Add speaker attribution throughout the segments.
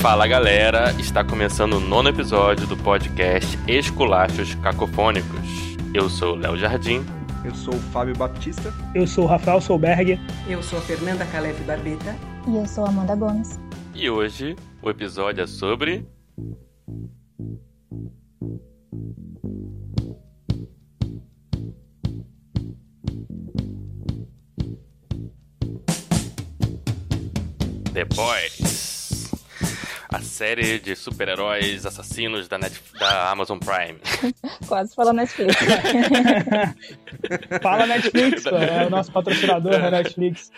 Speaker 1: Fala galera, está começando o nono episódio do podcast Esculachos Cacofônicos. Eu sou o Léo Jardim.
Speaker 2: Eu sou o Fábio Baptista.
Speaker 3: Eu sou o Rafael Solberg.
Speaker 4: Eu sou a Fernanda Calef Barbeta.
Speaker 5: E eu sou a Amanda Gomes.
Speaker 1: E hoje o episódio é sobre. The Boys. A série de super-heróis assassinos da, Netf- da Amazon Prime.
Speaker 5: Quase fala Netflix.
Speaker 3: Fala Netflix, pô, é o nosso patrocinador da Netflix.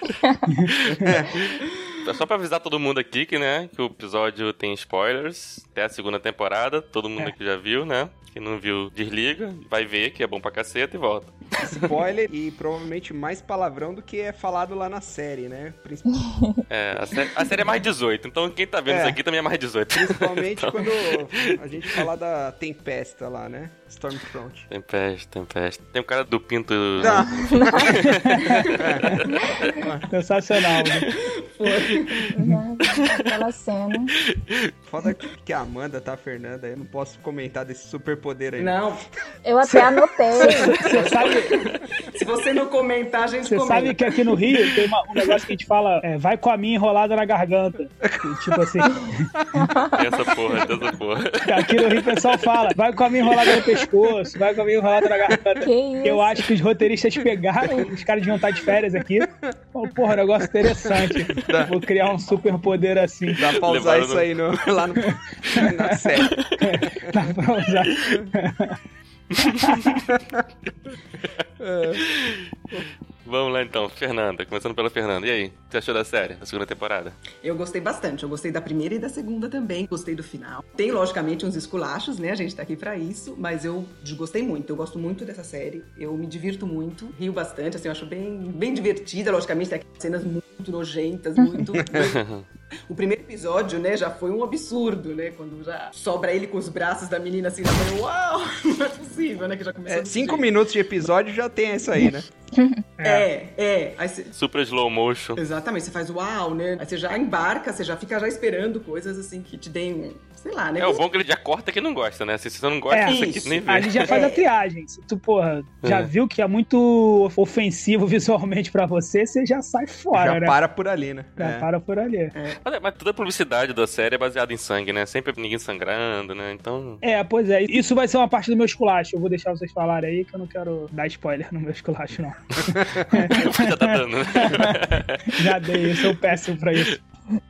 Speaker 1: É Só pra avisar todo mundo aqui que, né, que o episódio tem spoilers até a segunda temporada. Todo mundo
Speaker 3: É.
Speaker 1: aqui já viu, né? Quem não viu, desliga, vai ver que é bom pra caceta e volta.
Speaker 2: Spoiler e provavelmente mais palavrão do que é falado lá na série, né? Princip-
Speaker 1: É, a, sé- a série é mais 18, então quem tá vendo
Speaker 2: É.
Speaker 1: isso aqui também é mais 18.
Speaker 2: Principalmente quando a gente fala da tempesta lá, né? Stormfront.
Speaker 1: Tempeste, tempeste. Tem um cara do pinto.
Speaker 2: Tá.
Speaker 3: Sensacional. Né?
Speaker 5: Nossa, Né? Aquela cena.
Speaker 2: Foda que a Amanda tá, a Fernanda. Eu não posso comentar desse superpoder aí.
Speaker 4: Não,
Speaker 5: Eu até anotei.
Speaker 3: Você sabe,
Speaker 4: se você não comentar, a gente
Speaker 3: você
Speaker 4: comenta.
Speaker 5: é?
Speaker 3: sabe que aqui no Rio tem uma- um negócio que a gente fala, é, vai com a minha enrolada na garganta. E, tipo assim,
Speaker 1: Tem essa porra, tem essa porra.
Speaker 3: aqui no Rio o pessoal fala, vai com a minha enrolada no pescoço, vai com a minha enrolada na garganta.
Speaker 5: Que isso?
Speaker 3: Eu acho que os roteiristas pegaram, os caras deviam estar de férias aqui. Oh, porra, negócio interessante. Vou criar um super poder assim.
Speaker 2: Dá pra usar
Speaker 1: Levaram
Speaker 2: isso
Speaker 1: no-
Speaker 2: aí no- lá no... na série.
Speaker 3: Dá pra usar.
Speaker 1: Vamos lá então, Fernanda. Começando pela Fernanda. E aí, o que você achou da série, da segunda temporada?
Speaker 4: Eu gostei bastante. Eu gostei da primeira e da segunda também. Gostei do final. Tem, logicamente, uns esculachos, né? A gente tá aqui pra isso. Mas eu gostei muito. Eu gosto muito dessa série. Eu me divirto muito. Rio bastante. Assim, eu acho bem, bem divertida. Logicamente, tem aquelas cenas muito nojentas, muito. o primeiro episódio, né? Já foi um absurdo, né? Quando já sobra ele com os braços da menina assim. Já foi, uau! Não é possível, né? Que já começou.
Speaker 2: É,
Speaker 4: desse
Speaker 2: cinco
Speaker 4: jeito.
Speaker 2: minutos de episódio já tem isso aí, né?
Speaker 4: É, é. Aí você.
Speaker 1: Super slow motion.
Speaker 4: Exatamente, você faz uau, né? Aí você já embarca, você já fica já esperando coisas assim que te deem, um, sei lá, né?
Speaker 1: É o bom que ele já corta quem não gosta, né? Se você não gosta,
Speaker 3: É,
Speaker 1: isso aqui
Speaker 4: isso.
Speaker 1: nem
Speaker 3: A
Speaker 1: vê.
Speaker 3: gente já faz a triagem. Se tu, porra, já
Speaker 1: É.
Speaker 3: viu que é muito ofensivo visualmente pra você, você já sai fora,
Speaker 2: já
Speaker 3: né?
Speaker 2: para por ali, né?
Speaker 3: Já
Speaker 2: É.
Speaker 3: para por ali.
Speaker 1: Mas, é, mas toda a publicidade da série é baseada em sangue, né? Sempre ninguém sangrando, né? Então.
Speaker 3: É, pois é. Isso vai ser uma parte do meu esculacho. Eu vou deixar vocês falarem aí, que eu não quero dar spoiler no meu esculacho, não.
Speaker 1: já tá dando, né?
Speaker 3: Já dei, eu sou péssimo pra isso.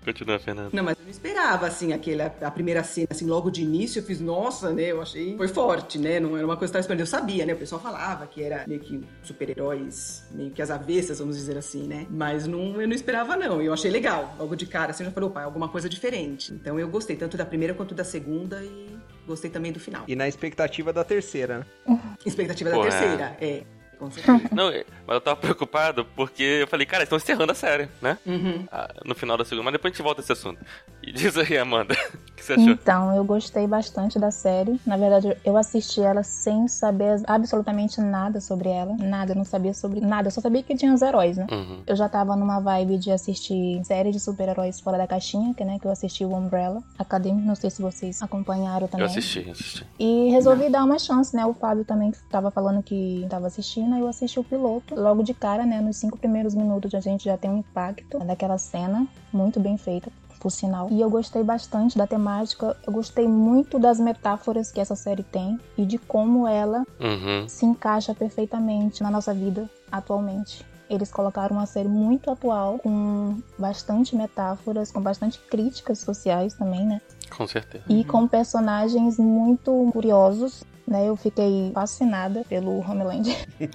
Speaker 1: Continua, Fernanda.
Speaker 4: Não, mas eu não esperava, assim, aquela, a primeira cena, assim, logo de início, eu fiz, nossa, né, eu achei, foi forte, né, não era uma coisa que eu tava esperando, eu sabia, né, o pessoal falava que era meio que super-heróis, meio que as avessas, vamos dizer assim, né, mas não, eu não esperava, não, eu achei legal, logo de cara, assim, eu já falei, opa, é alguma coisa diferente, então eu gostei tanto da primeira quanto da segunda e gostei também do final.
Speaker 2: E na expectativa da terceira, né?
Speaker 4: Expectativa da
Speaker 1: Pô, é.
Speaker 4: terceira, é, com certeza.
Speaker 1: Não, é, mas eu tava preocupado porque eu falei, cara, estão encerrando a série, né?
Speaker 4: uhum.
Speaker 1: Ah, no final da segunda. Mas depois a gente volta a esse assunto. E diz aí, Amanda, o que você achou?
Speaker 5: Então, eu gostei bastante da série. Na verdade, eu assisti ela sem saber absolutamente nada sobre ela. Nada, eu não sabia sobre nada. Eu só sabia que tinha os heróis, né?
Speaker 1: Uhum.
Speaker 5: Eu já tava numa vibe de assistir série de super-heróis fora da caixinha, que, né, que eu assisti o Umbrella Academy, não sei se vocês acompanharam também.
Speaker 1: Eu assisti, assisti.
Speaker 5: E resolvi dar uma chance, né? O Fábio também tava falando que tava assistindo, aí eu assisti o piloto. Logo de cara, né? Nos cinco primeiros minutos a gente já tem um impacto daquela cena, muito bem feita. Por sinal. E eu gostei bastante da temática, eu gostei muito das metáforas que essa série tem e de como ela
Speaker 1: Uhum.
Speaker 5: se encaixa perfeitamente na nossa vida atualmente. Eles colocaram uma série muito atual, com bastante metáforas, com bastante críticas sociais também, né?
Speaker 1: Com certeza.
Speaker 5: e com personagens muito curiosos. Né, eu fiquei fascinada pelo Homeland.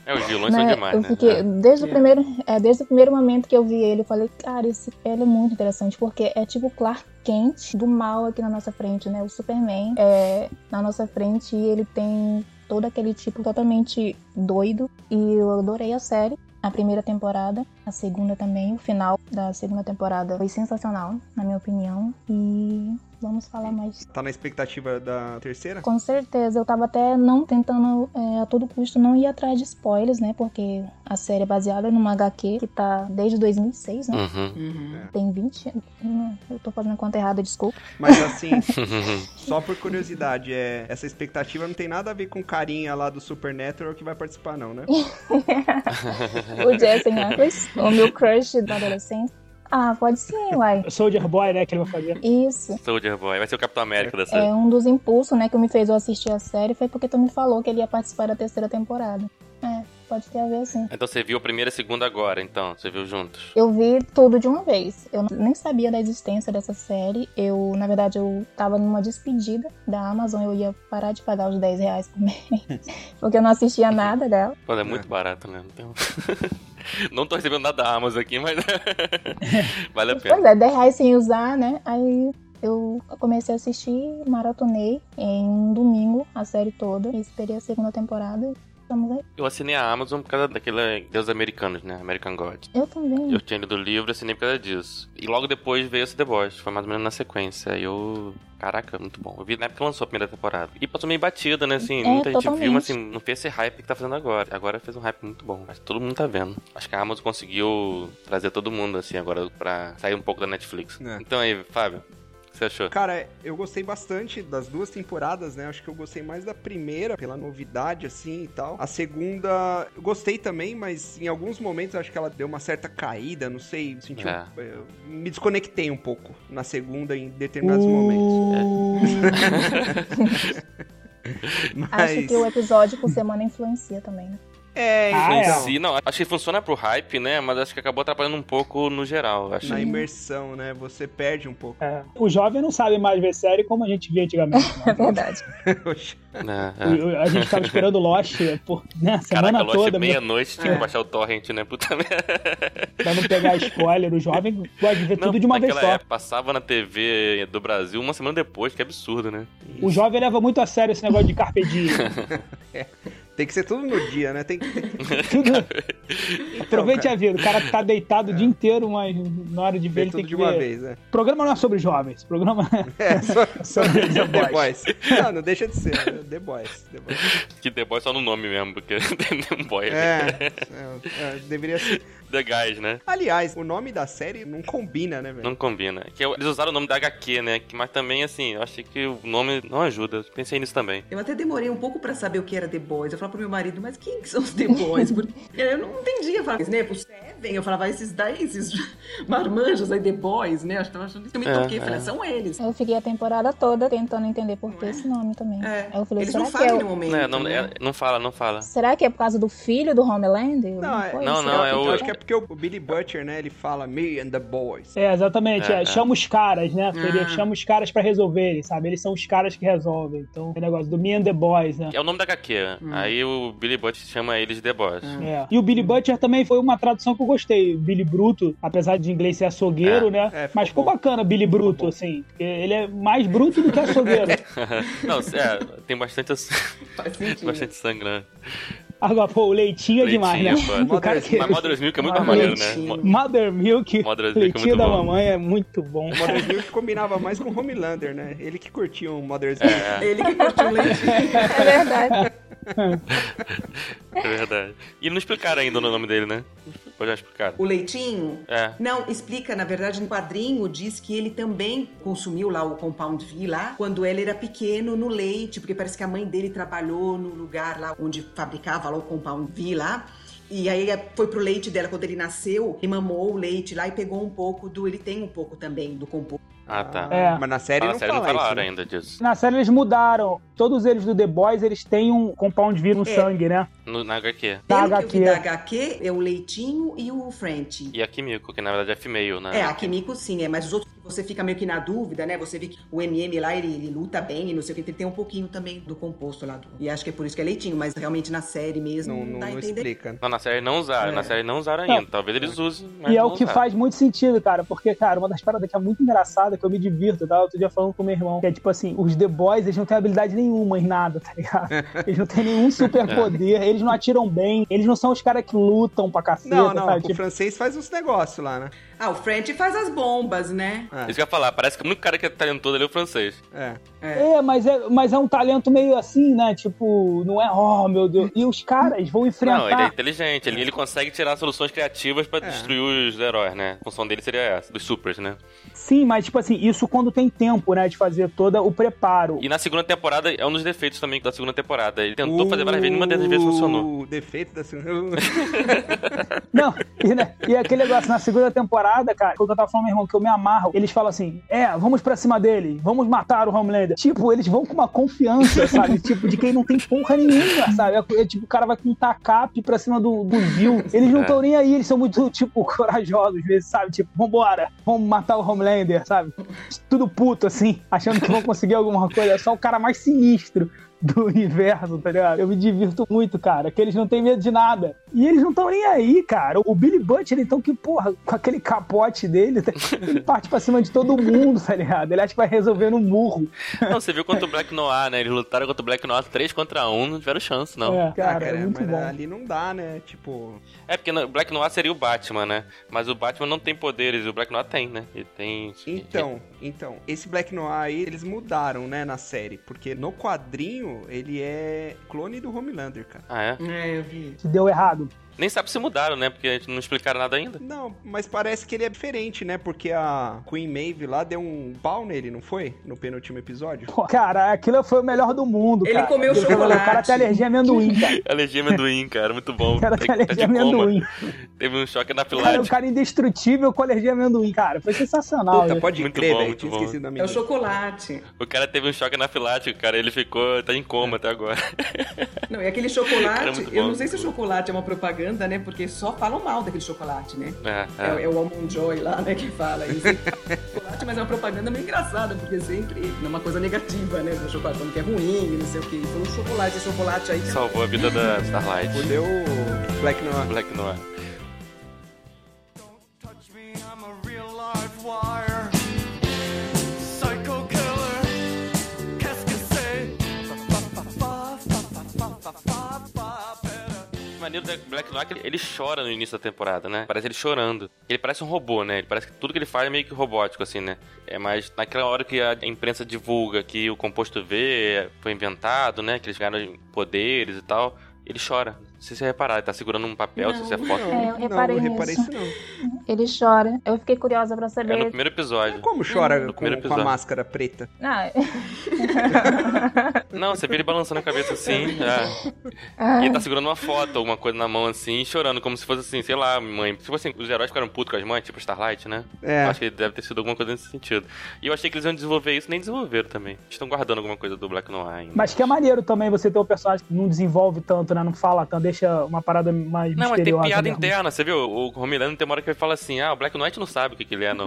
Speaker 1: É, os vilões são
Speaker 5: Né?
Speaker 1: demais,
Speaker 5: Eu
Speaker 1: né?
Speaker 5: fiquei,
Speaker 1: É.
Speaker 5: desde, o
Speaker 4: É.
Speaker 5: primeiro, é, desde o primeiro momento que eu vi ele, eu falei, cara, esse ele é muito interessante, porque é tipo o Clark Kent do mal aqui na nossa frente, né? O Superman é na nossa frente e ele tem todo aquele tipo totalmente doido. E eu adorei a série. A primeira temporada, a segunda também, o final da segunda temporada foi sensacional, na minha opinião. E Vamos falar mais.
Speaker 2: Tá na expectativa da terceira?
Speaker 5: Com certeza, eu tava até não tentando é, a todo custo não ir atrás de spoilers, né? Porque a série é baseada numa HQ que tá desde 2006, né?
Speaker 1: Uhum.
Speaker 4: Uhum.
Speaker 5: Tem 20 anos. Hum, Eu tô fazendo conta errada, desculpa.
Speaker 2: Mas assim, só por curiosidade, é, essa expectativa não tem nada a ver com o carinha lá do Supernatural que vai participar, não, né?
Speaker 5: Uhum. o Jason Ackles, o meu crush da adolescência. Ah, pode sim, uai.
Speaker 3: Soldier Boy, né? Que ele vai fazer.
Speaker 5: Isso.
Speaker 1: Soldier Boy. Vai ser o Capitão América dessa.
Speaker 5: É, um dos impulsos, né, que me fez eu assistir a série foi porque tu me falou que ele ia participar da terceira temporada. É, pode ter a ver sim.
Speaker 1: Então você viu a primeira e a segunda agora, então. Você viu juntos.
Speaker 5: Eu vi tudo de uma vez. Eu nem sabia da existência dessa série. Eu, na verdade, eu tava numa despedida da Amazon. Eu ia parar de pagar os 10 reais por mês. porque eu não assistia nada dela.
Speaker 1: Pô, é muito barato, né? Então... Não tô recebendo nada da Amazon aqui, mas vale a pena.
Speaker 5: Pois é, 10 reais sem usar, né? Aí eu comecei a assistir, maratonei em um domingo a série toda. E esperei a segunda temporada e estamos aí.
Speaker 1: Eu assinei a Amazon por causa daquele Deus Americanos, né? American God.
Speaker 5: Eu também.
Speaker 1: Eu tinha lido o livro, assinei por causa disso. E logo depois veio esse The Boys, foi mais ou menos na sequência. Aí eu. Caraca, muito bom. Eu vi na época que lançou a primeira temporada. E passou meio batida, né? Assim,
Speaker 5: É,
Speaker 1: muita gente viu,
Speaker 5: totalmente.
Speaker 1: mas assim, não fez esse hype que tá fazendo agora. Agora fez um hype muito bom. Mas todo mundo tá vendo. Acho que a Amazon conseguiu trazer todo mundo, assim, agora pra sair um pouco da Netflix.
Speaker 2: É.
Speaker 1: Então aí, Fábio, o que você achou?
Speaker 2: Cara, eu gostei bastante das duas temporadas, né? Acho que eu gostei mais da primeira, pela novidade, assim e tal. A segunda, eu gostei também, mas em alguns momentos acho que ela deu uma certa caída, não sei. Senti um-
Speaker 1: É.
Speaker 2: eu me desconectei um pouco na segunda em determinados momentos.
Speaker 3: O...
Speaker 5: Uhum. Acho
Speaker 2: Mas.
Speaker 5: que o episódio por semana influencia também, né?
Speaker 2: É,
Speaker 3: Ah, é.
Speaker 2: então,
Speaker 1: Sim, não, acho que funciona pro hype, né? Mas acho que acabou atrapalhando um pouco no geral. Acho
Speaker 2: na imersão, né? Você perde um pouco.
Speaker 3: É. O jovem não sabe mais ver série como a gente via antigamente.
Speaker 5: É verdade.
Speaker 1: né, é.
Speaker 3: O- o- A gente tava esperando Lost por né, a semana
Speaker 1: Caraca, Lost é
Speaker 3: toda, meu, É
Speaker 1: meia-noite, tinha que
Speaker 4: É.
Speaker 1: baixar o torrent, né? Puta merda.
Speaker 3: pra não pegar spoiler. O jovem gosta de ver
Speaker 1: Não,
Speaker 3: tudo de uma vez
Speaker 1: naquela
Speaker 3: só.
Speaker 1: época, passava na TV do Brasil uma semana depois, que absurdo, né?
Speaker 3: O jovem leva muito a sério esse negócio de carpe diem.
Speaker 2: Tem que ser tudo no dia, né? Tem que. tem que-
Speaker 3: Tudo-
Speaker 2: Então,
Speaker 3: Aproveite
Speaker 2: cara,
Speaker 3: a vida. O cara tá deitado o dia inteiro, mas na hora de ver
Speaker 2: ver
Speaker 3: ele tem
Speaker 2: tudo
Speaker 3: que
Speaker 2: É. de uma
Speaker 3: ver.
Speaker 2: vez, né?
Speaker 3: O programa não é sobre jovens. O programa
Speaker 2: É, só, só
Speaker 3: Sobre The
Speaker 2: The Boys. Não, não deixa de ser. né? The Boys. The Boys.
Speaker 1: Que The Boy só no nome mesmo, porque The Boy é
Speaker 2: É, é, é, deveria ser.
Speaker 1: The Guys, né?
Speaker 2: Aliás, o nome da série não combina, né, velho?
Speaker 1: Não combina. Que eu- eles usaram o nome da HQ, né? Que- Mas também, assim, eu achei que o nome não ajuda. Pensei nisso também.
Speaker 4: Eu até demorei um pouco pra saber o que era The Boys. Eu falava pro meu marido, mas quem que são os The Boys? Porque eu não entendia. Eu falava, né, pro Seven, eu falava, "Ah, esses daí, esses marmanjos aí, The Boys, né? Eu tava achando isso. Eu me
Speaker 1: É,
Speaker 4: toquei,
Speaker 1: é.
Speaker 4: falei, são eles.
Speaker 5: Eu fiquei a temporada toda tentando entender por que esse nome também.
Speaker 4: É,
Speaker 5: Aí eu falei,
Speaker 4: eles
Speaker 5: será
Speaker 4: não
Speaker 5: que é
Speaker 4: falam
Speaker 5: o-
Speaker 4: no momento.
Speaker 1: Né, não,
Speaker 4: né?
Speaker 1: é- não fala, não fala.
Speaker 5: Será que é por causa do filho do Homeland?
Speaker 2: Não, é-
Speaker 5: foi?
Speaker 1: não,
Speaker 5: Será
Speaker 1: não,
Speaker 5: que
Speaker 1: é o-
Speaker 2: Eu acho que é porque o Billy Butcher, né, ele fala me and the boys.
Speaker 3: É, exatamente.
Speaker 1: É,
Speaker 3: é.
Speaker 1: é.
Speaker 3: Chama os caras, né? Seria,
Speaker 2: Hum.
Speaker 4: Ah.
Speaker 3: Chama os caras pra resolverem, sabe? Eles são os caras que resolvem. Então, o negócio do Me and the Boys, né?
Speaker 1: É o nome da HQ. né? Aí o Billy Butch chama eles de The Boys.
Speaker 3: É. E o Billy Butcher também foi uma tradução que eu gostei. Billy Bruto, apesar de em inglês ser açougueiro,
Speaker 1: É.
Speaker 3: né?
Speaker 2: É, ficou
Speaker 3: Mas ficou
Speaker 2: bom.
Speaker 3: bacana Billy Bruto, assim. porque Ele é mais bruto do que açougueiro.
Speaker 1: não, é, tem bastante,
Speaker 4: Faz sentido.
Speaker 1: bastante sangue, né?
Speaker 3: Agora, pô, o leitinho é demais, né?
Speaker 1: Leitinho, foda.
Speaker 3: O cara que...
Speaker 1: Mas Mother's Milk é muito mais maneiro,
Speaker 3: Mother's
Speaker 1: né?
Speaker 4: Milk.
Speaker 1: Mo-
Speaker 3: Mother Milk,
Speaker 1: Mother's Milk é
Speaker 3: leitinho
Speaker 1: muito
Speaker 3: da
Speaker 1: bom.
Speaker 3: mamãe é muito bom.
Speaker 2: O Mother's Milk combinava mais com o Homelander, né? Ele que curtia um Mother's Milk.
Speaker 1: É,
Speaker 4: Ele que curtiu o leite.
Speaker 5: É verdade.
Speaker 1: é verdade. E não explicaram ainda o nome dele, né? Ou já explicaram?
Speaker 4: O leitinho?
Speaker 1: É.
Speaker 4: Não, explica, na verdade, um quadrinho diz que ele também consumiu lá o Compound V lá, quando ele era pequeno no leite, porque parece que a mãe dele trabalhou no lugar lá onde fabricava lá o Compound V lá. E aí eh, foi pro leite dela quando ele nasceu e mamou o leite lá e pegou um pouco do. Ele tem um pouco também do composto.
Speaker 1: Ah, tá.
Speaker 3: É.
Speaker 2: Mas na série
Speaker 1: Ah,
Speaker 2: não
Speaker 1: sério, não
Speaker 2: fala isso.
Speaker 1: falaram
Speaker 2: né?
Speaker 1: ainda disso.
Speaker 3: Na série eles mudaram. Todos eles do The Boys, eles têm um compound V no
Speaker 2: É.
Speaker 3: sangue, né?
Speaker 1: No, na HQ.
Speaker 3: Da
Speaker 4: Pelo que eu vi
Speaker 3: HQ.
Speaker 4: da HQ é o leitinho e o French.
Speaker 1: E a Kimiko, que na verdade é female, né?
Speaker 4: É, a Kimiko sim, é, mas os outros que você fica meio que na dúvida, né? Você vê que o MM lá, ele, ele luta bem e não sei o que, ele tem um pouquinho também do composto lá. Do, e acho que é por isso que é leitinho, mas realmente na série mesmo
Speaker 2: Não,
Speaker 4: não,
Speaker 2: não,
Speaker 4: dá a
Speaker 2: não
Speaker 4: entender.
Speaker 2: explica.
Speaker 1: Não, na série não usaram.
Speaker 4: É.
Speaker 1: Na série não usaram
Speaker 3: Não.
Speaker 1: ainda. Talvez eles usem, mas
Speaker 3: E é
Speaker 1: não
Speaker 3: o que
Speaker 1: usaram.
Speaker 3: faz muito sentido, cara, porque, cara, uma das paradas que é muito engraçada que eu me divirto, tá? Outro dia falando com meu irmão, que é tipo assim, os The Boys, eles não têm habilidade nenhuma em nada, tá ligado? Eles não têm nenhum superpoder, eles não atiram bem, eles não são os caras que lutam pra caceta,
Speaker 2: Não, não,
Speaker 3: sabe?
Speaker 2: o
Speaker 3: Tipo,
Speaker 2: francês faz uns negócios lá, né?
Speaker 4: Ah, o French faz as bombas, né?
Speaker 2: É.
Speaker 1: Isso que eu ia falar, parece que o único cara que é talentoso ali é o francês.
Speaker 2: É.
Speaker 3: É, mas é, mas é um talento meio assim, né? Tipo, não é, oh, meu Deus. E os caras vão
Speaker 1: Não, ele é
Speaker 3: enfrentar.
Speaker 1: inteligente, ele, ele consegue tirar soluções criativas pra
Speaker 2: É.
Speaker 1: destruir os heróis, né? A função dele seria essa, dos supers, né?
Speaker 3: Sim, mas tipo assim, isso quando tem tempo, né? De fazer todo o preparo.
Speaker 1: E na segunda temporada, é um dos defeitos também da segunda temporada. Ele tentou fazer várias vezes, nenhuma dessas vezes funcionou.
Speaker 2: O defeito da segunda.
Speaker 3: Não, e, né, e aquele negócio, na segunda temporada, cara, quando eu tava falando, meu irmão, que eu me amarro, eles falam assim: é, vamos pra cima dele, vamos matar o Homelander. Tipo, eles vão com uma confiança, sabe? Tipo, de quem não tem porra nenhuma, sabe? É, é tipo, o cara vai com um tacape pra cima do, do Bill. Eles não
Speaker 1: É.
Speaker 3: estão nem aí, eles são muito, tipo, corajosos, às vezes, sabe? Tipo, vambora, vamos matar o Homelander, sabe? Tudo puto, assim, achando que vão conseguir alguma coisa. É só o cara mais sinistro do universo, tá ligado? Eu me divirto muito, cara, que eles não têm medo de nada. E eles não estão nem aí, cara. O Billy Butcher, então, que, porra, com aquele capote dele, tá- ele parte pra cima de todo mundo, tá ligado? Ele acha que vai resolver no murro.
Speaker 1: Não, você viu contra o Black Noir, né? Eles lutaram contra o Black Noir 3 contra 1, não tiveram chance, não.
Speaker 3: É, cara,
Speaker 2: Ah, cara,
Speaker 3: é muito
Speaker 2: mas
Speaker 3: bom.
Speaker 2: ali não dá, né? Tipo.
Speaker 1: É, porque no- o Black Noir seria o Batman, né? Mas o Batman não tem poderes, e o Black Noir tem, né? Ele tem.
Speaker 2: Então, então, esse Black Noir aí, eles mudaram, né, na série. Porque no quadrinho, ele é clone do Homelander, cara.
Speaker 1: Ah, é?
Speaker 4: É, eu vi.
Speaker 3: Que deu errado.
Speaker 1: Nem sabe se mudaram, né? Porque a gente não explicaram nada ainda.
Speaker 2: Não, mas parece que ele é diferente, né? Porque a Queen Maeve lá deu um pau nele, não foi? No penúltimo episódio.
Speaker 3: Pô, cara, aquilo foi o melhor do mundo,
Speaker 4: Ele
Speaker 3: cara.
Speaker 4: comeu
Speaker 3: Aquilo-
Speaker 4: chocolate.
Speaker 3: O cara tem alergia a amendoim, cara.
Speaker 1: Alergia a amendoim, cara, muito bom.
Speaker 3: O cara
Speaker 1: Tá-
Speaker 3: tem
Speaker 1: tá
Speaker 3: alergia a
Speaker 1: de coma.
Speaker 3: amendoim.
Speaker 1: Teve um choque na
Speaker 3: Cara, o
Speaker 1: pilates.
Speaker 3: cara é indestrutível com alergia a amendoim, cara. Foi sensacional.
Speaker 2: Puta,
Speaker 3: né?
Speaker 2: pode
Speaker 1: Muito
Speaker 2: crer,
Speaker 1: bom,
Speaker 2: velho.
Speaker 1: muito
Speaker 2: Tinha
Speaker 1: bom.
Speaker 2: esquecido da
Speaker 4: É o
Speaker 2: menina.
Speaker 4: chocolate.
Speaker 1: O cara teve um choque anafilático, cara. Ele ficou. tá em coma até agora.
Speaker 4: Não, e aquele
Speaker 1: Cara, é
Speaker 4: chocolate,
Speaker 1: muito
Speaker 4: eu
Speaker 1: bom.
Speaker 4: não sei se o chocolate é uma propaganda, né? Porque só falam mal daquele chocolate, né? É,
Speaker 1: É, é.
Speaker 4: é o Almond Joy lá, né, que fala isso. chocolate, mas é uma propaganda meio engraçada, porque sempre é uma coisa negativa, né? Do chocolate falando que é ruim, não sei o quê. Então o chocolate, esse chocolate aí. é
Speaker 1: Salvou a vida da Starlight.
Speaker 2: Fudeu o Black Noir.
Speaker 1: Black Noir.
Speaker 6: Touch me, I'm a real live wire. Psycho killer. Qu'est-ce que c'est? Fa, fa, fa, fa, fa, fa, fa, fa, fa, better.
Speaker 1: O maneiro do Black Noir é que ele- ele chora no início da temporada, né? Parece ele chorando. Ele parece um robô, né? Ele parece que tudo que ele faz é meio que robótico, assim, né? É mais naquela hora que a imprensa divulga que o composto V foi inventado, né? Que eles ganharam poderes e tal. Ele chora. Não sei se você reparar, ele tá segurando um papel, se você é foto.
Speaker 5: É, eu reparei
Speaker 2: não, não reparei isso
Speaker 5: nisso.
Speaker 2: não.
Speaker 5: Ele chora. Eu fiquei curiosa pra
Speaker 1: É no
Speaker 5: saber.
Speaker 1: primeiro episódio.
Speaker 2: Como chora
Speaker 1: No
Speaker 2: com,
Speaker 1: primeiro
Speaker 2: com a
Speaker 1: episódio.
Speaker 2: máscara preta?
Speaker 5: Ah,
Speaker 1: Não, você vê ele balançando a cabeça assim. é. E
Speaker 5: ah,
Speaker 1: ele tá segurando uma foto, alguma coisa na mão assim, e chorando, como se fosse assim, sei lá, mãe. Tipo assim, os heróis ficaram putos com as mães, tipo Starlight, né?
Speaker 2: É.
Speaker 1: Eu Acho que deve ter sido alguma coisa nesse sentido. E eu achei que eles iam desenvolver isso, nem desenvolveram também. Estão guardando alguma coisa do Black Noir ainda.
Speaker 3: Mas que é maneiro também você ter um personagem que não desenvolve tanto, né? Não fala tanto, deixa uma parada mais
Speaker 1: Não, mas tem
Speaker 3: misteriosa. né?
Speaker 1: piada
Speaker 3: mesmo.
Speaker 1: interna, você viu? O Romilano tem uma hora que ele fala assim, ah, o Black Knight não sabe o que, que ele é, não.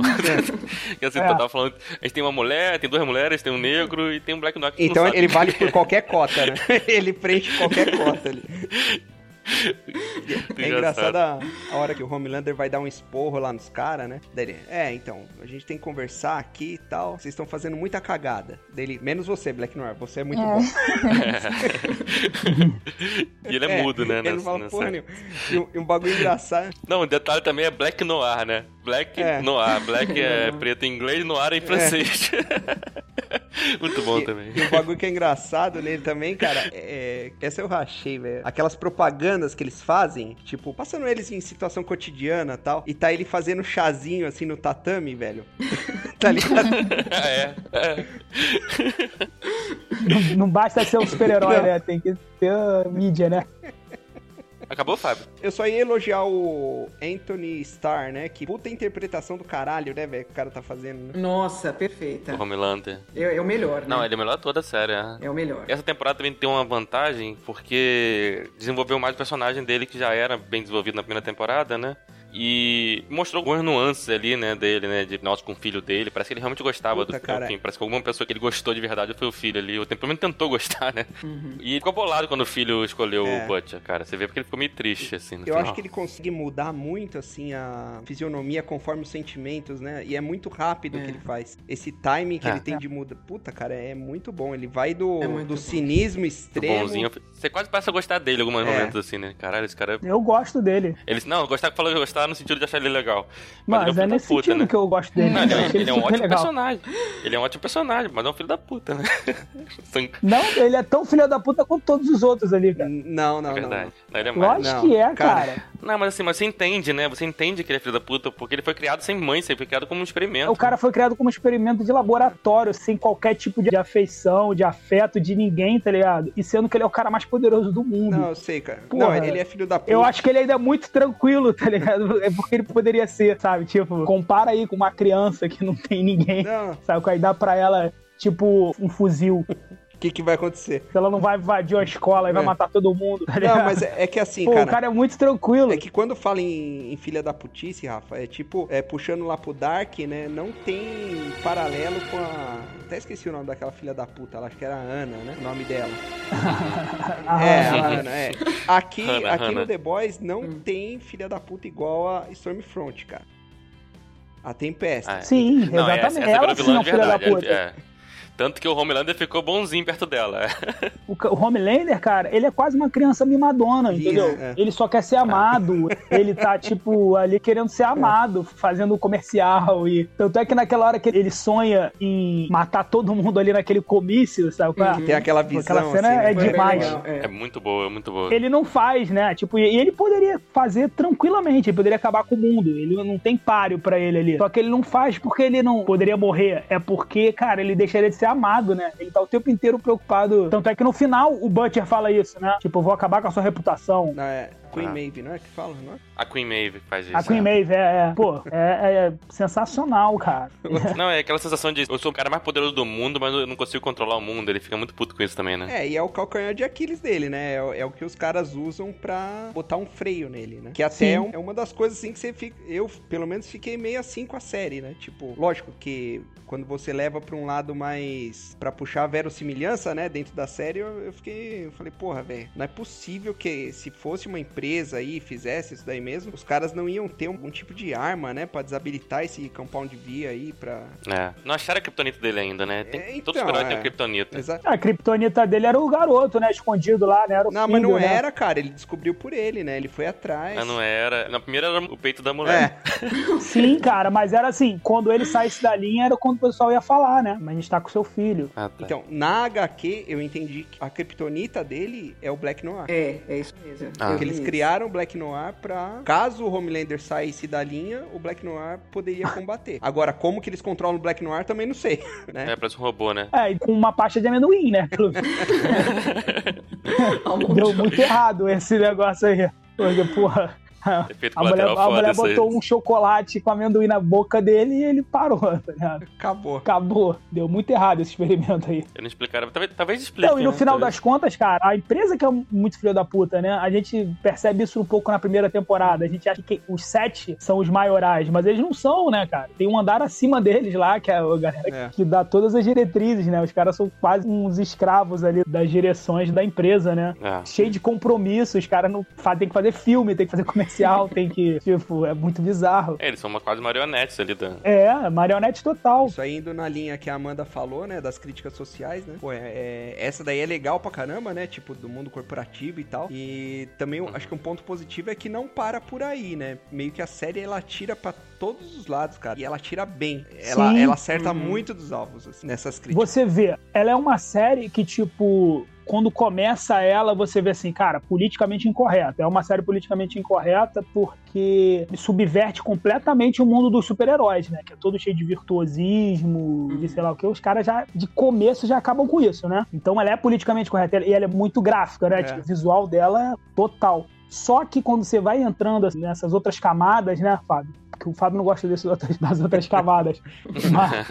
Speaker 1: e assim,
Speaker 3: É.
Speaker 1: eu tava falando, a gente tem uma mulher, tem duas mulheres, tem um negro e tem um Black Knight que
Speaker 2: Então
Speaker 1: não sabe.
Speaker 2: ele vale por qualquer cota, né? ele preenche qualquer cota ali. É engraçado a, a hora que o Homelander vai dar um esporro lá nos caras, né? Daí ele, é, então, a gente tem que conversar aqui e tal. Vocês estão fazendo muita cagada. Dele, menos você, Black Noir, você é muito
Speaker 5: É.
Speaker 2: bom.
Speaker 1: E ele é, mudo, né?
Speaker 2: Ele não
Speaker 1: nessa-
Speaker 2: fala
Speaker 1: nessa-
Speaker 2: porra nenhuma. E, um- e um bagulho engraçado.
Speaker 1: Não, o detalhe também é Black Noir, né? Black
Speaker 2: É.
Speaker 1: Noir. Black é preto em inglês, Noir é em francês. Muito bom também.
Speaker 2: E, e um bagulho que é engraçado nele também, cara, é, essa eu rachei, velho. Aquelas propagandas que eles fazem, tipo, passando eles em situação cotidiana e tal, e tá ele fazendo chazinho, assim, no tatame, velho. tá ligado?
Speaker 1: Ah, é, é.
Speaker 3: Não, não basta ser um super-herói,
Speaker 2: Não.
Speaker 3: né? Tem que ter ah, mídia, né?
Speaker 1: Acabou, Fábio?
Speaker 2: Eu só ia elogiar o Anthony Starr, né? Que puta interpretação do caralho, né, velho? Que o cara tá fazendo, né?
Speaker 4: Nossa,
Speaker 2: Tá.
Speaker 4: perfeita.
Speaker 1: O Homelander.
Speaker 4: É, é o melhor, né?
Speaker 1: Não, ele é o melhor toda a série. é.
Speaker 4: É o melhor.
Speaker 1: Essa temporada também tem uma vantagem, porque desenvolveu mais o personagem dele, que já era bem desenvolvido na primeira temporada, né? E mostrou algumas nuances ali, né, dele, né, de Náutico com o filho dele. Parece que ele realmente gostava
Speaker 2: Puta,
Speaker 1: do
Speaker 2: cara.
Speaker 1: Delfim. Parece que alguma pessoa que ele gostou de verdade foi o filho ali. Ou pelo menos tentou gostar, né? E ficou bolado quando o filho escolheu
Speaker 2: Uhum. É.
Speaker 1: o Butcher, cara. Você vê porque ele ficou meio triste, assim, no
Speaker 2: Eu
Speaker 1: final.
Speaker 2: acho que ele consegue mudar muito, assim, a fisionomia conforme os sentimentos, né? E é muito rápido o
Speaker 4: É.
Speaker 2: que ele faz. Esse timing que
Speaker 1: É.
Speaker 2: ele tem de muda. Puta, cara, é muito bom. Ele vai do,
Speaker 4: É muito
Speaker 2: do
Speaker 4: bom.
Speaker 2: cinismo
Speaker 1: Muito
Speaker 2: extremo.
Speaker 1: bonzinho. Você quase passa a gostar dele em alguns
Speaker 2: É.
Speaker 1: momentos, assim, né? Caralho, esse cara...
Speaker 3: Eu gosto dele.
Speaker 1: Ele, não, gostar que falou de gostar no sentido de achar ele legal.
Speaker 3: Mas
Speaker 1: ele
Speaker 3: é
Speaker 1: um filho da
Speaker 3: nesse
Speaker 1: puta,
Speaker 3: sentido
Speaker 1: né?
Speaker 3: que eu gosto dele.
Speaker 1: Não,
Speaker 3: Eu
Speaker 1: ele, é,
Speaker 3: achei
Speaker 1: ele é um
Speaker 3: super
Speaker 1: ótimo
Speaker 3: legal.
Speaker 1: personagem. Ele é um ótimo personagem, mas é um filho da puta, né? Sangue-
Speaker 3: Não, ele é tão filho da puta quanto todos os outros ali, cara.
Speaker 2: Não, não,
Speaker 1: É
Speaker 2: não.
Speaker 1: verdade.
Speaker 2: não.
Speaker 1: Não, ele é mais.
Speaker 3: Lógico
Speaker 2: não,
Speaker 3: que
Speaker 2: cara.
Speaker 3: é, cara.
Speaker 1: Não, mas assim, mas você entende, né? Você entende que ele é filho da puta, porque ele foi criado sem mãe, sempre foi criado como um experimento.
Speaker 3: O cara foi criado como um experimento de laboratório, sem qualquer tipo de afeição, de afeto, de ninguém, tá ligado? E sendo que ele é o cara mais poderoso do mundo.
Speaker 2: Não, eu sei, cara. não,
Speaker 3: Porra.
Speaker 2: ele é filho da puta.
Speaker 3: Eu acho que ele ainda é muito tranquilo, tá ligado? É porque ele poderia ser, sabe? Tipo, compara aí com uma criança que não tem ninguém,
Speaker 2: Não,
Speaker 3: sabe? Que aí dá pra ela, tipo, um fuzil.
Speaker 2: o que, que vai acontecer?
Speaker 3: Ela não vai invadir uma escola e vai
Speaker 2: É.
Speaker 3: matar todo mundo, tá ligado?
Speaker 2: Não, mas é, é que assim,
Speaker 3: Pô,
Speaker 2: cara.
Speaker 3: o cara é muito tranquilo.
Speaker 2: É que quando fala em, em filha da putice, Rafa, é tipo, é, puxando lá pro Dark, né? Não tem paralelo com a. Até esqueci o nome daquela filha da puta, ela acho que era a Ana, né? O nome dela.
Speaker 3: Ah,
Speaker 2: é, a Ana, é. Aqui,
Speaker 1: Hannah,
Speaker 2: aqui
Speaker 1: Hannah.
Speaker 2: no The Boys não
Speaker 4: Hum.
Speaker 2: tem filha da puta igual a Stormfront, cara. A Tempesta.
Speaker 1: Ah, é.
Speaker 3: Sim,
Speaker 1: Não, é, essa
Speaker 3: exatamente.
Speaker 1: essa virou
Speaker 3: ela sim é
Speaker 1: vilã
Speaker 3: uma
Speaker 1: de
Speaker 3: filha da
Speaker 1: verdade.
Speaker 3: puta.
Speaker 1: é, é. Tanto que o Homelander ficou bonzinho perto dela. É,
Speaker 3: O, ca- o Homelander, cara, ele é quase uma criança mimadona,
Speaker 2: Isso,
Speaker 3: entendeu?
Speaker 2: é.
Speaker 3: Ele só quer ser amado, ele tá, tipo, ali querendo ser amado, fazendo comercial e... Tanto é que naquela hora que ele sonha em matar todo mundo ali naquele comício, sabe? qual é?
Speaker 2: Tem aquela visão.
Speaker 3: Aquela cena
Speaker 2: assim, né?
Speaker 3: é
Speaker 4: Foi bem
Speaker 3: demais.
Speaker 4: legal, é.
Speaker 1: É muito boa, é muito boa.
Speaker 3: Ele não faz, né? Tipo, e e ele poderia fazer tranquilamente, ele poderia acabar com o mundo. Ele não tem páreo pra ele ali. Só que ele não faz porque ele não poderia morrer. É porque, cara, ele deixaria de ser amado, né? Ele tá o tempo inteiro preocupado. Tanto é que no final o Butcher fala isso, né? Tipo, eu vou acabar com a sua reputação.
Speaker 2: Não, é Queen
Speaker 1: Ah.
Speaker 2: Maeve, não é que fala, não é?
Speaker 1: A Queen Maeve faz isso.
Speaker 3: A Queen
Speaker 1: é.
Speaker 3: Maeve é, é- pô, é, é sensacional, cara.
Speaker 1: Não, é aquela sensação de eu sou o cara mais poderoso do mundo, mas eu não consigo controlar o mundo. Ele fica muito puto com isso também, né?
Speaker 2: É, e é o calcanhar de Aquiles dele, né? É, o- é o que os caras usam pra botar um freio nele, né? Que até
Speaker 3: Sim.
Speaker 2: é um- é uma das coisas assim que você fica. Eu, pelo menos, fiquei meio assim com a série, né? Tipo, lógico que quando você leva pra um lado mais. pra puxar a verossimilhança, né? Dentro da série, eu, eu fiquei. Eu falei, porra, velho, não é possível que se fosse uma empresa aí e fizesse isso daí mesmo, os caras não iam ter algum tipo de arma, né? Pra desabilitar esse compound V aí pra.
Speaker 1: É. Não acharam a kriptonita dele ainda, né? Tem,
Speaker 2: É,
Speaker 1: todos os
Speaker 2: então,
Speaker 1: heróis têm
Speaker 2: é.
Speaker 1: a kriptonita.
Speaker 2: Exa-
Speaker 3: A criptonita dele era o garoto, né? Escondido lá, né? Era o
Speaker 2: Não,
Speaker 3: filho,
Speaker 2: mas não
Speaker 3: né?
Speaker 2: era, cara. Ele descobriu por ele, né? Ele foi atrás.
Speaker 1: Ah, não né? era. Na primeira era o peito da mulher.
Speaker 2: É,
Speaker 3: Sim, cara, mas era assim, quando ele saísse da linha era quando o pessoal ia falar, né? Mas a gente tá com seu filho.
Speaker 1: Ah, tá.
Speaker 2: então, na HQ eu entendi que a criptonita dele é o Black Noir.
Speaker 4: É, é isso mesmo.
Speaker 1: Ah.
Speaker 4: Eu
Speaker 2: Porque
Speaker 4: li
Speaker 2: eles
Speaker 4: isso.
Speaker 2: criaram o Black Noir pra. Caso o Homelander saísse da linha, o Black Noir poderia combater. Agora, como que eles controlam o Black Noir também não sei.
Speaker 1: É, parece um robô, né?
Speaker 3: É, e com uma pasta de amendoim, né? Pelo-
Speaker 4: Ah, um monte
Speaker 3: Deu
Speaker 4: de-
Speaker 3: muito errado esse negócio aí. Porque, porra, a,
Speaker 1: Efeito
Speaker 3: a mulher,
Speaker 1: É colateral
Speaker 3: a mulher
Speaker 1: foda. isso aí.
Speaker 3: botou um chocolate com amendoim na boca dele e ele parou, tá
Speaker 4: É.
Speaker 3: ligado?
Speaker 2: Acabou.
Speaker 3: Acabou. Deu muito errado esse experimento aí.
Speaker 1: Eu não explicaram. Talvez, talvez explique.
Speaker 3: Então, e no
Speaker 1: né?
Speaker 3: final
Speaker 1: Talvez.
Speaker 3: das contas, cara, a empresa que é muito filho da puta, né? A gente percebe isso um pouco na primeira temporada. A gente acha que os sete são os maiorais, mas eles não são, né, cara? Tem um andar acima deles lá, que é a galera
Speaker 2: É.
Speaker 3: que dá todas as diretrizes, né? Os caras são quase uns escravos ali das direções da empresa, né?
Speaker 1: Ah.
Speaker 3: Cheio de compromissos, os caras não fa- tem que fazer filme, tem que fazer comercial, tem que. Tipo, é muito bizarro.
Speaker 1: É, eles são uma, quase marionetes ali da.
Speaker 3: É, marionete total.
Speaker 2: Isso aí indo na linha que a Amanda falou, né? Das críticas sociais, né? Pô, é, é- essa daí é legal pra caramba, né? Tipo, do mundo corporativo e tal. E também eu
Speaker 3: Uhum.
Speaker 2: acho que um ponto positivo é que não para por aí, né? Meio que a série ela tira pra todos os lados, cara. E ela tira bem. Ela,
Speaker 3: Sim.
Speaker 2: ela acerta
Speaker 4: Uhum.
Speaker 2: muito dos alvos assim, nessas críticas.
Speaker 3: Você vê, ela é uma série que, tipo, quando começa ela, você vê assim, cara, politicamente incorreta. É uma série politicamente incorreta porque subverte completamente o mundo dos super-heróis, né? Que é todo cheio de virtuosismo, de sei lá o que. Os caras já, de começo, já acabam com isso, né? Então ela é politicamente correta e ela é muito gráfica, né?
Speaker 2: É.
Speaker 3: Tipo, o visual dela é total. Só que quando você vai entrando nessas outras assim, camadas, né, Fábio? que o Fábio não gosta desse, das outras camadas. Mas,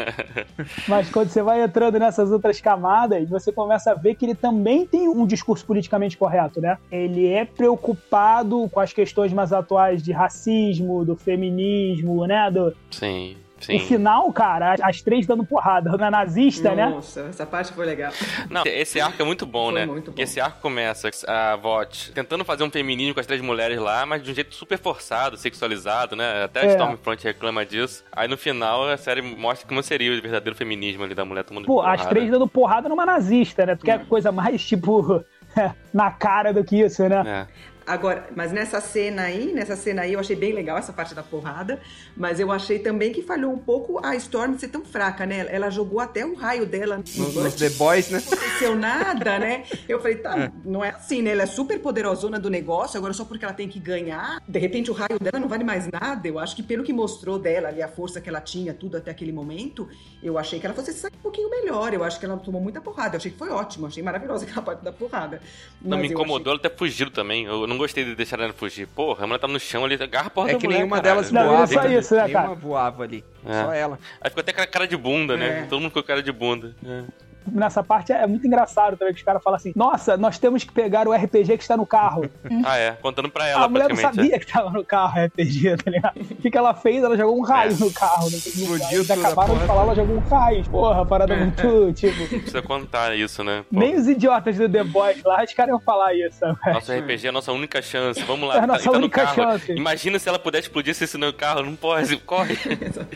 Speaker 3: mas quando você vai entrando nessas outras camadas, você começa a ver que ele também tem um discurso politicamente correto, né? Ele é preocupado com as questões mais atuais de racismo, do feminismo, né? Do...
Speaker 1: Sim, sim.
Speaker 3: O final, cara, as três dando porrada na nazista, né?
Speaker 4: Nossa, essa parte foi legal.
Speaker 1: Não, esse arco é muito bom,
Speaker 4: Foi
Speaker 1: né?
Speaker 4: muito bom.
Speaker 1: Porque esse arco começa a Vought tentando fazer um feminismo com as três mulheres lá, mas de um jeito super forçado, sexualizado, né? Até a
Speaker 3: É.
Speaker 1: Stormfront reclama disso. Aí no final a série mostra como seria o verdadeiro feminismo ali da mulher todo mundo.
Speaker 3: Pô,
Speaker 1: porrada.
Speaker 3: as três dando porrada numa nazista, né? Tu quer coisa mais, tipo, na cara do que isso, né?
Speaker 1: É.
Speaker 4: Agora, mas nessa cena aí, nessa cena aí eu achei bem legal essa parte da porrada, mas eu achei também que falhou um pouco a Storm ser tão fraca, né? Ela jogou até o raio dela
Speaker 2: Nos, nos The Boys, né?
Speaker 4: Não aconteceu nada, né? Eu falei, tá, não é assim, né? Ela é super poderosona do negócio, agora só porque ela tem que ganhar, de repente o raio dela não vale mais nada. Eu acho que pelo que mostrou dela ali, a força que ela tinha, tudo até aquele momento, eu achei que ela fosse sair um pouquinho melhor. Eu acho que ela tomou muita porrada. Eu achei que foi ótimo, achei maravilhosa aquela parte da porrada.
Speaker 1: Não,
Speaker 4: Mas
Speaker 1: me
Speaker 4: eu
Speaker 1: incomodou ela ter fugido também. Eu não gostei de deixar ela fugir. Porra, a mulher tava no chão ali, agarra a porra
Speaker 2: É
Speaker 1: da
Speaker 2: que
Speaker 1: mulher,
Speaker 2: nenhuma
Speaker 1: caralho.
Speaker 2: delas
Speaker 3: Não,
Speaker 2: voava.
Speaker 3: era só
Speaker 2: né?
Speaker 3: isso, né,
Speaker 2: nenhuma
Speaker 3: cara?
Speaker 2: voava ali.
Speaker 1: É.
Speaker 2: Só ela.
Speaker 1: Aí ficou até aquela cara de bunda, né?
Speaker 4: É.
Speaker 1: Todo mundo ficou com cara de bunda.
Speaker 3: Hum.
Speaker 1: É.
Speaker 3: Nessa parte é muito engraçado também que os caras falam assim: Nossa, nós temos que pegar o RPG que está no carro.
Speaker 1: Ah, é. Contando pra ela,
Speaker 3: a mulher não
Speaker 1: praticamente. é.
Speaker 3: sabia que estava no carro o RPG, tá ligado? O que, que ela fez? Ela jogou um raio no carro. Né?
Speaker 2: Explodiu
Speaker 3: Eles
Speaker 2: tudo, a
Speaker 3: acabaram de
Speaker 2: porra.
Speaker 3: falar, ela jogou um raio. Porra, parada muito,
Speaker 1: é.
Speaker 3: tipo.
Speaker 1: Precisa contar isso, né? Pô,
Speaker 3: Nem os idiotas do The Boys lá, os caras iam falar isso, sabe?
Speaker 1: Nosso RPG é a nossa única chance. Vamos
Speaker 3: É
Speaker 1: lá,
Speaker 3: a
Speaker 1: tá-
Speaker 3: nossa
Speaker 1: tá no
Speaker 3: única
Speaker 1: carro.
Speaker 3: chance.
Speaker 1: Imagina se ela pudesse explodir esse no carro. Não pode, corre.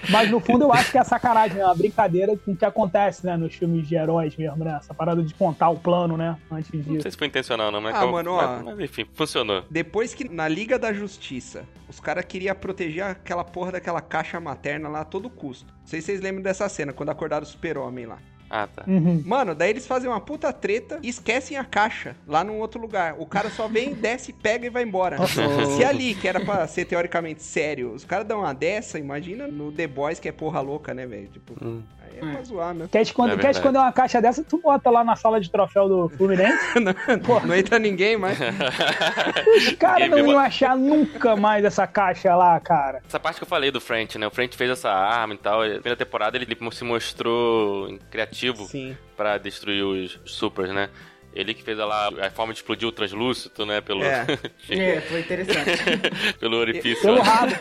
Speaker 3: Mas no fundo eu acho que é sacanagem, né? Uma brincadeira com o que acontece, né? Nos filmes de heróis mesmo, né? Essa parada de contar o plano, né? Antes
Speaker 1: Não
Speaker 3: disso.
Speaker 1: sei se foi intencional, não, mas.
Speaker 2: Ah,
Speaker 1: acabou-
Speaker 2: mano, ó.
Speaker 1: mas, mas enfim, funcionou.
Speaker 2: Depois que na Liga da Justiça, os caras queriam proteger aquela porra daquela caixa materna lá a todo custo. Não sei se vocês lembram dessa cena, quando acordaram o super-homem lá.
Speaker 1: Ah, tá.
Speaker 3: Uhum.
Speaker 2: Mano, daí eles fazem uma puta treta e esquecem a caixa lá num outro lugar. O cara só vem, desce, pega e vai embora. Se ali, que era pra ser teoricamente sério, os caras dão uma dessa, imagina no The Boys, que é porra louca, né, velho? Tipo,
Speaker 1: Hum.
Speaker 2: aí é pra zoar, né?
Speaker 3: Quer esconder,
Speaker 1: É
Speaker 3: quer
Speaker 1: verdade.
Speaker 3: esconder uma caixa dessa, tu bota lá na sala de troféu do Fluminense.
Speaker 2: Não entra ninguém, mas...
Speaker 3: Os caras não
Speaker 1: Ninguém
Speaker 3: iam
Speaker 1: bota.
Speaker 3: achar nunca mais essa caixa lá, cara.
Speaker 1: Essa parte que eu falei do French, né? O French fez essa arma e tal. Na primeira temporada ele se mostrou criativo
Speaker 2: Sim.
Speaker 1: pra destruir os supers, né? Ele que fez lá a forma de explodir o translúcido, né? Pelo,
Speaker 2: É.
Speaker 4: achei- É, foi interessante.
Speaker 1: pelo orifício. né?
Speaker 3: Pelo rabo.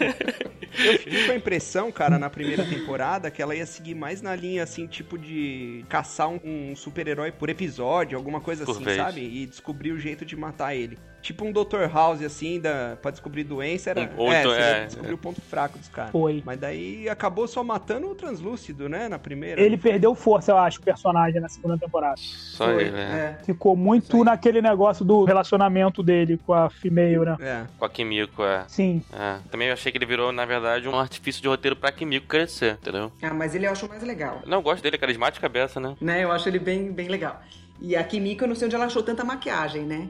Speaker 2: Eu fiquei com a impressão, cara, na primeira temporada, que ela ia seguir mais na linha, assim, tipo de caçar um, um super-herói por episódio, alguma coisa
Speaker 1: Por
Speaker 2: assim,
Speaker 1: vez.
Speaker 2: sabe? E descobrir o jeito de matar ele. Tipo um Dr. House, assim, da, pra descobrir doença, era.
Speaker 1: Um- ou
Speaker 2: é,
Speaker 1: então-
Speaker 2: você
Speaker 1: é,
Speaker 2: descobrir o ponto fraco dos caras.
Speaker 3: Foi.
Speaker 2: Mas daí acabou só matando o translúcido, né? Na
Speaker 1: É
Speaker 2: primeira.
Speaker 3: Ele perdeu força, eu acho, o personagem na segunda temporada.
Speaker 1: Só
Speaker 4: Foi,
Speaker 1: ele, né?
Speaker 4: é.
Speaker 3: Ficou muito naquele negócio do relacionamento dele com a female, né?
Speaker 2: É.
Speaker 1: Com a Kimiko, é.
Speaker 3: Sim.
Speaker 1: É. Também eu achei que ele virou, na verdade, um artifício de roteiro pra Kimiko crescer, entendeu?
Speaker 4: Ah, mas ele eu acho mais legal.
Speaker 1: Não, eu gosto dele, é carismático cabeça, né?
Speaker 4: né? Eu acho ele bem, bem legal. E a Kimiko, eu não sei onde ela achou tanta maquiagem, né?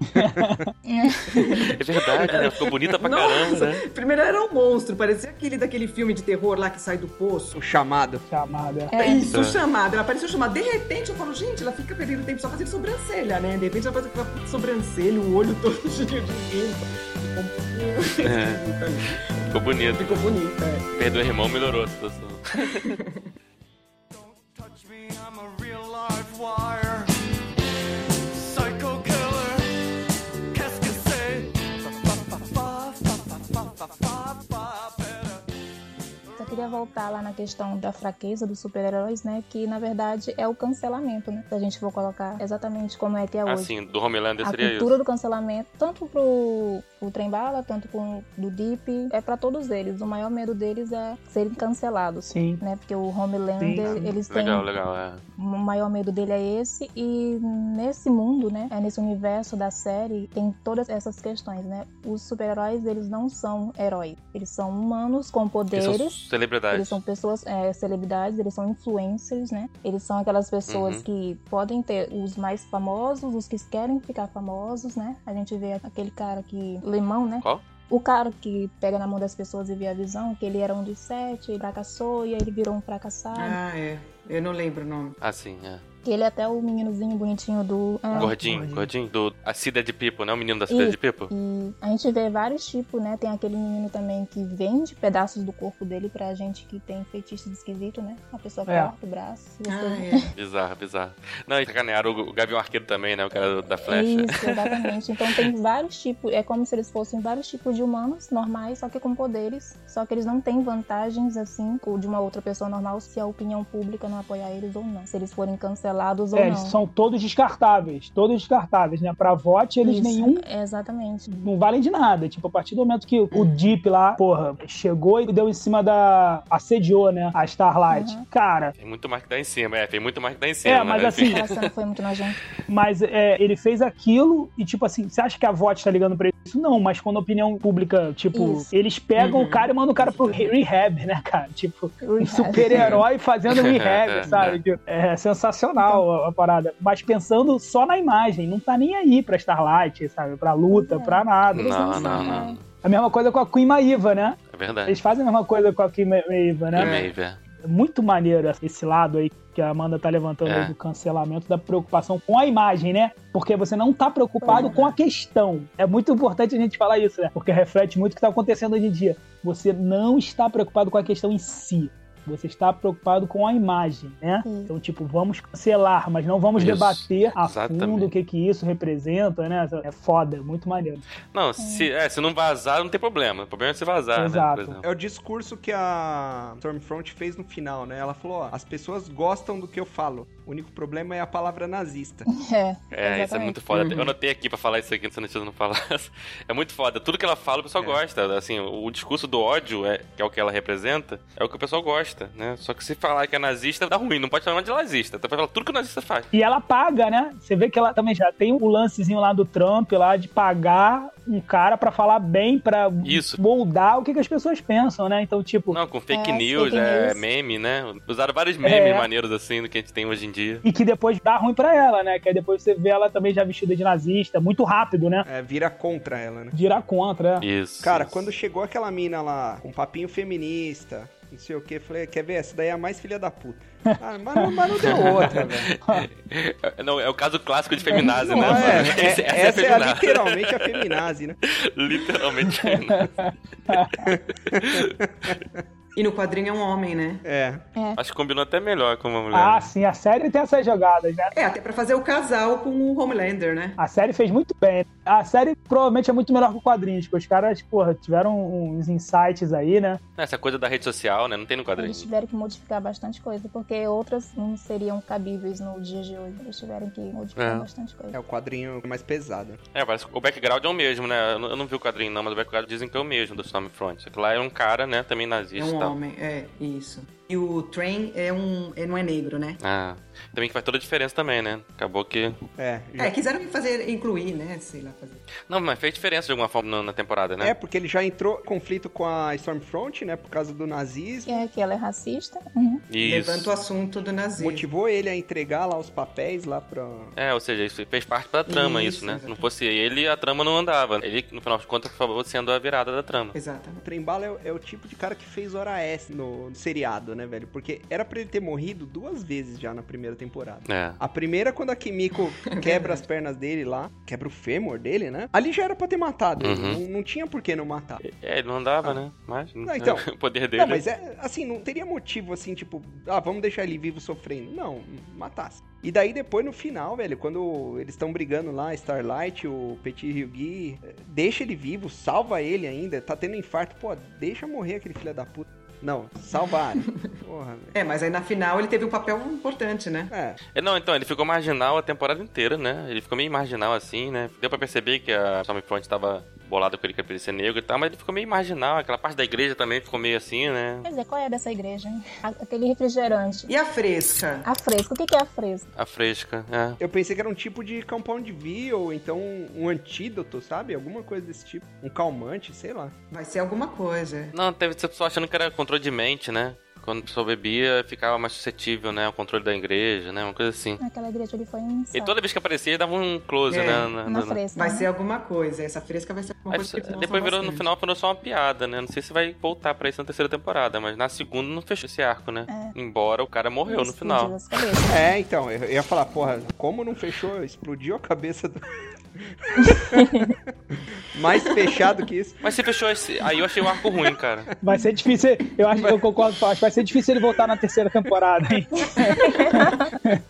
Speaker 1: É verdade, né? Ficou bonita pra caramba, né?
Speaker 4: Primeiro ela era um monstro, parecia aquele daquele filme de terror lá que sai do poço.
Speaker 2: O chamado.
Speaker 3: Chamada.
Speaker 5: É.
Speaker 4: Isso,
Speaker 1: É.
Speaker 4: o chamado. Ela apareceu chamada. De repente eu falo, gente, ela fica perdendo tempo só fazendo sobrancelha, né? De repente ela faz aquela sobrancelha, o olho todo cheio de limpa.
Speaker 1: Ficou
Speaker 4: Ficou bonita.
Speaker 1: bonito.
Speaker 4: Ficou bonita, é.
Speaker 1: Perdeu o irmão, melhorou a situação.
Speaker 6: Don't touch me, I'm a real live wire. Psycho killer. Qu'est-ce que c'est? Fa, fa, fa, fa, fa, fa, fa, fa, fa, better.
Speaker 5: Só queria voltar lá na questão da fraqueza dos super-heróis, né? Que na verdade é o cancelamento, né? Se a gente for colocar exatamente como é que é hoje.
Speaker 1: Assim, do Homelander
Speaker 5: A
Speaker 1: seria
Speaker 5: cultura
Speaker 1: isso.
Speaker 5: do cancelamento, tanto pro, pro Trembala, tanto pro do Deep, é pra todos eles. O maior medo deles é serem cancelados.
Speaker 3: Sim.
Speaker 5: Né? Porque o Homelander,
Speaker 3: Sim, sim.
Speaker 5: eles têm
Speaker 1: Legal, legal, é.
Speaker 5: o maior medo dele é esse e nesse mundo, né, é nesse universo da série tem todas essas questões, né? Os super-heróis eles não são heróis, eles são humanos com
Speaker 1: Eles
Speaker 5: poderes.
Speaker 1: são celebridades.
Speaker 5: Eles são pessoas, é, celebridades, eles são influencers, né? Eles são aquelas pessoas
Speaker 1: Uhum.
Speaker 5: que podem ter os mais famosos, os que querem ficar famosos, né? A gente vê aquele cara que. Limão, né?
Speaker 1: Qual?
Speaker 5: O cara que pega na mão das pessoas e vê a visão, que ele era um de sete, ele fracassou e aí ele virou um fracassado.
Speaker 4: Ah, é. Eu não lembro o nome.
Speaker 1: Assim, é.
Speaker 5: Que ele é até o meninozinho bonitinho do. é,
Speaker 1: Gordinho, gordinho. Do a Cida de Pipo, né? O menino da Cida
Speaker 5: Isso.
Speaker 1: de Pipo.
Speaker 5: E a gente vê vários tipos, né? Tem aquele menino também que vende pedaços do corpo dele pra gente que tem feitiço de esquisito, né? A pessoa
Speaker 3: É.
Speaker 5: corta o braço. Você...
Speaker 4: Ah,
Speaker 1: Bizarro, bizarro. Não, e sacanearam o, o Gavião Arqueiro também, né? O cara da flecha.
Speaker 5: Isso, exatamente. Então tem vários tipos, é como se eles fossem vários tipos de humanos normais, só que com poderes. Só que eles não têm vantagens assim com- de uma outra pessoa normal se a opinião pública não apoiar eles ou não. Se eles forem cancelados ou
Speaker 3: É, eles
Speaker 5: não.
Speaker 3: são todos descartáveis, todos descartáveis, né? Pra vote, eles
Speaker 5: Isso,
Speaker 3: nenhum
Speaker 5: Exatamente.
Speaker 3: não valem de nada. Tipo, a partir do momento que o
Speaker 5: Uhum.
Speaker 3: Deep lá, porra, chegou e deu em cima da. assediou, né? A Starlight.
Speaker 5: Uhum.
Speaker 3: Cara,
Speaker 1: Tem muito mais que dá em cima, é. Tem muito mais que dá em cima.
Speaker 3: é, mas
Speaker 1: né?
Speaker 3: assim,
Speaker 5: Essa cena foi muito nojenta.
Speaker 3: mas é, ele fez aquilo e, tipo assim, você acha que a VOT tá ligando pra isso? Não, mas quando a opinião pública, tipo,
Speaker 5: Isso.
Speaker 3: eles pegam
Speaker 4: Uhum.
Speaker 3: o cara e mandam o cara pro rehab, né, cara? Tipo, um
Speaker 5: Uhum. Real.
Speaker 3: super-herói fazendo
Speaker 1: É,
Speaker 3: rehab, sabe? Tipo, É sensacional a, a parada. Mas pensando só na imagem, não tá nem aí pra Starlight, sabe? Pra luta,
Speaker 5: É.
Speaker 3: pra nada.
Speaker 1: Não, não, não.
Speaker 3: A mesma coisa com a Queen Maíva, né?
Speaker 1: É verdade.
Speaker 3: Eles fazem a mesma coisa com a Queen Maíva,
Speaker 1: E
Speaker 3: né?
Speaker 1: meio, velho.
Speaker 3: É Muito maneiro esse lado aí que a Amanda tá levantando
Speaker 1: É.
Speaker 3: aí do cancelamento, da preocupação com a imagem, né? Porque você não tá preocupado com a questão. É muito importante a gente falar isso, né? Porque reflete muito o que tá acontecendo hoje em dia. Você não está preocupado com a questão em si. Você está preocupado com a imagem, né?
Speaker 5: Sim.
Speaker 3: Então, tipo, vamos cancelar, mas não vamos
Speaker 1: Isso.
Speaker 3: debater a
Speaker 1: Exatamente.
Speaker 3: fundo o que que isso representa, né? É foda, é muito maneiro.
Speaker 1: Não, se, é, se não vazar, não tem problema. O problema é se vazar, né?
Speaker 3: Exato.
Speaker 1: Por exemplo.
Speaker 2: É o discurso que a Stormfront fez no final, né? Ela falou, ó, as pessoas gostam do que eu falo. O único problema é a palavra nazista.
Speaker 5: É,
Speaker 1: É, isso é
Speaker 5: exatamente.
Speaker 1: muito foda.
Speaker 4: Uhum.
Speaker 1: Eu anotei aqui pra falar isso aqui, se a Nintendo não falasse. É muito foda. Tudo que ela fala, o pessoal
Speaker 2: É.
Speaker 1: gosta. Assim, o discurso do ódio, é, que é o que ela representa, é o que o pessoal gosta, né? Só que se falar que é nazista, dá ruim. Não pode chamar de nazista. Então pode falar tudo que o nazista faz.
Speaker 3: E ela paga, né? Você vê que ela também já tem o lancezinho lá do Trump lá de pagar um cara pra falar bem, pra
Speaker 1: Isso.
Speaker 3: moldar o que, que as pessoas pensam, né? Então, tipo,
Speaker 1: Não, com fake
Speaker 5: É,
Speaker 1: news,
Speaker 5: fake
Speaker 1: é
Speaker 5: news.
Speaker 1: meme, né? Usaram vários memes
Speaker 3: É.
Speaker 1: maneiros assim do que a gente tem hoje em dia.
Speaker 3: e que depois dá ruim pra ela, né? Que aí depois você vê ela também já vestida de nazista, muito rápido, né?
Speaker 2: É, vira contra ela, né?
Speaker 3: Virar contra, né?
Speaker 1: Isso.
Speaker 2: Cara,
Speaker 1: isso.
Speaker 2: quando chegou aquela mina lá, com papinho feminista, não sei o que, falei, quer ver? Essa daí é a mais filha da puta. Ah, mas, não, mas não deu outra, velho.
Speaker 1: É, Não, é o caso clássico de feminazi,
Speaker 3: Não,
Speaker 1: né?
Speaker 2: Não, é,
Speaker 1: Fábio?
Speaker 2: é,
Speaker 1: Esse-
Speaker 2: essa é, a
Speaker 1: feminazi.
Speaker 2: literalmente a feminazi, né?
Speaker 1: Literalmente feminazi.
Speaker 4: E no quadrinho é um homem, né?
Speaker 2: É.
Speaker 1: Acho que combinou até melhor com uma mulher.
Speaker 3: Ah, sim, a série tem essas jogadas, né?
Speaker 4: É, até pra fazer o casal com o Homelander, né?
Speaker 3: A série fez muito bem. A série provavelmente é muito melhor que o quadrinho, porque os caras, porra, tiveram uns insights aí, né?
Speaker 1: Essa coisa da rede social, né? Não tem no quadrinho.
Speaker 5: Eles tiveram que modificar bastante coisa, porque outras não seriam cabíveis no dia de hoje. Eles tiveram que modificar
Speaker 1: É.
Speaker 5: bastante coisa.
Speaker 2: É o quadrinho mais pesado.
Speaker 1: É, parece que o background é o mesmo, né? Eu não- eu não vi o quadrinho, não, mas o background dizem que é o mesmo do Stormfront. Só que lá é um cara, né? Também
Speaker 4: É
Speaker 1: nazista e
Speaker 4: um
Speaker 1: tal.
Speaker 4: homem, é, isso. E o Train é um, é, não é negro, né?
Speaker 1: Ah, também que faz toda a diferença também, né? Acabou que...
Speaker 2: É. já-
Speaker 4: É, quiseram fazer, incluir, né? Sei lá, fazer.
Speaker 1: Não, mas fez diferença de alguma forma na- na temporada, né?
Speaker 2: É, porque ele já entrou em conflito com a Stormfront, né? Por causa do
Speaker 5: Que
Speaker 2: nazismo.
Speaker 5: é que ela é racista. Uhum.
Speaker 1: Isso.
Speaker 4: Levanta o assunto do nazismo.
Speaker 2: Motivou ele a entregar lá os papéis lá pra.
Speaker 1: É, ou seja, isso fez parte da trama, isso,
Speaker 4: Isso,
Speaker 1: né? Se não
Speaker 4: exatamente.
Speaker 1: fosse ele, a trama não andava. Ele, no final de contas, acabou sendo a virada da trama.
Speaker 2: O
Speaker 4: Exatamente.
Speaker 2: Trembala é, o- é o tipo de cara que fez hora S no, no seriado, né, velho? Porque era pra ele ter morrido duas vezes já na primeira temporada.
Speaker 1: É.
Speaker 2: A primeira, quando a Kimiko quebra as pernas dele lá, quebra o fêmur dele, né? Ali já era pra ter matado ele,
Speaker 1: Uhum.
Speaker 2: não, não tinha por que não matar.
Speaker 1: É, ele não andava, né? Mas
Speaker 2: Não, então.
Speaker 1: o poder dele.
Speaker 2: Não, mas é assim, não teria motivo assim, tipo, ah, vamos deixar ele vivo sofrendo. Não, matasse. E daí depois no final, velho, quando eles estão brigando lá, Starlight, o Petit Ryugi, eh, deixa ele vivo, salva ele ainda, tá tendo infarto, pô, deixa morrer aquele filho da puta. Não, salvar. Porra, velho.
Speaker 4: É, mas aí na final ele teve um papel importante, né?
Speaker 2: É,
Speaker 1: É, Não, então, ele ficou marginal a temporada inteira, né? Ele ficou meio marginal assim, né? Deu pra perceber que a Stormfront tava bolada com ele que ele ser negro e tal, mas ele ficou meio marginal. Aquela parte da igreja também ficou meio assim, né?
Speaker 5: Quer dizer, qual é dessa igreja, hein? A- Aquele refrigerante.
Speaker 4: E a fresca?
Speaker 5: A fresca. O que que é a fresca?
Speaker 1: A fresca, é.
Speaker 2: eu pensei que era um tipo de compound V ou então um antídoto, sabe? Alguma coisa desse tipo. Um calmante, sei lá.
Speaker 4: Vai ser alguma coisa.
Speaker 1: Não, teve você só achando que era controle de mente, né? Quando a pessoa bebia, ficava mais suscetível, né? O controle da igreja, né? Uma coisa assim.
Speaker 5: Naquela igreja ele foi em
Speaker 1: E toda vez que aparecia, ele dava um close,
Speaker 4: É,
Speaker 1: né? na-
Speaker 5: na
Speaker 1: na-
Speaker 5: fresca.
Speaker 4: Vai
Speaker 5: né?
Speaker 4: ser alguma coisa. Essa fresca vai ser alguma
Speaker 1: Aí,
Speaker 4: coisa. que eles mostram
Speaker 1: depois virou, no
Speaker 4: bastante.
Speaker 1: final virou só uma piada, né? Não sei se vai voltar pra isso na terceira temporada, mas na segunda não fechou esse arco, né?
Speaker 4: É.
Speaker 1: Embora o cara morreu no
Speaker 5: Explodiu
Speaker 1: final.
Speaker 5: as cabeças.
Speaker 2: É, então, eu eu ia falar, porra, como não fechou? Explodiu a cabeça do. Mais fechado que isso.
Speaker 1: Mas se fechou esse. Aí eu achei o arco ruim, cara.
Speaker 3: Vai ser difícil, eu acho que eu concordo com o Fausto, vai ser difícil ele voltar na terceira temporada, hein?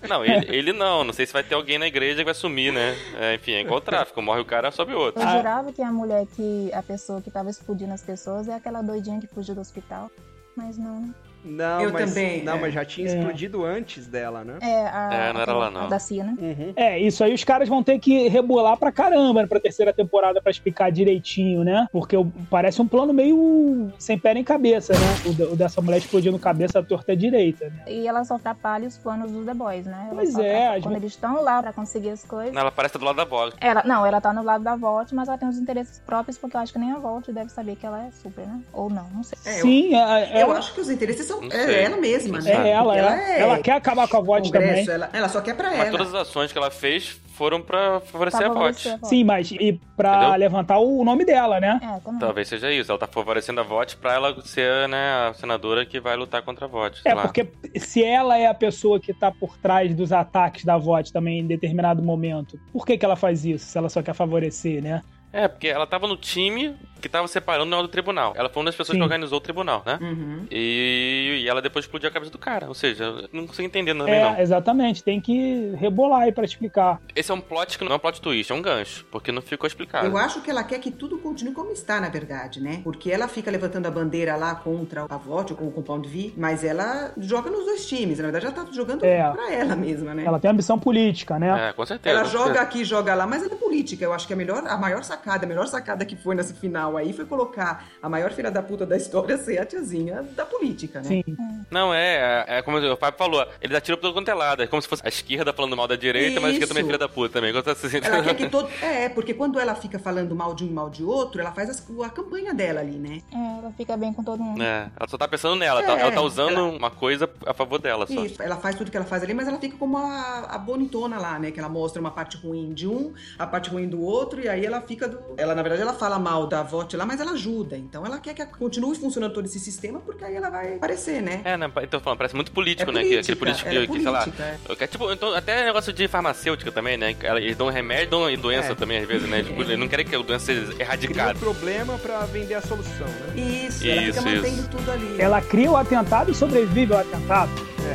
Speaker 1: Não, ele, ele não. Não sei se vai ter alguém na igreja que vai sumir, né? É, enfim, é igual o tráfico. Morre o cara, sobe outro.
Speaker 5: Eu
Speaker 3: Ah.
Speaker 5: jurava que a mulher que. a pessoa que tava explodindo as pessoas é aquela doidinha que fugiu do hospital. Mas não.
Speaker 2: Não,
Speaker 4: Eu
Speaker 2: mas,
Speaker 4: também,
Speaker 2: Não,
Speaker 4: é.
Speaker 2: mas já tinha
Speaker 3: É.
Speaker 2: explodido antes dela, né?
Speaker 5: É, a.
Speaker 1: É, não era
Speaker 5: aquela-
Speaker 1: lá, não.
Speaker 5: a da CIA, né?
Speaker 2: Uhum.
Speaker 3: É, isso aí os caras vão ter que rebolar pra caramba né, pra terceira temporada pra explicar direitinho, né? Porque o- parece um plano meio sem pé nem cabeça, né? O, da- o dessa mulher explodindo cabeça à torta à direita, né?
Speaker 5: E ela só atrapalha os planos dos The Boys, né? Ela
Speaker 3: Pois
Speaker 5: só
Speaker 3: é,
Speaker 5: atrapalha-
Speaker 3: as
Speaker 5: Quando
Speaker 3: mu-
Speaker 5: eles estão lá pra conseguir as coisas.
Speaker 1: Ela parece do lado da bola.
Speaker 5: Ela, não, ela tá no lado da Volt, mas ela tem os interesses próprios, porque eu acho que nem a Volt deve saber que ela é super, né? Ou não, não sei.
Speaker 4: É, eu-
Speaker 3: Sim, é, é-
Speaker 4: Eu acho que os interesses são.
Speaker 1: Não sei.
Speaker 4: É ela mesma, né?
Speaker 3: é ela, ela,
Speaker 4: é.
Speaker 3: ela quer acabar com a VOD também.
Speaker 4: Congresso, é ela, ela só quer pra
Speaker 1: Mas
Speaker 4: ela.
Speaker 1: todas as ações que ela fez foram pra
Speaker 5: Pra
Speaker 1: favorecer a
Speaker 5: favorecer
Speaker 1: VOT.
Speaker 4: Uhum.
Speaker 5: a é Volt.
Speaker 3: Sim, mas e pra
Speaker 1: Entendeu?
Speaker 3: levantar o nome dela, né?
Speaker 5: É, também.
Speaker 1: Talvez seja isso. Ela tá favorecendo a VOT pra ela ser, né, a senadora que vai lutar contra a VOT. sei
Speaker 3: É,
Speaker 1: lá.
Speaker 3: porque se ela é a pessoa que tá por trás dos ataques da VOD também em determinado momento, por que, que ela faz isso? Se ela só quer favorecer, né?
Speaker 1: É, porque ela tava no time que tava separando na hora do tribunal. Ela foi uma das pessoas
Speaker 3: Sim.
Speaker 1: que organizou o tribunal, né?
Speaker 4: Uhum.
Speaker 1: E, e ela depois explodiu a cabeça do cara. Ou seja, eu não consigo entender também,
Speaker 3: É,
Speaker 1: não.
Speaker 3: exatamente, tem que rebolar aí pra explicar.
Speaker 1: Esse é um plot que não é um plot twist, é um gancho. Porque não ficou explicado.
Speaker 4: Eu acho que ela quer que tudo continue como está, na verdade, né? Porque ela fica levantando a bandeira lá contra a VOD ou com o Compound V, mas ela joga nos dois times. Na verdade, ela tá jogando
Speaker 3: É.
Speaker 4: pra ela mesma, né?
Speaker 3: Ela tem ambição política, né?
Speaker 1: É, com certeza.
Speaker 4: Ela joga aqui, joga lá, mas ela é política. Eu acho que a melhor, a maior sacada, a melhor sacada que foi nesse final aí foi colocar a maior filha da puta da história ser a tiazinha da política, né?
Speaker 3: Sim.
Speaker 1: Não, é, é, é como o Fábio falou, eles atiram por todo quanto é lado. É como se fosse a esquerda falando mal da direita, mas a esquerda
Speaker 4: Isso.
Speaker 1: também é filha da puta também. Igual tá assim.
Speaker 4: Ela quer que todo. É, porque quando ela fica falando mal de um mal de outro, ela faz as- a campanha dela ali, né?
Speaker 5: É, ela fica bem com todo mundo.
Speaker 1: É, ela só tá pensando nela, tá-
Speaker 4: É,
Speaker 1: ela tá usando
Speaker 4: ela-
Speaker 1: uma coisa a favor dela só.
Speaker 4: Isso, ela faz tudo que ela faz ali, mas ela fica como a, a bonitona lá, né? Que ela mostra uma parte ruim de um, a parte ruim do outro, e aí ela fica do. Ela, na verdade, ela fala mal da VOT lá, mas ela ajuda. Então ela quer que continue funcionando todo esse sistema, porque aí ela vai aparecer, né?
Speaker 1: É, né? Então falando, parece muito político,
Speaker 4: É
Speaker 1: né? que- Aquele político
Speaker 4: política,
Speaker 1: que,
Speaker 4: é
Speaker 1: que, sei lá.
Speaker 4: política, é.
Speaker 1: eu quero- Tipo, então, até negócio de farmacêutica também, né? Ela- Eles dão remédio dão, e doença
Speaker 2: É.
Speaker 1: também, às vezes, né? Tipo, eles não querem que a doença seja
Speaker 2: Cria o
Speaker 1: erradicada.
Speaker 2: problema pra vender a solução, né?
Speaker 4: Isso, ela
Speaker 1: Isso,
Speaker 4: fica mantendo
Speaker 1: isso.
Speaker 4: tudo ali.
Speaker 3: Ela cria o atentado e sobrevive ao atentado.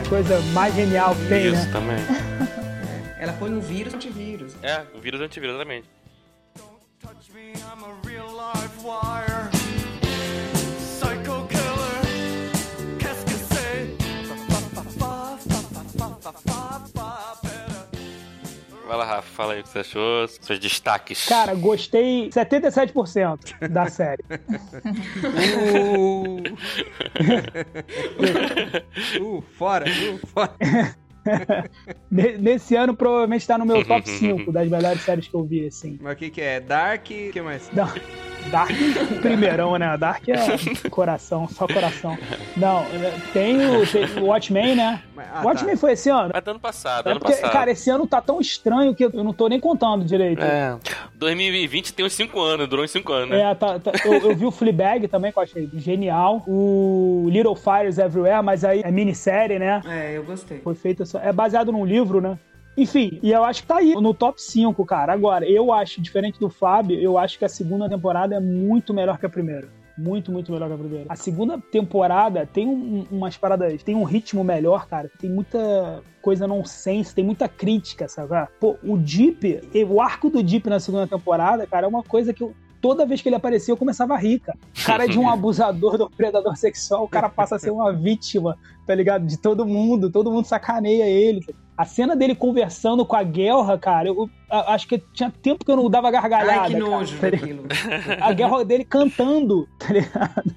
Speaker 2: É.
Speaker 3: Coisa mais genial que tem,
Speaker 1: Isso
Speaker 3: né?
Speaker 1: também.
Speaker 4: Ela põe um vírus antivírus.
Speaker 1: É, o vírus antivírus, exatamente.
Speaker 6: Touch me, I'm a real live wire. Psycho killer. Qu'est-ce que c'est? Fa, fa, fa, fa, fa, fa, fa, fa, fa, better.
Speaker 1: Vai lá, Rafa, fala aí o que você achou, seus destaques.
Speaker 3: Cara, gostei 77% da série.
Speaker 2: Uh, uh, fora, uh, fora.
Speaker 3: Ne- Nesse ano, provavelmente tá no meu top 5 das melhores séries que eu vi, assim.
Speaker 2: Mas o que que é? Dark, o que mais?
Speaker 3: Não, Dark, primeirão, né? Dark é coração, só coração. Não, tem o, tem o Watchmen, né?
Speaker 2: Mas- ah,
Speaker 3: Watchmen foi esse ano.
Speaker 1: Mas do ano passado,
Speaker 3: É
Speaker 1: ano
Speaker 3: porque,
Speaker 1: passado.
Speaker 3: cara, esse ano tá tão estranho que eu não tô nem contando direito.
Speaker 1: É. 2020 tem uns 5 anos, durou uns 5 anos, né?
Speaker 3: É, tá- tá- eu, eu vi o Fleabag também, que eu achei genial. O Little Fires Everywhere, mas aí é minissérie, né?
Speaker 4: É, eu gostei.
Speaker 3: Foi feita só... É baseado num livro, né? Enfim, e eu acho que tá aí no top 5, cara. Agora, eu acho, diferente do Fábio, eu acho que a segunda temporada é muito melhor que a primeira. Muito, muito melhor que a primeira. A segunda temporada tem um- umas paradas, tem um ritmo melhor, cara. Tem muita coisa nonsense, tem muita crítica, sabe? Ah, Pô, o Deep, o arco do Deep na segunda temporada, cara, é uma coisa que eu. Toda vez que ele aparecia, eu começava a rir, cara. O cara é de um abusador, de um predador sexual, o cara passa a ser uma vítima tá ligado? De todo mundo, todo mundo sacaneia ele. A cena dele conversando com a Guerra, cara, eu, a- acho que tinha tempo que eu não dava gargalhada.
Speaker 4: Ai, que
Speaker 3: cara.
Speaker 4: nojo
Speaker 3: Tá ligado?
Speaker 4: aquilo.
Speaker 3: A Guerra dele cantando, tá ligado?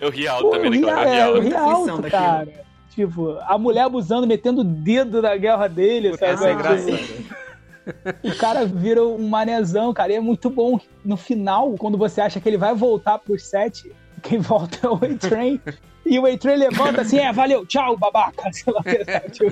Speaker 1: Eu ri alto
Speaker 3: É. Pô,
Speaker 1: também,
Speaker 3: eu ri,
Speaker 1: naquela
Speaker 3: é,
Speaker 1: real.
Speaker 3: eu ri
Speaker 4: Muita aflição
Speaker 3: alto,
Speaker 4: daquilo.
Speaker 3: cara. Tipo, a mulher abusando, metendo o dedo na guerra dele, sabe?
Speaker 2: Essa é
Speaker 3: Tipo,
Speaker 2: engraçada.
Speaker 3: O cara vira um manezão, cara. E é muito bom. No final, quando você acha que ele vai voltar pro set, Quem volta é o A-Train. E o A-Train levanta assim, é, valeu, tchau, babaca. Sei lá, sabe, tipo,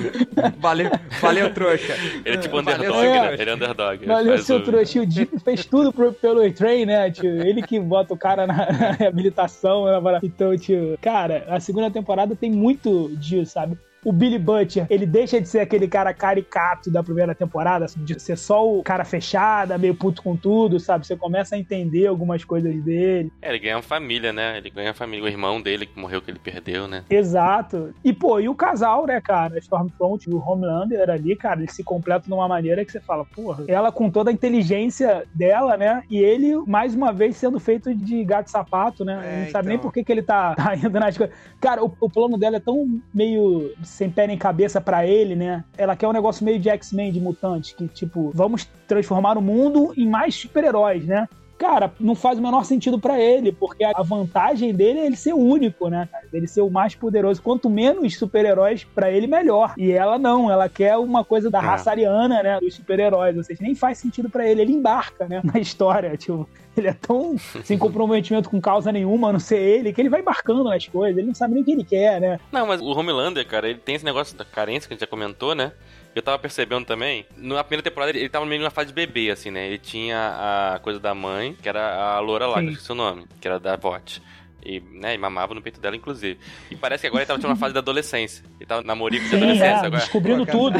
Speaker 2: Valeu, valeu, trouxa.
Speaker 1: Ele é tipo
Speaker 2: Valeu,
Speaker 1: underdog,
Speaker 3: senhor.
Speaker 1: né? Ele é underdog. Ele
Speaker 3: valeu,
Speaker 1: faz
Speaker 3: seu
Speaker 1: o-
Speaker 3: trouxa. O Jeep fez tudo pro- pelo A-Train, né, tio? Ele que bota o cara na, na reabilitação. na parada. Então, tio, cara, a segunda temporada tem muito disso, sabe? O Billy Butcher, ele deixa de ser aquele cara caricato da primeira temporada, assim, de ser só o cara fechada, meio puto com tudo, sabe? Você começa a entender algumas coisas dele.
Speaker 1: É, ele ganha uma família, né? Ele ganha a família. O irmão dele que morreu, que ele perdeu, né?
Speaker 3: Exato. E, pô, e o casal, né, cara? Stormfront e o Homelander ali, cara, eles se completam de uma maneira que você fala, porra, ela com toda a inteligência dela, né? E ele, mais uma vez, sendo feito de gato e sapato, né?
Speaker 2: É,
Speaker 3: Não sabe nem
Speaker 2: então.
Speaker 3: por que, que ele tá, tá indo nas coisas. Cara, o, o plano dela é tão meio sem pé nem cabeça pra ele, né? Ela quer um negócio meio de X-Men, de mutante, que, tipo, vamos transformar o mundo em mais super-heróis, né? Cara, não faz o menor sentido pra ele, porque a vantagem dele é ele ser único, né? Cara? Ele ser o mais poderoso. Quanto menos super-heróis pra ele, melhor. E ela não, ela quer uma coisa da
Speaker 1: É.
Speaker 3: raça ariana, né? Dos super-heróis. Ou seja, nem faz sentido pra ele. Ele embarca, né? Na história. Tipo, ele é tão sem comprometimento com causa nenhuma, a não ser ele, que ele vai embarcando nas coisas. Ele não sabe nem o que ele quer, né?
Speaker 1: Não, mas o Homelander, cara, ele tem esse negócio da carência que a gente já comentou, né? Eu tava percebendo também, na primeira temporada ele ele tava meio numa fase de bebê, assim, né? Ele tinha a coisa da mãe, que era a loura lá, que eu
Speaker 3: Sim.
Speaker 1: esqueci o nome, que era da Bot. E, né, e mamava no peito dela, inclusive. E parece que agora ele tava tendo uma fase da adolescência. Ele tava namorico de
Speaker 3: Sim,
Speaker 1: adolescência
Speaker 3: é,
Speaker 1: agora.
Speaker 3: descobrindo tudo.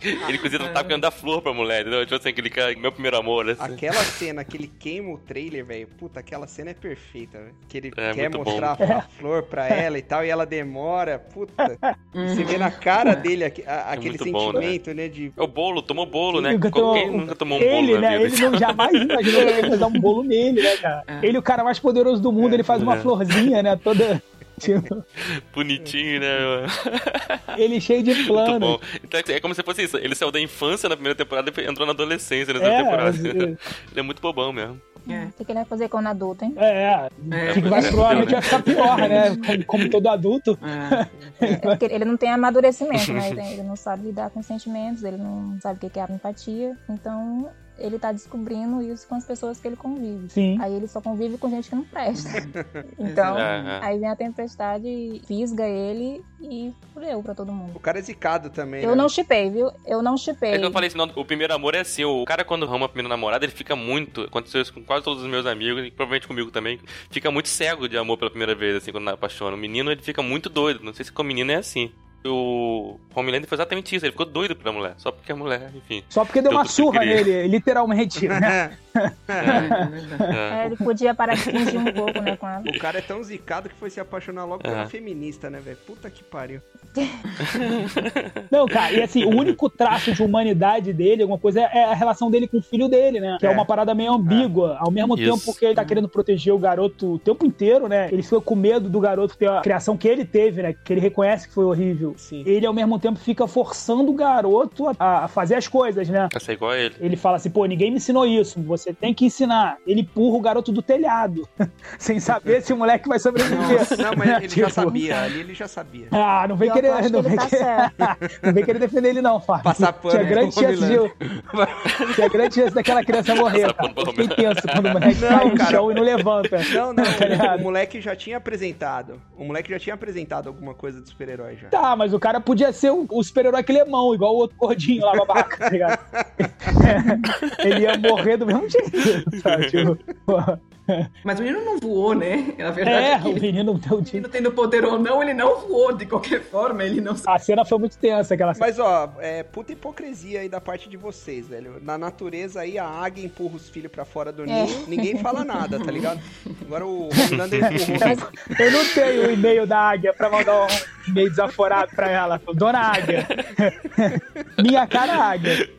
Speaker 1: Ele, inclusive, tava ficando da flor pra mulher, entendeu? Tipo assim, aquele cara, meu primeiro amor, assim.
Speaker 2: Aquela cena que ele queima o trailer, velho. Puta, aquela cena é perfeita, velho. Que ele
Speaker 1: É,
Speaker 2: quer
Speaker 1: muito
Speaker 2: mostrar a flor pra ela e tal, e ela demora. Puta,
Speaker 4: Uhum.
Speaker 2: você vê na cara dele aque- a- aquele
Speaker 1: muito bom, né?
Speaker 2: sentimento, né? De.
Speaker 1: É o bolo, tomou bolo, né?
Speaker 3: Nunca tomou-
Speaker 1: Quem nunca tomou um
Speaker 3: ele,
Speaker 1: bolo na
Speaker 3: né?
Speaker 1: vida?
Speaker 3: Ele não jamais imaginou que ele ia dar um bolo nele, né, cara? Ele, o cara mais poderoso do mundo, ele faz uma
Speaker 1: É.
Speaker 3: florzinha, né? Toda. Tipo,
Speaker 1: Bonitinho, né?
Speaker 3: ele cheio de
Speaker 1: Muito
Speaker 3: planos.
Speaker 1: bom. Então é como se fosse isso. Ele saiu da infância na primeira temporada e entrou na adolescência na segunda temporada.
Speaker 3: É,
Speaker 1: Ele é muito bobão mesmo.
Speaker 4: É.
Speaker 5: O que que ele vai fazer quando adulto, hein?
Speaker 3: é,
Speaker 4: É,
Speaker 3: é. Que vai
Speaker 1: é,
Speaker 3: provavelmente
Speaker 1: entendeu,
Speaker 3: vai ficar pior, né? Como, como todo adulto.
Speaker 4: É.
Speaker 5: É porque ele não tem amadurecimento, né? Ele- Ele não sabe lidar com sentimentos, ele não sabe o que que é a empatia. Então, ele tá descobrindo isso com as pessoas que ele convive.
Speaker 3: Sim.
Speaker 5: Aí ele só convive com gente que não presta. Então,
Speaker 1: É, é.
Speaker 5: aí vem a tempestade e fisga ele e fudeu pra todo mundo.
Speaker 2: O cara é zicado também.
Speaker 5: Eu
Speaker 2: né?
Speaker 5: não chipei, viu? Eu não
Speaker 1: É
Speaker 5: chipei.
Speaker 1: que eu falei assim, não, o primeiro amor é assim. O cara, quando arruma a primeira namorada, ele fica muito. Aconteceu isso com quase todos os meus amigos, e provavelmente comigo também. Fica muito cego de amor pela primeira vez, assim, quando apaixona. O menino, ele fica muito doido. Não sei se com o menino é assim. O Homelander foi exatamente isso. Ele ficou doido pela mulher. Só porque é mulher, enfim.
Speaker 3: Só porque deu uma
Speaker 1: Tudo que eu
Speaker 3: surra
Speaker 1: queria.
Speaker 3: nele, literalmente. Né?
Speaker 4: É, verdade.
Speaker 1: É.
Speaker 5: É, ele podia parar de fingir um pouco, né, com ela.
Speaker 2: O cara é tão zicado que foi se apaixonar logo
Speaker 1: É.
Speaker 2: pela feminista, né, velho? Puta que pariu.
Speaker 3: Não, cara, e assim, o único traço de humanidade dele, alguma coisa, é a relação dele com o filho dele, né? Que é,
Speaker 2: É.
Speaker 3: uma parada meio ambígua. Ao mesmo
Speaker 1: Isso.
Speaker 3: tempo que ele tá querendo proteger o garoto o tempo inteiro, né? Ele fica com medo do garoto ter a criação que ele teve, né? Que ele reconhece que foi horrível.
Speaker 2: Sim.
Speaker 3: Ele, ao mesmo tempo, fica forçando o garoto a, a fazer as coisas, né?
Speaker 1: Essa é igual a ele.
Speaker 3: Ele fala assim, pô, ninguém me ensinou isso, você tem que ensinar. Ele empurra o garoto do telhado, sem saber se o moleque vai sobreviver.
Speaker 2: Não, não, mas ele já
Speaker 3: Tipo,
Speaker 2: sabia. Ali ele já sabia.
Speaker 3: Ah, não vem
Speaker 5: Pior que eu
Speaker 3: querer.
Speaker 5: acho
Speaker 3: Não
Speaker 5: que
Speaker 3: vem
Speaker 5: ele tá
Speaker 3: querer, não vem querer defender ele, não, Fábio.
Speaker 2: Passar pano
Speaker 3: Tinha
Speaker 2: pro
Speaker 3: grande chance de.
Speaker 2: Homelander.
Speaker 3: Tinha grande chance daquela criança
Speaker 1: Passar
Speaker 3: morrer.
Speaker 1: pano pro
Speaker 3: Cara. Eu Fiquei
Speaker 1: Homelander.
Speaker 3: tenso quando o moleque
Speaker 2: Não,
Speaker 3: cai no
Speaker 2: cara.
Speaker 3: chão e não levanta.
Speaker 2: Não, não,
Speaker 3: Tá ligado?
Speaker 2: o moleque já tinha apresentado. O moleque já tinha apresentado alguma coisa de super-herói já.
Speaker 3: Tá, mas o cara podia ser o, o super-herói que ele é mão, igual o outro gordinho lá, babaca, tá ligado? É, ele ia morrer do mesmo jeito, sabe? Tipo, porra.
Speaker 4: Mas o menino não voou, né? A verdade é,
Speaker 3: é,
Speaker 4: que
Speaker 3: o
Speaker 4: ele,
Speaker 3: menino deu um
Speaker 4: o
Speaker 3: tiro.
Speaker 4: menino tendo poder ou não, ele não voou. De qualquer forma, ele não
Speaker 3: A cena foi muito tensa, aquela cena.
Speaker 2: Mas ó, é puta hipocrisia aí da parte de vocês, velho. Na natureza aí a águia empurra os filhos pra fora do ninho, ninguém fala nada, tá ligado? Agora o Homelander empurrou.
Speaker 3: Eu não tenho o e-mail da Águia pra mandar um e-mail desaforado pra ela. Dona Águia. Minha cara é Águia.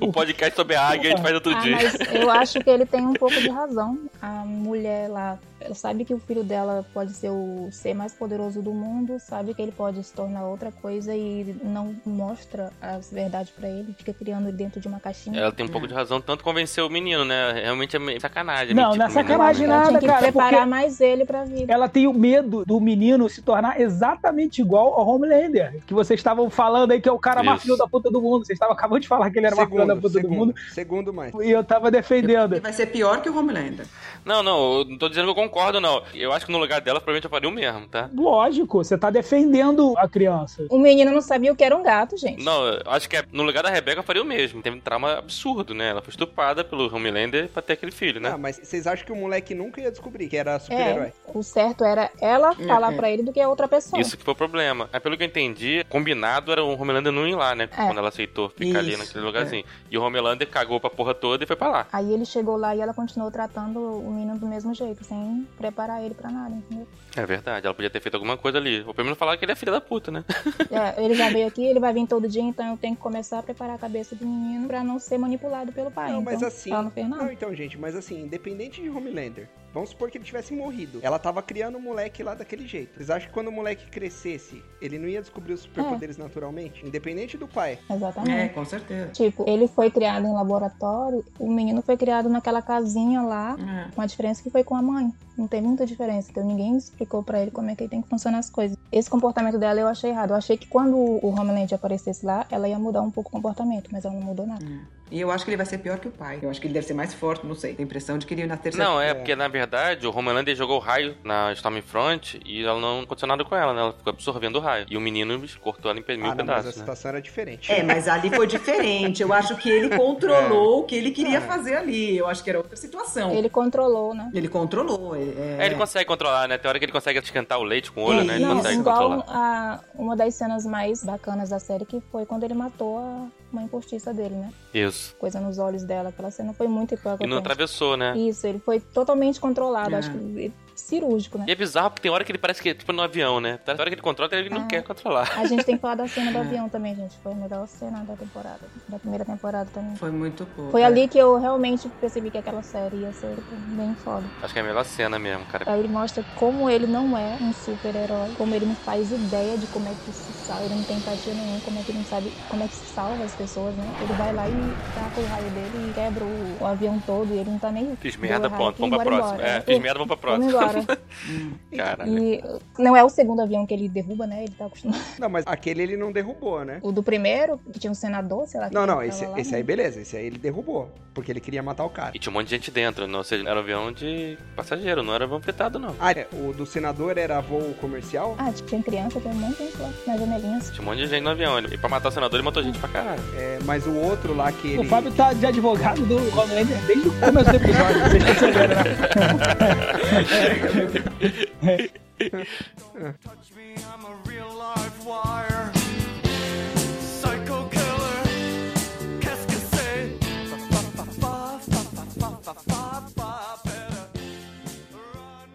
Speaker 1: O podcast sobre a águia a gente faz outro
Speaker 5: Ah,
Speaker 1: dia.
Speaker 5: mas eu acho que ele tem um pouco de razão. A mulher lá ela sabe que o filho dela pode ser o ser mais poderoso do mundo, sabe que ele pode se tornar outra coisa e não mostra as verdades pra ele, fica criando ele dentro de uma caixinha.
Speaker 1: Ela tem um pouco de razão, tanto convenceu o menino, né? Realmente é meio sacanagem.
Speaker 3: É. Não,
Speaker 1: mentir
Speaker 3: não é
Speaker 1: pro menino,
Speaker 3: sacanagem,
Speaker 1: né?
Speaker 3: nada,
Speaker 5: tinha que
Speaker 3: cara, é
Speaker 5: preparar
Speaker 3: porque-
Speaker 5: mais ele pra vida.
Speaker 3: Ela tem o medo do menino se tornar exatamente igual ao Homelander. Que vocês estavam falando aí que é o cara mais
Speaker 1: Isso.
Speaker 3: filho da puta do mundo. Vocês estavam acabando de falar que ele era mais filho da
Speaker 2: Segundo,
Speaker 3: puta do mundo.
Speaker 1: Né?
Speaker 2: segundo, segundo mais.
Speaker 3: E eu tava defendendo.
Speaker 4: Ele vai ser pior que o Homelander.
Speaker 1: Não, não, eu não tô dizendo que eu concordo, não. Eu acho que no lugar dela, provavelmente eu faria o mesmo, tá?
Speaker 3: Lógico, você tá defendendo a criança.
Speaker 5: O menino não sabia o que era um gato, gente.
Speaker 1: Não, eu acho que é- no lugar da Rebeca eu faria o mesmo. Teve um trauma absurdo, né? Ela foi estuprada pelo Homelander pra ter aquele filho, né?
Speaker 2: Ah, mas vocês acham que o moleque nunca ia descobrir que era super-herói?
Speaker 5: É, o certo era ela falar
Speaker 4: é.
Speaker 5: pra ele do que a outra pessoa.
Speaker 1: Isso que foi o problema. Mas pelo que eu entendi, combinado era o Homelander não ir lá,
Speaker 3: É.
Speaker 1: né? Quando ela aceitou ficar ali
Speaker 4: Isso,
Speaker 1: naquele lugarzinho. E o Homelander cagou pra porra toda e foi pra lá.
Speaker 5: Aí ele chegou lá e ela continuou tratando o menino do mesmo jeito, sem preparar ele pra nada, entendeu?
Speaker 1: É verdade, ela podia ter feito alguma coisa ali. Ou pelo menos falar que ele é filho da puta, né?
Speaker 5: É, ele já veio aqui, ele vai vir todo dia, então eu tenho que começar a preparar a cabeça do menino pra não ser manipulado pelo pai.
Speaker 2: Não,
Speaker 5: então,
Speaker 2: mas assim.
Speaker 5: Ela não fez nada.
Speaker 2: então, gente, mas assim, independente de Homelander, vamos supor que ele tivesse morrido. Ela tava criando o moleque lá daquele jeito. Vocês acham que quando o moleque crescesse, ele não ia descobrir os superpoderes naturalmente? Independente do pai.
Speaker 5: Exatamente.
Speaker 4: É, com certeza.
Speaker 5: Tipo, ele foi criado em laboratório, o menino foi criado naquela casinha lá,
Speaker 4: É.
Speaker 5: com a diferença que foi com a mãe. Não tem muita diferença, então ninguém explicou pra ele como é que tem que funcionar as coisas. Esse comportamento dela eu achei errado. Eu achei que quando o Homeland aparecesse lá, ela ia mudar um pouco o comportamento, mas ela não mudou nada.
Speaker 4: E eu acho que ele vai ser pior que o pai. Eu acho que ele deve ser mais forte, não sei. Tem a impressão de que ele na terceira.
Speaker 1: Não, é,
Speaker 2: É.
Speaker 1: porque na verdade o Homelander jogou raio na Stormfront e ela não aconteceu nada com ela, né? Ela ficou absorvendo o raio. E o menino cortou ela em pe- mil
Speaker 2: ah, não, mas a
Speaker 1: pedaços, né?
Speaker 2: situação era diferente.
Speaker 4: É, mas ali foi diferente. Eu acho que ele
Speaker 1: É.
Speaker 4: controlou o que ele queria fazer ali. Eu acho que era outra situação. Ele,
Speaker 5: Ele controlou, né?
Speaker 4: controlou. É,
Speaker 1: É, ele consegue controlar, né? Tem hora que ele consegue esquentar o leite com o olho,
Speaker 4: É,
Speaker 1: né? Ele
Speaker 5: Não,
Speaker 1: consegue
Speaker 5: igual
Speaker 1: controlar.
Speaker 5: a, uma das cenas mais bacanas da série, que foi quando ele matou a mãe postiça dele, né?
Speaker 1: Isso.
Speaker 5: Coisa nos olhos dela, aquela cena foi
Speaker 1: E
Speaker 5: muito
Speaker 1: não
Speaker 5: hipócrita.
Speaker 1: atravessou, né?
Speaker 5: Isso, ele foi totalmente controlado,
Speaker 4: É.
Speaker 5: acho que é cirúrgico, né?
Speaker 1: E é bizarro porque tem hora que ele parece que é tipo no avião, né? Tem hora que ele controla, ele não quer controlar.
Speaker 5: A gente tem que falar da cena do avião também, gente. Foi a melhor cena da temporada, da primeira temporada também.
Speaker 4: Foi muito pouco.
Speaker 5: Foi
Speaker 4: é.
Speaker 5: ali que eu realmente percebi que aquela série ia ser bem foda.
Speaker 1: Acho que é a melhor cena mesmo, cara.
Speaker 5: Aí ele mostra como ele não é um super-herói, como ele não faz ideia de como é que se salva, ele não tem empatia nenhuma, como é que ele não sabe como é que se salva as pessoas, né? Ele vai lá e taca o raio dele e quebra o, o avião todo e ele não tá nem. aí.
Speaker 1: Fiz
Speaker 5: Deu
Speaker 1: merda,
Speaker 5: errado
Speaker 1: ponto.
Speaker 5: aqui,
Speaker 1: Vamos pra
Speaker 5: bora
Speaker 1: próxima.
Speaker 5: embora.
Speaker 1: É, fiz
Speaker 5: Uh,
Speaker 1: merda, vamos pra
Speaker 5: Vamos
Speaker 1: próxima.
Speaker 5: embora.
Speaker 1: Caralho.
Speaker 5: E uh, não é o segundo avião que ele derruba, né? Ele tá acostumado.
Speaker 2: Não, mas aquele ele não derrubou, né?
Speaker 5: O do primeiro, que tinha um senador, sei lá. que
Speaker 2: Não, não,
Speaker 5: tava
Speaker 2: esse,
Speaker 5: lá,
Speaker 2: esse
Speaker 5: né?
Speaker 2: aí beleza, esse aí ele derrubou, porque ele queria matar o cara.
Speaker 1: E tinha um monte de gente dentro, não, ou seja, era um avião de passageiro, não era avião fretado, não.
Speaker 2: Ah, é, o do senador era voo comercial?
Speaker 5: Ah, tinha criança, tinha um monte de gente lá nas janelinhas.
Speaker 1: Tinha um monte de gente no avião. Ele, pra matar o senador, ele matou gente pra caralho.
Speaker 2: É, mas o outro lá que ele.
Speaker 3: O Fábio tá de advogado do Homelander desde o começo do episódio, vocês perceberam, né?
Speaker 6: Touch me, I'm a real live wire. Psycho killer. Qu'est-ce que c'est? Fa, fa, fa, fa, fa, fa, fa, fa, fa, better run.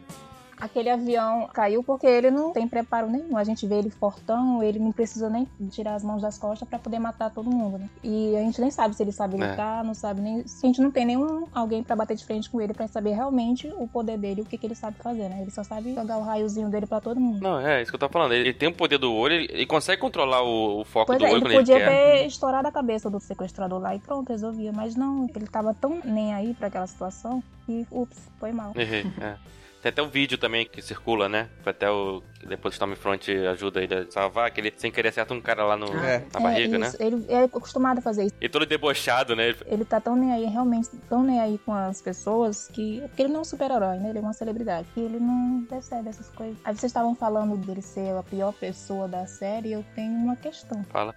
Speaker 5: Aquele avião caiu porque ele não tem preparo nenhum. A gente vê ele fortão, ele não precisa nem tirar as mãos das costas pra poder matar todo mundo, né? E a gente nem sabe se ele sabe
Speaker 1: É.
Speaker 5: lutar, não sabe nem. A gente não tem nenhum alguém pra bater de frente com ele pra saber realmente o poder dele, o que, que ele sabe fazer, né? Ele só sabe jogar o raiozinho dele pra todo mundo.
Speaker 1: Não, é isso que eu tava falando. Ele, ele tem o poder do olho, ele, ele consegue controlar o, o foco
Speaker 5: Pois
Speaker 1: do
Speaker 5: é,
Speaker 1: olho
Speaker 5: ele
Speaker 1: quando ele
Speaker 5: podia
Speaker 1: quer.
Speaker 5: ter estourado a cabeça do sequestrador lá e pronto, resolvia. Mas não, ele tava tão nem aí pra aquela situação que, ups, foi mal.
Speaker 1: Errei, é. Tem até o vídeo também que circula, né? Foi até o. que Depois o Stormfront ajuda ele a salvar, que ele sem querer acerta um cara lá no,
Speaker 2: É.
Speaker 1: na barriga, né?
Speaker 5: isso, Ele é acostumado a fazer isso.
Speaker 1: E todo debochado, né? Ele-
Speaker 5: Ele tá tão nem aí, realmente tão nem aí com as pessoas que. Porque ele não é um super-herói, né? Ele é uma celebridade. E ele não percebe essas coisas. Aí vocês estavam falando dele ser a pior pessoa da série, eu tenho uma questão.
Speaker 1: Fala.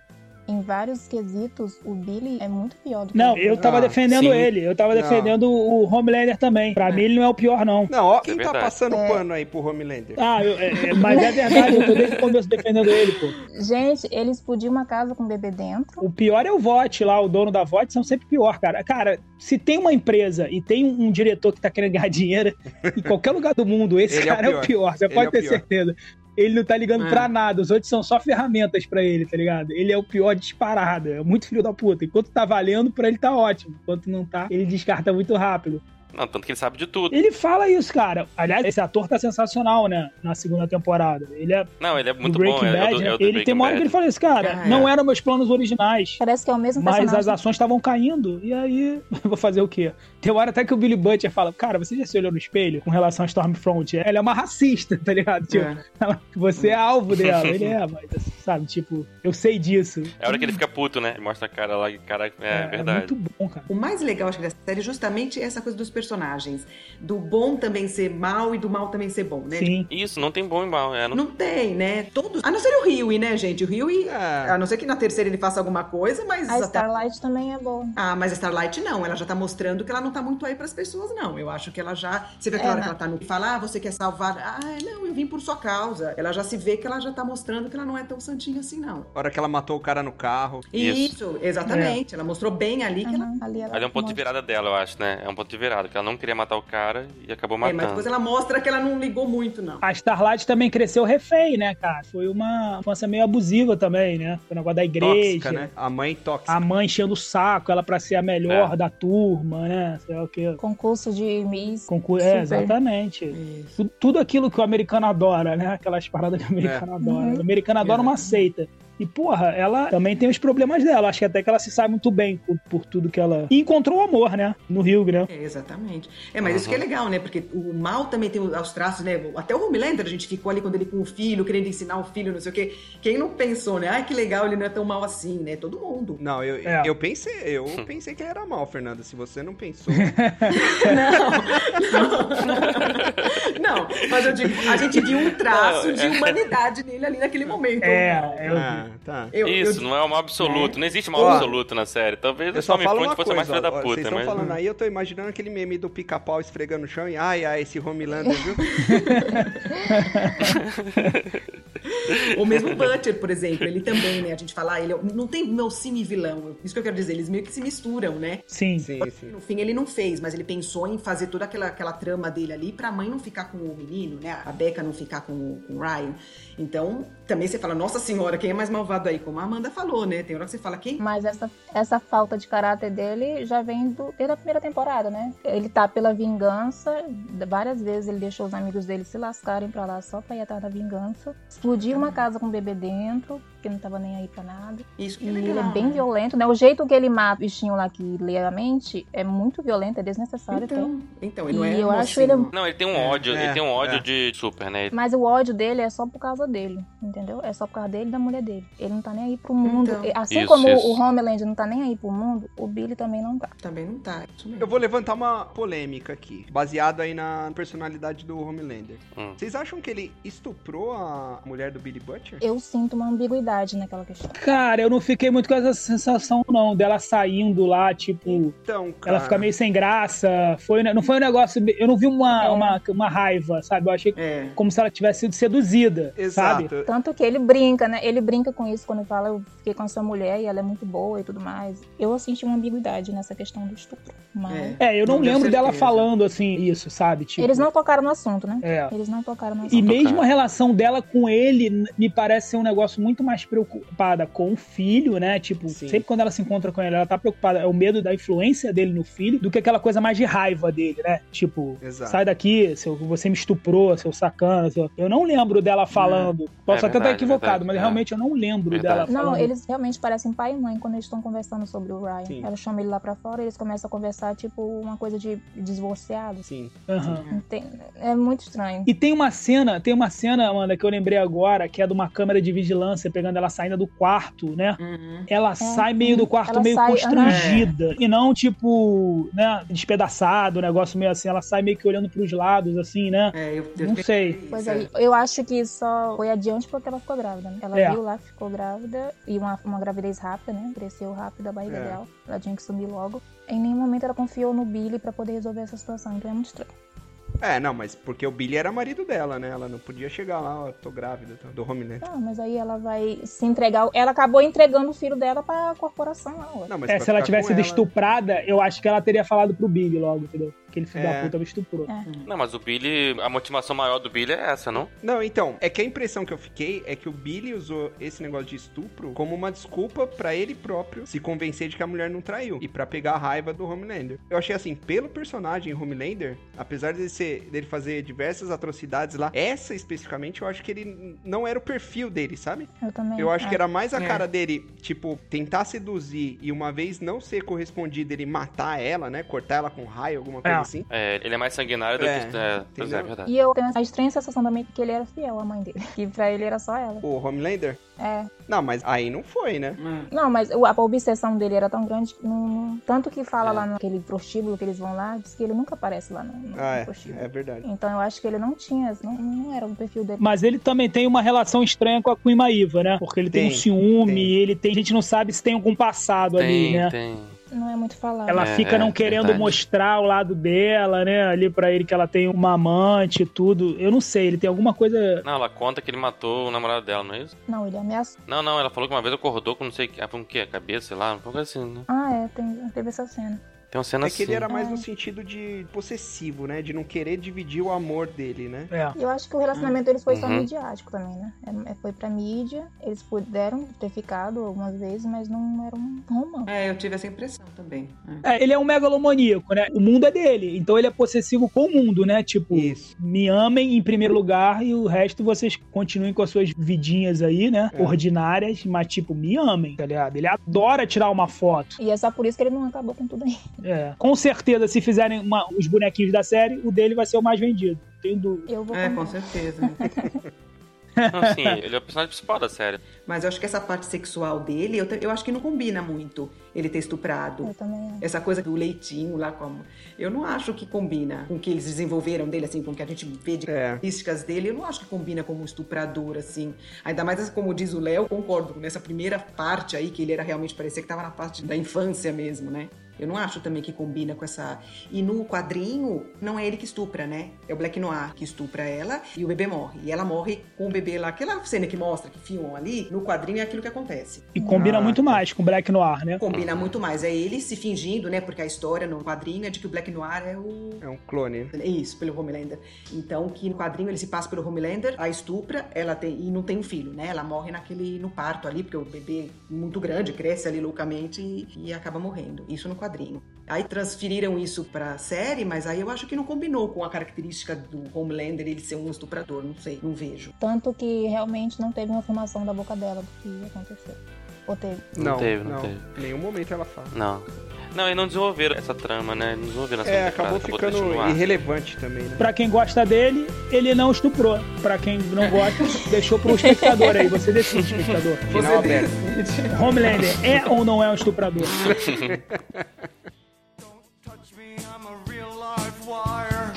Speaker 5: Em vários quesitos, o Billy é muito pior do que
Speaker 3: Não,
Speaker 5: o
Speaker 3: eu tava
Speaker 2: Ah,
Speaker 3: defendendo
Speaker 1: sim.
Speaker 3: ele, eu tava
Speaker 2: Não.
Speaker 3: defendendo o Homelander também. Pra mim ele não é o pior, não.
Speaker 2: Não, ó, quem tá
Speaker 1: verdade.
Speaker 2: passando
Speaker 5: É.
Speaker 2: pano aí pro Homelander?
Speaker 3: Ah, eu- é- é- mas é verdade, eu tô desde o começo defendendo ele, pô.
Speaker 5: Gente, ele explodiu uma casa com um bebê dentro.
Speaker 3: O pior é o VOT lá, o dono da VOT são sempre pior, cara. Cara, se tem uma empresa e tem um, um diretor que tá querendo ganhar dinheiro, em qualquer lugar do mundo, esse
Speaker 2: Ele é o
Speaker 3: cara é o,
Speaker 2: pior.
Speaker 3: pior, você
Speaker 2: Ele
Speaker 3: pode
Speaker 2: é o
Speaker 3: ter
Speaker 2: pior.
Speaker 3: certeza. Ele não tá ligando
Speaker 4: É.
Speaker 3: pra nada, os outros são só ferramentas pra ele, tá ligado? Ele é o pior disparado, é muito filho da puta. Enquanto tá valendo, pra ele tá ótimo. Enquanto não tá, ele descarta muito rápido.
Speaker 1: Não, tanto que ele sabe de tudo.
Speaker 3: Ele fala isso, cara. Aliás, esse ator tá sensacional, né? Na segunda temporada. Ele é
Speaker 1: Não, ele é muito
Speaker 3: do Breaking
Speaker 1: bom. é- é,
Speaker 3: Bad,
Speaker 1: o do,
Speaker 3: né?
Speaker 1: é o do
Speaker 3: Ele
Speaker 1: Breaking
Speaker 3: tem uma hora que
Speaker 1: Bad.
Speaker 3: ele fala isso, cara.
Speaker 4: Ah, é.
Speaker 3: Não eram meus planos originais.
Speaker 5: Parece que é o mesmo
Speaker 3: Mas as
Speaker 5: personagem.
Speaker 3: ações estavam caindo, e aí vou fazer o quê? Tem hora até que o Billy Butcher fala, cara, você já se olhou no espelho com relação a é Stormfront? Ela é uma racista, tá ligado? Tipo,
Speaker 4: É.
Speaker 3: ela- você é alvo dela. Ele é, mas sabe? Tipo, eu sei disso.
Speaker 1: É a hora que ele fica puto, né? Ele mostra a cara lá e cara, é, verdade.
Speaker 3: "Hum." muito bom, cara.
Speaker 4: O mais legal, acho que, dessa série é justamente essa coisa dos personagens. Do bom também ser mal e do mal também ser bom, né?
Speaker 3: Sim.
Speaker 1: Isso, não tem bom e mal. É, não...
Speaker 4: Não tem, né? Todos. A não ser o Huey, né, gente? O Huey.
Speaker 2: É.
Speaker 4: A não ser que na terceira ele faça alguma coisa, mas.
Speaker 5: A
Speaker 4: até-
Speaker 5: Starlight também é boa.
Speaker 4: Ah, mas a Starlight não, ela já tá mostrando que ela não tá muito aí pras pessoas, não. Eu acho que ela já. Você vê aquela
Speaker 5: É,
Speaker 4: hora que
Speaker 5: né?
Speaker 4: ela tá no. Fala, ah, você quer salvar. Ah, não, eu vim por sua causa. Ela já se vê que ela já tá mostrando que ela não é tão santinha assim, não.
Speaker 2: A hora que ela matou o cara no carro.
Speaker 1: Isso.
Speaker 4: Isso, exatamente. Ela mostrou bem ali que ela.
Speaker 5: Uhum, ali ela
Speaker 1: Ali é um ponto de
Speaker 5: mostra.
Speaker 1: virada dela, eu acho, né? É um ponto de virada, que ela não queria matar o cara e acabou
Speaker 4: É, mas
Speaker 1: matando.
Speaker 4: depois ela mostra que ela não ligou muito, não.
Speaker 3: A Starlight também cresceu refém, né, cara? Foi uma infância meio abusiva também, né? Foi o negócio da igreja.
Speaker 2: Tóxica, né? A mãe tóxica.
Speaker 3: A mãe enchendo o saco, ela pra ser a melhor
Speaker 1: É.
Speaker 3: da turma, né? Sei lá o quê.
Speaker 5: Concurso de Miss.
Speaker 3: Concur... É,
Speaker 5: Super.
Speaker 3: exatamente.
Speaker 4: Isso.
Speaker 3: Tu- Tudo aquilo que o americano adora, né? Aquelas paradas que o americano adora.
Speaker 5: Uhum.
Speaker 3: O americano adora uma
Speaker 2: Exato.
Speaker 3: seita. E, porra, ela também tem os problemas dela. Acho que até que ela se sai muito bem por, por tudo que ela. E encontrou o amor, né? No Rio, né?
Speaker 4: É, exatamente. É, mas isso
Speaker 1: Uhum.
Speaker 4: que é legal, né? Porque o mal também tem os traços, né? Até o Homelander a gente ficou ali quando ele com o filho, querendo ensinar o filho, não sei o quê. Quem não pensou, né? Ai, que legal, ele não é tão mal assim, né? Todo mundo.
Speaker 2: Não, eu,
Speaker 3: É.
Speaker 2: eu pensei, eu pensei que ele era mal, Fernanda. Se você não pensou.
Speaker 4: Não, mas eu digo, a gente viu um traço
Speaker 1: Não, é.
Speaker 4: de humanidade nele ali naquele momento.
Speaker 3: É, eu
Speaker 2: ah, tá.
Speaker 4: Eu,
Speaker 1: Isso,
Speaker 4: eu-
Speaker 1: não é o mal absoluto. Não existe mal
Speaker 2: Né? Ó,
Speaker 1: absoluto na série. Talvez
Speaker 2: Eu
Speaker 1: o
Speaker 2: só
Speaker 1: Tommy
Speaker 2: falo
Speaker 1: Punch
Speaker 2: uma
Speaker 1: fosse
Speaker 2: coisa,
Speaker 1: é mais filho da
Speaker 2: ó, ó, vocês
Speaker 1: puta,
Speaker 2: estão
Speaker 1: mas.
Speaker 2: falando aí, eu tô imaginando aquele meme do pica-pau esfregando o chão e ai, ai, esse Homelander, viu?
Speaker 4: Ou mesmo o Butcher, por exemplo, ele também, né? A gente fala, ah, ele é- não tem meu cine vilão. Isso que eu quero dizer, eles meio que se misturam, né?
Speaker 3: Sim.
Speaker 2: sim, sim.
Speaker 4: No fim ele não fez, mas ele pensou em fazer toda aquela, aquela trama dele ali pra mãe não ficar com o menino, né? A Becca não ficar com, o- com o Ryan. Então, também você fala, nossa senhora, quem é mais malvado aí? Como a Amanda falou, né? Tem hora que você fala, quem?
Speaker 5: Mas essa, essa falta de caráter dele já vem do, desde a primeira temporada, né? Ele tá pela vingança. Várias vezes ele deixou os amigos dele se lascarem pra lá só pra ir atrás da vingança. Explodiu
Speaker 4: Uhum.
Speaker 5: uma casa com um bebê dentro, que não tava nem aí pra nada.
Speaker 4: Isso que
Speaker 5: E
Speaker 4: é
Speaker 5: ele
Speaker 4: legal.
Speaker 5: é bem
Speaker 4: né?
Speaker 5: violento, né? O jeito que ele mata o bichinho lá que lê a mente é muito violento, é desnecessário até.
Speaker 4: Então, então, ele não
Speaker 5: E
Speaker 4: é
Speaker 5: eu acho ele
Speaker 4: mocinho.
Speaker 1: Não, ele tem um ódio,
Speaker 2: é,
Speaker 1: ele tem um
Speaker 2: é.
Speaker 1: ódio de super, né? Ele-
Speaker 5: Mas o ódio dele é só por causa dele, entendeu? É só por causa dele e da mulher dele. Ele não tá nem aí pro mundo.
Speaker 4: Então.
Speaker 5: E assim
Speaker 1: Isso,
Speaker 5: como
Speaker 1: isso.
Speaker 5: o Homeland não tá nem aí pro mundo, o Billy também não tá.
Speaker 4: Também não tá. Isso mesmo.
Speaker 2: Eu vou levantar uma polêmica aqui, baseado aí na personalidade do Homelander.
Speaker 1: Hum.
Speaker 2: Vocês acham que ele estuprou a mulher do Billy Butcher?
Speaker 5: Eu sinto uma ambiguidade naquela questão.
Speaker 3: Cara, eu não fiquei muito com essa sensação, não, dela saindo lá, tipo.
Speaker 2: Então, cara.
Speaker 3: Ela fica meio sem graça. Foi, não foi um negócio. Eu não vi uma, uma, uma raiva, sabe? Eu achei
Speaker 4: É.
Speaker 3: como se ela tivesse sido seduzida, sabe?
Speaker 2: Exato.
Speaker 5: Tanto que ele brinca, né? Ele brinca com isso quando fala eu fiquei com essa mulher e ela é muito boa e tudo mais. Eu senti uma ambiguidade nessa questão do estupro. Mas.
Speaker 4: É.
Speaker 3: É, eu não,
Speaker 4: Não, deu
Speaker 3: lembro dela
Speaker 4: certeza.
Speaker 3: falando assim, isso, sabe? Tipo,
Speaker 5: Eles não tocaram no assunto, né?
Speaker 3: É.
Speaker 5: Eles não tocaram no assunto.
Speaker 3: E
Speaker 1: Não
Speaker 3: mesmo
Speaker 1: tocaram.
Speaker 3: a relação dela com ele n- me parece ser um negócio muito mais preocupada com o filho, né? Tipo,
Speaker 2: Sim.
Speaker 3: sempre quando ela se encontra com ele, ela tá preocupada, é o medo da influência dele no filho, do que aquela coisa mais de raiva dele, né? Tipo,
Speaker 2: Exato.
Speaker 3: sai daqui, seu, você me estuprou, seu sacana. seu- Eu não lembro
Speaker 2: É.
Speaker 3: dela falando. Posso até estar
Speaker 1: verdade,
Speaker 3: equivocado,
Speaker 1: verdade,
Speaker 3: mas
Speaker 1: é.
Speaker 3: realmente eu não lembro
Speaker 1: Verdade.
Speaker 3: dela falando.
Speaker 5: Não, eles realmente parecem pai e mãe quando eles estão conversando sobre o Ryan.
Speaker 2: Sim.
Speaker 5: Ela chama ele lá pra fora, eles começam a conversar, tipo, uma coisa de divorciado.
Speaker 2: Sim.
Speaker 3: Aham.
Speaker 5: Não tem- É muito estranho.
Speaker 3: E tem uma cena, tem uma cena, Amanda, que eu lembrei agora, que é de uma câmera de vigilância pegando ela saindo do quarto, né?
Speaker 4: Uhum.
Speaker 3: Ela sai meio do quarto
Speaker 5: Ah, Ela
Speaker 3: meio
Speaker 5: sai-
Speaker 3: constrangida. E não, tipo, né, despedaçado, um negócio meio assim. Ela sai meio que olhando pros lados, assim, né?
Speaker 4: É, eu, eu
Speaker 3: Não sei.
Speaker 4: Isso,
Speaker 5: Pois
Speaker 4: é.
Speaker 5: é, eu acho que só foi adiante porque ela ficou grávida. né? Ela
Speaker 3: É.
Speaker 5: viu lá que ficou grávida e uma, uma gravidez rápida, né? Cresceu rápido a barriga
Speaker 2: É.
Speaker 5: dela. Ela tinha que sumir logo. Em nenhum momento ela confiou no Billy pra poder resolver essa situação, então é muito estranho.
Speaker 2: É, não, mas porque o Billy era marido dela, né? Ela não podia chegar lá, ó, tô grávida, tá? do Homelander.
Speaker 5: Ah, mas aí ela vai se entregar. Ela acabou entregando o filho dela pra corporação lá, ué.
Speaker 2: Não, mas
Speaker 3: É,
Speaker 2: pra
Speaker 3: se ela
Speaker 2: ficar
Speaker 3: tivesse
Speaker 2: com
Speaker 3: sido
Speaker 2: ela- né?
Speaker 3: estuprada, eu acho que ela teria falado pro Billy logo, entendeu? Aquele filho
Speaker 2: É.
Speaker 3: da puta me estuprou.
Speaker 1: Não, mas o Billy, a motivação maior do Billy é essa, não?
Speaker 2: Não, então, é que a impressão que eu fiquei é que o Billy usou esse negócio de estupro como uma desculpa pra ele próprio se convencer de que a mulher não traiu e pra pegar a raiva do Homelander. Eu achei assim, pelo personagem Homelander, apesar de ser fazer, dele fazer diversas atrocidades lá, essa especificamente, eu acho que ele não era o perfil dele, sabe?
Speaker 5: Eu também.
Speaker 2: Eu acho
Speaker 5: é.
Speaker 2: que era mais a
Speaker 4: É.
Speaker 2: cara dele, tipo, tentar seduzir e uma vez não ser correspondido, ele matar ela, né? Cortar ela com raio, alguma coisa
Speaker 3: É.
Speaker 2: assim.
Speaker 1: É, ele é mais sanguinário
Speaker 2: É,
Speaker 1: do que. É, pois é,
Speaker 2: entendeu?
Speaker 1: é verdade.
Speaker 5: E eu tenho a estranha sensação também que ele era fiel à mãe dele. Que pra ele era só ela.
Speaker 2: O Homelander?
Speaker 5: É.
Speaker 2: Não, mas aí não foi, né?
Speaker 4: É.
Speaker 5: Não, mas o- a obsessão dele era tão grande que não- não- Tanto que fala
Speaker 1: É.
Speaker 5: lá naquele prostíbulo que eles vão lá, diz que ele nunca aparece lá no, no
Speaker 2: Ah, é,
Speaker 5: prostíbulo.
Speaker 2: é verdade.
Speaker 5: Então eu acho que ele não tinha, não, não era o perfil dele.
Speaker 3: Mas ele também tem uma relação estranha com a Queen Maíva, né? Porque ele tem,
Speaker 2: Tem,
Speaker 3: um ciúme,
Speaker 2: tem.
Speaker 3: ele tem. A gente não sabe se tem algum passado ali,
Speaker 1: Tem,
Speaker 3: né?
Speaker 1: tem.
Speaker 5: Não é muito falado.
Speaker 3: Ela
Speaker 1: É,
Speaker 3: fica
Speaker 1: é,
Speaker 3: não querendo
Speaker 1: verdade.
Speaker 3: mostrar o lado dela, né? Ali pra ele que ela tem uma amante e tudo. Eu não sei, ele tem alguma coisa.
Speaker 1: Não, ela conta que ele matou o namorado dela, não é isso?
Speaker 5: Não, ele ameaçou.
Speaker 1: Não, não, ela falou que uma vez acordou com não sei o que, ah, com o que, a cabeça, sei lá, um pouco assim, né?
Speaker 5: Ah, é, tem, teve essa cena.
Speaker 1: Tem uma cena
Speaker 2: É
Speaker 1: assim.
Speaker 2: que ele era mais
Speaker 5: Ah.
Speaker 2: no sentido de possessivo, né? De não querer dividir o amor dele, né?
Speaker 3: É.
Speaker 5: E eu acho que o relacionamento deles foi só
Speaker 1: Uhum.
Speaker 5: midiático também, né? É- é- foi pra mídia, eles puderam ter ficado algumas vezes, mas não era um romance.
Speaker 4: É, eu tive essa impressão também. É.
Speaker 3: É, ele é um megalomaníaco, né? O mundo é dele, então ele é possessivo com o mundo, né? Tipo,
Speaker 2: Isso.
Speaker 3: me amem em primeiro lugar e o resto vocês continuem com as suas vidinhas aí, né?
Speaker 2: É.
Speaker 3: Ordinárias, mas tipo, me amem, tá ligado? Ele adora tirar uma foto.
Speaker 5: E é só por isso que ele não acabou com tudo aí.
Speaker 3: É. Com certeza, se fizerem uma- os bonequinhos da série, o dele vai ser o mais vendido. não Tenho dúvida.
Speaker 5: Eu vou
Speaker 4: É,
Speaker 5: com-
Speaker 4: com certeza.
Speaker 1: Não, sim, ele é o personagem principal da série.
Speaker 4: Mas eu acho que essa parte sexual dele, eu, te- eu acho que não combina muito ele ter estuprado.
Speaker 5: Eu também.
Speaker 4: Essa coisa do leitinho lá com a... mo- Eu não acho que combina com o que eles desenvolveram dele, assim, com o que a gente vê de
Speaker 2: É.
Speaker 4: características dele. Eu não acho que combina como um estuprador, assim. Ainda mais, essa- como diz o Léo, concordo nessa primeira parte aí, que ele era realmente, parecia que estava na parte da infância mesmo, né? Eu não acho também que combina com essa. E no quadrinho, não é ele que estupra, né? É o Black Noir que estupra ela e o bebê morre. E ela morre com o bebê lá. Aquela cena que mostra, que filmam ali, no quadrinho é aquilo que acontece.
Speaker 3: E combina
Speaker 2: Ah,
Speaker 3: muito
Speaker 2: tá.
Speaker 3: mais com Black Noir, né?
Speaker 4: Combina muito mais. É ele se fingindo, né? Porque a história no quadrinho é de que o Black Noir é o
Speaker 2: É um clone.
Speaker 4: é Isso, pelo Homelander. Então, que no quadrinho ele se passa pelo Homelander, a estupra, ela tem e não tem um filho, né? Ela morre naquele no parto ali, porque o bebê é muito grande, cresce ali loucamente e, e acaba morrendo. Isso no quadrinho. Aí transferiram isso pra série, mas aí eu acho que não combinou com a característica do Homelander ele ser um estuprador, não sei, não vejo.
Speaker 5: Tanto que realmente não teve uma informação da boca dela do que aconteceu. Ou teve.
Speaker 1: Não teve, não
Speaker 2: Em nenhum momento ela fala.
Speaker 1: Não. Não, e não desenvolveram essa trama, né? Não desenvolveram essa
Speaker 2: É, acabou ficando
Speaker 1: um
Speaker 2: irrelevante também, né?
Speaker 3: Pra quem gosta dele, ele não estuprou. Pra quem não gosta, deixou pro espectador aí. Você decide, espectador.
Speaker 2: Final
Speaker 4: Você
Speaker 2: aberto.
Speaker 4: decide.
Speaker 3: Homelander é ou não é um estuprador?
Speaker 6: Don't touch me, I'm a real live wire.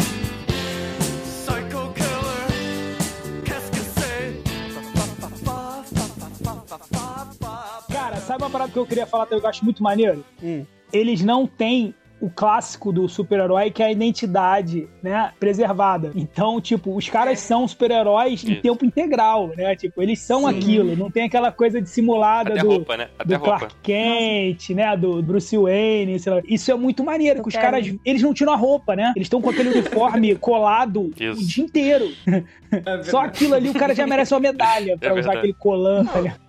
Speaker 6: Psycho killer. Qu'est-ce que c'est? Fa, fa, fa, fa, fa, fa, fa, fa, fa, fa.
Speaker 3: Cara, sabe uma parada que eu queria falar também que eu acho muito maneiro?
Speaker 2: Hum.
Speaker 3: Eles não têm o clássico do super-herói, que é a identidade, né, preservada. Então, tipo, os caras são super-heróis em
Speaker 1: É. Isso.
Speaker 3: tempo integral, né? Tipo, eles são
Speaker 4: Sim.
Speaker 3: aquilo. Não tem aquela coisa dissimulada
Speaker 1: Até
Speaker 3: do...
Speaker 1: roupa, né? Até
Speaker 3: do
Speaker 1: roupa.
Speaker 3: Clark Kent, né? Do Bruce Wayne, sei lá. Isso é muito maneiro,
Speaker 5: Do
Speaker 3: que os
Speaker 5: Kevin.
Speaker 3: caras, eles não tiram a roupa, né? Eles estão com aquele uniforme colado
Speaker 1: Isso. É
Speaker 3: o dia inteiro. Só aquilo ali, o cara já merece uma medalha pra usar
Speaker 1: verdade.
Speaker 3: aquele colã. tá ligado?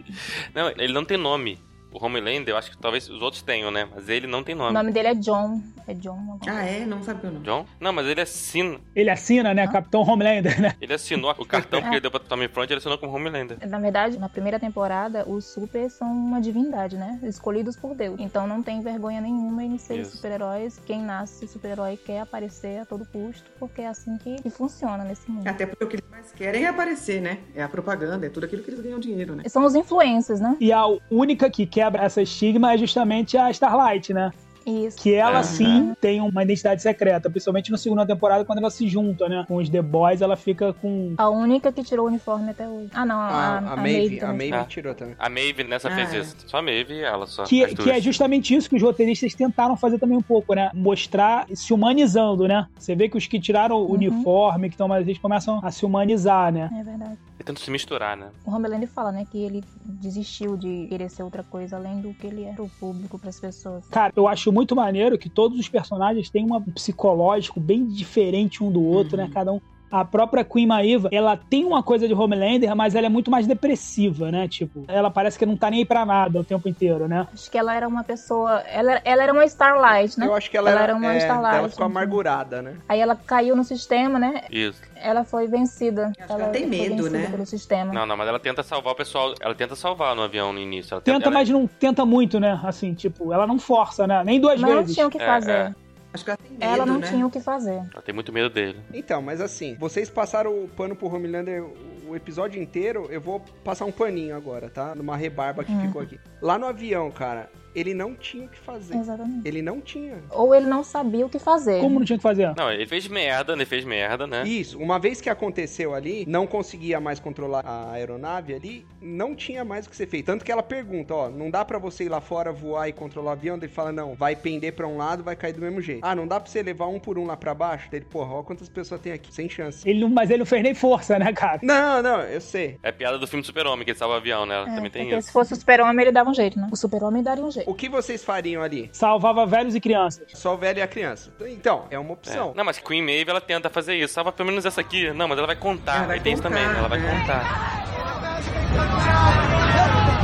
Speaker 1: Não, ele não tem nome. O Homelander, eu acho que talvez os outros tenham, né? Mas ele não tem
Speaker 5: O
Speaker 1: nome.
Speaker 5: nome dele é John. É John agora.
Speaker 4: Ah, é? Não sabia o nome.
Speaker 1: John? Não, mas ele assina.
Speaker 3: Ele assina, né? Capitão Homelander, né?
Speaker 1: Ele assinou o cartão que ele deu pra Tommy Front, ele assinou como Homelander.
Speaker 5: Na verdade, na primeira temporada, os super são uma divindade, né? Escolhidos por Deus. Então não tem vergonha nenhuma em ser
Speaker 1: Isso.
Speaker 5: super-heróis. Quem nasce super-herói quer aparecer a todo custo, porque é assim que, que funciona nesse mundo.
Speaker 4: Até porque o que eles mais querem é aparecer, né? É a propaganda, é tudo aquilo que eles ganham dinheiro, né?
Speaker 5: São os influencers, né?
Speaker 3: E a única que quebra essa estigma é justamente a Starlight, né?
Speaker 5: Isso.
Speaker 3: Que ela
Speaker 1: Uhum.
Speaker 3: sim tem uma identidade secreta, principalmente na segunda temporada, quando ela se junta, né? Com os The Boys, ela fica com.
Speaker 5: A única que tirou o uniforme até hoje. Ah, não. A,
Speaker 2: A, a Maeve, a
Speaker 5: também.
Speaker 1: Ah.
Speaker 2: Maeve tirou também.
Speaker 1: A Maeve nessa
Speaker 4: Ah,
Speaker 1: fez
Speaker 4: é.
Speaker 1: isso. Só a Maeve e ela só.
Speaker 3: Que,
Speaker 1: Ah, as duas.
Speaker 3: que é justamente isso que os roteiristas tentaram fazer também um pouco, né? Mostrar se humanizando, né? Você vê que os que tiraram o
Speaker 5: Uhum.
Speaker 3: uniforme, que estão mais eles começam a se humanizar, né?
Speaker 5: É verdade.
Speaker 1: Tentando se misturar, né?
Speaker 5: O Homelander fala, né, que ele desistiu de querer ser outra coisa além do que ele é pro público, pras pessoas.
Speaker 3: Cara, eu acho muito maneiro que todos os personagens têm uma- um psicológico bem diferente um do outro,
Speaker 4: Uhum.
Speaker 3: né? Cada um A própria Queen Maeva, ela tem uma coisa de Homelander, mas ela é muito mais depressiva, né? Tipo, ela parece que não tá nem aí pra nada o tempo inteiro, né?
Speaker 5: Acho que ela era uma pessoa. Ela, ela era uma Starlight, né?
Speaker 2: Eu acho que ela,
Speaker 5: Ela
Speaker 2: era,
Speaker 5: era uma
Speaker 2: é,
Speaker 5: Starlight,
Speaker 2: Ela ficou
Speaker 5: assim.
Speaker 2: amargurada, né?
Speaker 5: Aí ela caiu no sistema, né?
Speaker 1: Isso.
Speaker 5: Ela foi vencida.
Speaker 4: Acho que ela tem
Speaker 5: foi
Speaker 4: medo,
Speaker 5: vencida
Speaker 4: né?
Speaker 5: Pelo sistema.
Speaker 1: Não, não, mas ela tenta salvar o pessoal. Ela tenta salvar no avião no início. Ela
Speaker 3: Tenta,
Speaker 1: ela- é
Speaker 3: mas não tenta muito, né? Assim, tipo, ela não força, né? Nem duas
Speaker 5: Mas não
Speaker 3: vezes.
Speaker 5: tinha o que
Speaker 1: É,
Speaker 5: fazer.
Speaker 1: é.
Speaker 4: Acho que ela tem medo,
Speaker 5: Ela não
Speaker 4: né?
Speaker 5: tinha o que fazer.
Speaker 1: Ela tem muito medo dele.
Speaker 2: Então, mas assim, vocês passaram o pano pro Homelander o- o episódio inteiro, eu vou passar um paninho agora, tá? Numa rebarba que ficou aqui. Lá no avião, cara, ele não tinha o que fazer.
Speaker 5: Exatamente.
Speaker 2: Ele não tinha.
Speaker 5: Ou ele não sabia o que fazer.
Speaker 3: Como não tinha o que fazer?
Speaker 1: Não, ele fez merda, ele fez merda, né?
Speaker 2: Isso, uma vez que aconteceu ali, não conseguia mais controlar a aeronave ali, não tinha mais o que ser feito. Tanto que ela pergunta, ó, não dá pra você ir lá fora voar e controlar o avião? Daí Ele fala, não, vai pender pra um lado, vai cair do mesmo jeito. Ah, não dá pra você levar um por um lá pra baixo? Daí Ele, porra, ó quantas pessoas tem aqui, sem chance.
Speaker 3: Ele não, mas ele não fez nem força, né, cara?
Speaker 2: Não, não, eu sei.
Speaker 1: É piada do filme Super-Homem, que ele salva o avião, né? Ela
Speaker 5: É,
Speaker 1: também tem
Speaker 5: porque
Speaker 1: isso.
Speaker 5: se fosse o super-homem, ele dava um jeito, né? O super-homem daria um jeito.
Speaker 2: O que vocês fariam ali?
Speaker 3: Salvava velhos e crianças.
Speaker 2: Só o velho e a criança. Então, é uma
Speaker 1: É.
Speaker 2: opção.
Speaker 1: Não, mas Queen Maeve, ela tenta fazer isso. Salva pelo menos essa aqui. Não, mas ela vai contar.
Speaker 4: Ela vai
Speaker 1: Aí tem isso
Speaker 4: contar,
Speaker 1: também, né? Ela vai
Speaker 4: né?
Speaker 1: contar.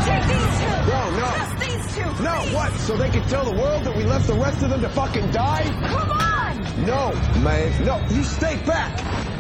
Speaker 7: Take these two.
Speaker 8: No, no.
Speaker 7: Just these two.
Speaker 8: No, what? So they can tell the world that we left the rest of them to fucking die?
Speaker 7: Come on.
Speaker 8: No, man. No, you stay back.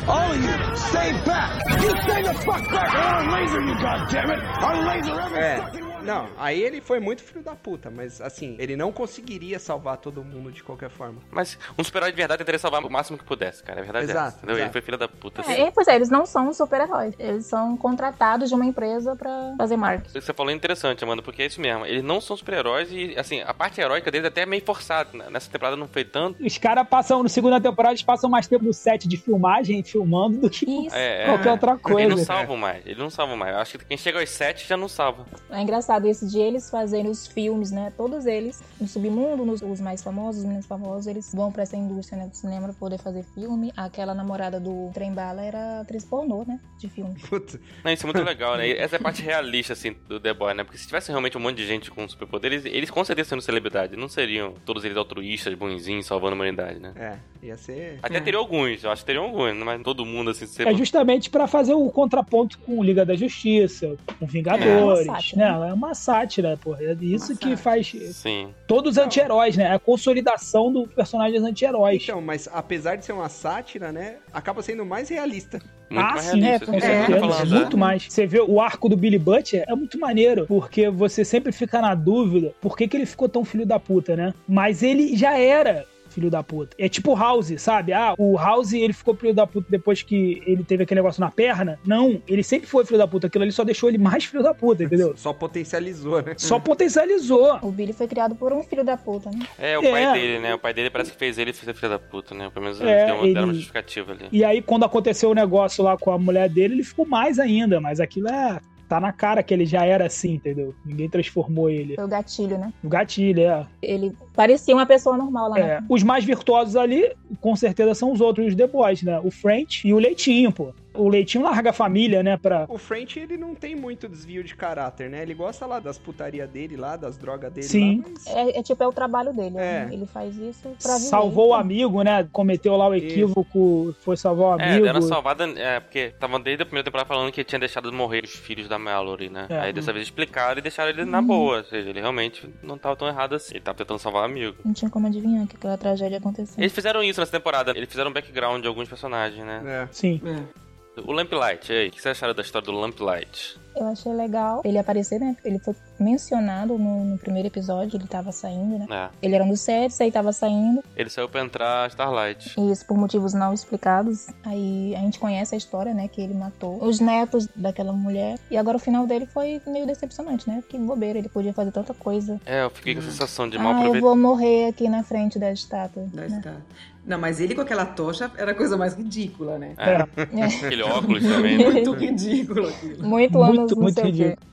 Speaker 8: All of you, stay back. You stay the fuck back. I don't laser you, goddammit. I laser every fucking
Speaker 2: É.
Speaker 8: one.
Speaker 2: Não, aí ele foi muito filho da puta, mas assim, ele não conseguiria salvar todo mundo de qualquer forma.
Speaker 1: Mas um super-herói de verdade tentaria salvar o máximo que pudesse, cara. A verdade é
Speaker 2: Exato,
Speaker 1: essa, entendeu?
Speaker 2: exato.
Speaker 1: Ele foi filha da puta. assim.
Speaker 5: É, e, pois é, eles não são super-heróis. Eles são contratados de uma empresa pra fazer marketing.
Speaker 1: Isso que você falou é interessante, Amanda, porque é isso mesmo. Eles não são super-heróis e, assim, a parte heróica deles é até meio forçada. N- Nessa temporada não foi tanto.
Speaker 3: Os caras passam, no segunda temporada, eles passam mais tempo no set de filmagem, filmando, do que
Speaker 5: Isso.
Speaker 1: É,
Speaker 5: É.
Speaker 1: é.
Speaker 3: qualquer outra
Speaker 1: Eles não
Speaker 3: coisa.
Speaker 1: salvam mais. Eles não salvam mais. Eu acho que quem chega aos sete já não salva.
Speaker 5: É engraçado isso de eles fazerem os filmes, né? Todos eles, no submundo, nos, os mais famosos, os menos famosos, eles vão pra essa indústria né, do cinema pra poder fazer filme. Aquela namorada do Trembala era atriz pornô, né? De filme.
Speaker 2: Puta.
Speaker 1: Não, isso é muito legal, né? E Essa é a parte realista, assim, do The Boy, né? Porque se tivesse realmente um monte de gente com superpoderes, eles com certeza seriam celebridade. Não seriam todos eles altruístas, bonzinhos, salvando a humanidade, né?
Speaker 2: É, ia ser.
Speaker 1: Até teriam alguns, eu acho que teriam alguns, mas todo mundo, assim, ser...
Speaker 3: É justamente pra fazer o contraponto com Liga da Justiça, com Vingadores,
Speaker 5: É uma sátira,
Speaker 3: né? É uma sátira, pô. É isso que faz
Speaker 1: Sim.
Speaker 3: todos os anti-heróis, né? É a consolidação do personagem dos anti-heróis.
Speaker 2: Então, mas apesar de ser uma sátira, né? Acaba sendo mais realista.
Speaker 1: Muito
Speaker 3: ah,
Speaker 1: mais
Speaker 3: sim, é,
Speaker 1: realista.
Speaker 3: com
Speaker 1: isso que você
Speaker 4: certeza,
Speaker 1: tá
Speaker 3: certeza.
Speaker 1: falando, né?
Speaker 3: muito mais. Você vê o arco do Billy Butcher, é muito maneiro, porque você sempre fica na dúvida por que, que ele ficou tão filho da puta, né? Mas ele já era filho da puta. É tipo o House, sabe? Ah, o House, ele ficou filho da puta depois que ele teve aquele negócio na perna. Não, ele sempre foi filho da puta. Aquilo ali só deixou ele mais filho da puta, entendeu?
Speaker 2: Só potencializou, né?
Speaker 1: Hum.
Speaker 3: Só potencializou.
Speaker 5: O Billy foi criado por um filho da puta, né?
Speaker 1: É, o
Speaker 3: É.
Speaker 1: pai dele, né? O pai dele parece que fez ele ser filho da puta, né? Pelo menos
Speaker 3: É,
Speaker 1: deu uma, deram uma
Speaker 3: ele-
Speaker 1: justificativa ali.
Speaker 3: E aí, quando aconteceu o negócio lá com a mulher dele, ele ficou mais ainda, mas aquilo é. Tá na cara que ele já era assim, entendeu? Ninguém transformou ele.
Speaker 5: Foi o gatilho, né?
Speaker 3: O gatilho, é.
Speaker 5: Ele parecia uma pessoa normal lá,
Speaker 3: É,
Speaker 5: né?
Speaker 3: os mais virtuosos ali, com certeza, são os outros, os The Boys, né? O French e o Leitinho, pô. O Leitinho larga a família, né? Pra...
Speaker 2: O French, ele não tem muito desvio de caráter, né? Ele gosta lá das putaria dele, lá das drogas dele.
Speaker 3: Sim.
Speaker 2: lá, mas-
Speaker 5: É, é tipo, é o trabalho dele.
Speaker 2: É.
Speaker 5: né? Ele faz isso pra viver.
Speaker 3: Salvou o
Speaker 5: então.
Speaker 3: amigo, né? Cometeu lá o equívoco, foi salvar o
Speaker 1: É, deram uma
Speaker 3: amigo.
Speaker 1: salvada, é, porque estavam desde a primeira temporada falando que tinha deixado morrer os filhos da Mallory, né?
Speaker 3: É. Uhum.
Speaker 1: Aí dessa vez explicaram e deixaram ele na boa, ou seja, ele realmente não tava tão errado assim. Ele tava tentando salvar amigo.
Speaker 5: Não tinha como adivinhar que aquela tragédia aconteceu.
Speaker 1: Eles fizeram isso nessa temporada, eles fizeram um background de alguns personagens, né?
Speaker 2: É.
Speaker 3: Sim.
Speaker 4: É.
Speaker 1: O Lamplight, e aí, o que vocês acharam da história do Lamplight?
Speaker 5: Eu achei legal ele aparecer, né? Ele foi mencionado no, no primeiro episódio, ele tava saindo, né?
Speaker 1: É,
Speaker 5: Ele era um dos sets, aí tava saindo.
Speaker 1: ele saiu pra entrar Starlight.
Speaker 5: E isso por motivos não explicados. Aí a gente conhece a história, né? Que ele matou os netos daquela mulher. E agora o final dele foi meio decepcionante, né? Que bobeira, ele podia fazer tanta coisa.
Speaker 1: É, eu fiquei com a
Speaker 3: Uhum.
Speaker 1: sensação de mal
Speaker 5: Ah, eu
Speaker 1: aproveitado.
Speaker 5: vou morrer aqui na frente da estátua.
Speaker 4: Da
Speaker 5: né?
Speaker 4: estátua. Não, mas ele com aquela tocha era a coisa mais ridícula, né?
Speaker 1: É, aquele óculos também, né?
Speaker 4: Muito ridículo aquilo.
Speaker 5: Muito
Speaker 3: Muito,
Speaker 5: anos, não
Speaker 3: muito
Speaker 5: sei o quê.
Speaker 3: ridículo.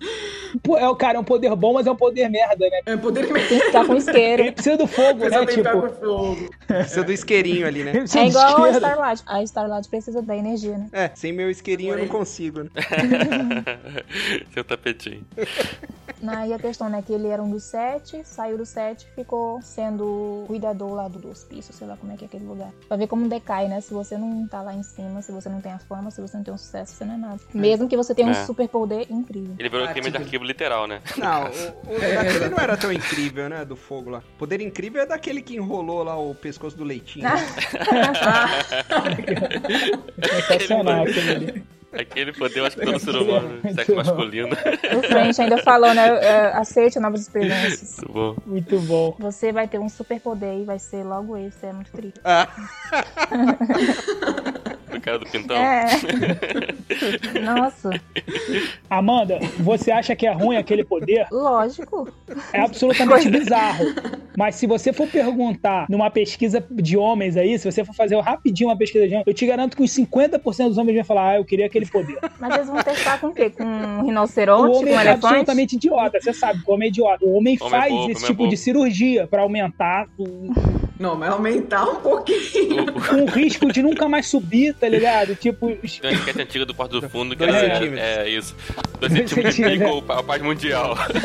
Speaker 3: Pô, é, o cara, é um poder bom, mas é um poder merda, né?
Speaker 4: É poder
Speaker 5: Tem que ficar Tá com
Speaker 3: Ele
Speaker 5: isqueiro.
Speaker 3: precisa do fogo,
Speaker 4: Precisa
Speaker 3: né?
Speaker 4: brincar
Speaker 3: Tipo,
Speaker 4: com fogo.
Speaker 2: Precisa é, do isqueirinho ali,
Speaker 3: ele
Speaker 2: né?
Speaker 3: precisa
Speaker 5: É
Speaker 3: do
Speaker 5: igual a
Speaker 3: isqueiro.
Speaker 5: Starlight. A Starlight precisa da energia, né?
Speaker 2: É, sem meu isqueirinho eu não consigo, né?
Speaker 1: Seu um tapetinho.
Speaker 5: Na- E a questão, né, que ele era um dos sete, saiu do sete, ficou sendo cuidador lá do, do hospício, sei lá como é que é aquele lugar. Pra ver como decai, né? Se você não tá lá em cima, se você não tem a fama, se você não tem o sucesso, você não é nada. Mesmo que você tenha um
Speaker 1: É.
Speaker 5: super poder incrível.
Speaker 1: Ele virou
Speaker 4: Ah,
Speaker 1: crime de
Speaker 4: tipo-
Speaker 1: arquivo literal, né?
Speaker 2: Não, o, o daquele não era tão incrível, né? Do fogo lá. Poder incrível é daquele que enrolou lá o pescoço do leitinho.
Speaker 3: Sensacional aquele ali.
Speaker 1: Aquele poder, eu acho que todo ser humano, sexo masculino.
Speaker 5: O French ainda falou, né? é, aceite novas experiências.
Speaker 1: Muito bom.
Speaker 3: Muito bom.
Speaker 5: Você vai ter um super poder e vai ser logo esse, é muito triste.
Speaker 1: O cara do pintão.
Speaker 5: É. Nossa,
Speaker 3: Amanda, você acha que é ruim aquele poder?
Speaker 5: lógico.
Speaker 3: É absolutamente bizarro. Mas se você for perguntar numa pesquisa de homens aí, se você for fazer rapidinho uma pesquisa de homens, eu te garanto que uns 50% dos homens vão falar, ah, eu queria aquele poder.
Speaker 5: Mas eles vão testar com o quê? Com um
Speaker 3: o
Speaker 5: rinoceronte? Com um
Speaker 3: homem é
Speaker 5: elefante?
Speaker 3: absolutamente idiota, você sabe que o homem é idiota. O homem,
Speaker 1: Homem é
Speaker 3: faz
Speaker 1: bobo,
Speaker 3: esse
Speaker 1: homem é
Speaker 3: tipo
Speaker 1: bobo.
Speaker 3: de cirurgia pra aumentar o-
Speaker 4: Não, mas aumentar um pouquinho.
Speaker 3: um risco de nunca mais subir, tá ligado? Tipo, os-
Speaker 1: Tem uma enquete antiga do Porto do Fundo que
Speaker 2: Dois
Speaker 1: era.
Speaker 2: centímetros.
Speaker 1: É, isso. Dois centímetros de
Speaker 3: centímetros,
Speaker 1: pico, a paz mundial. Dois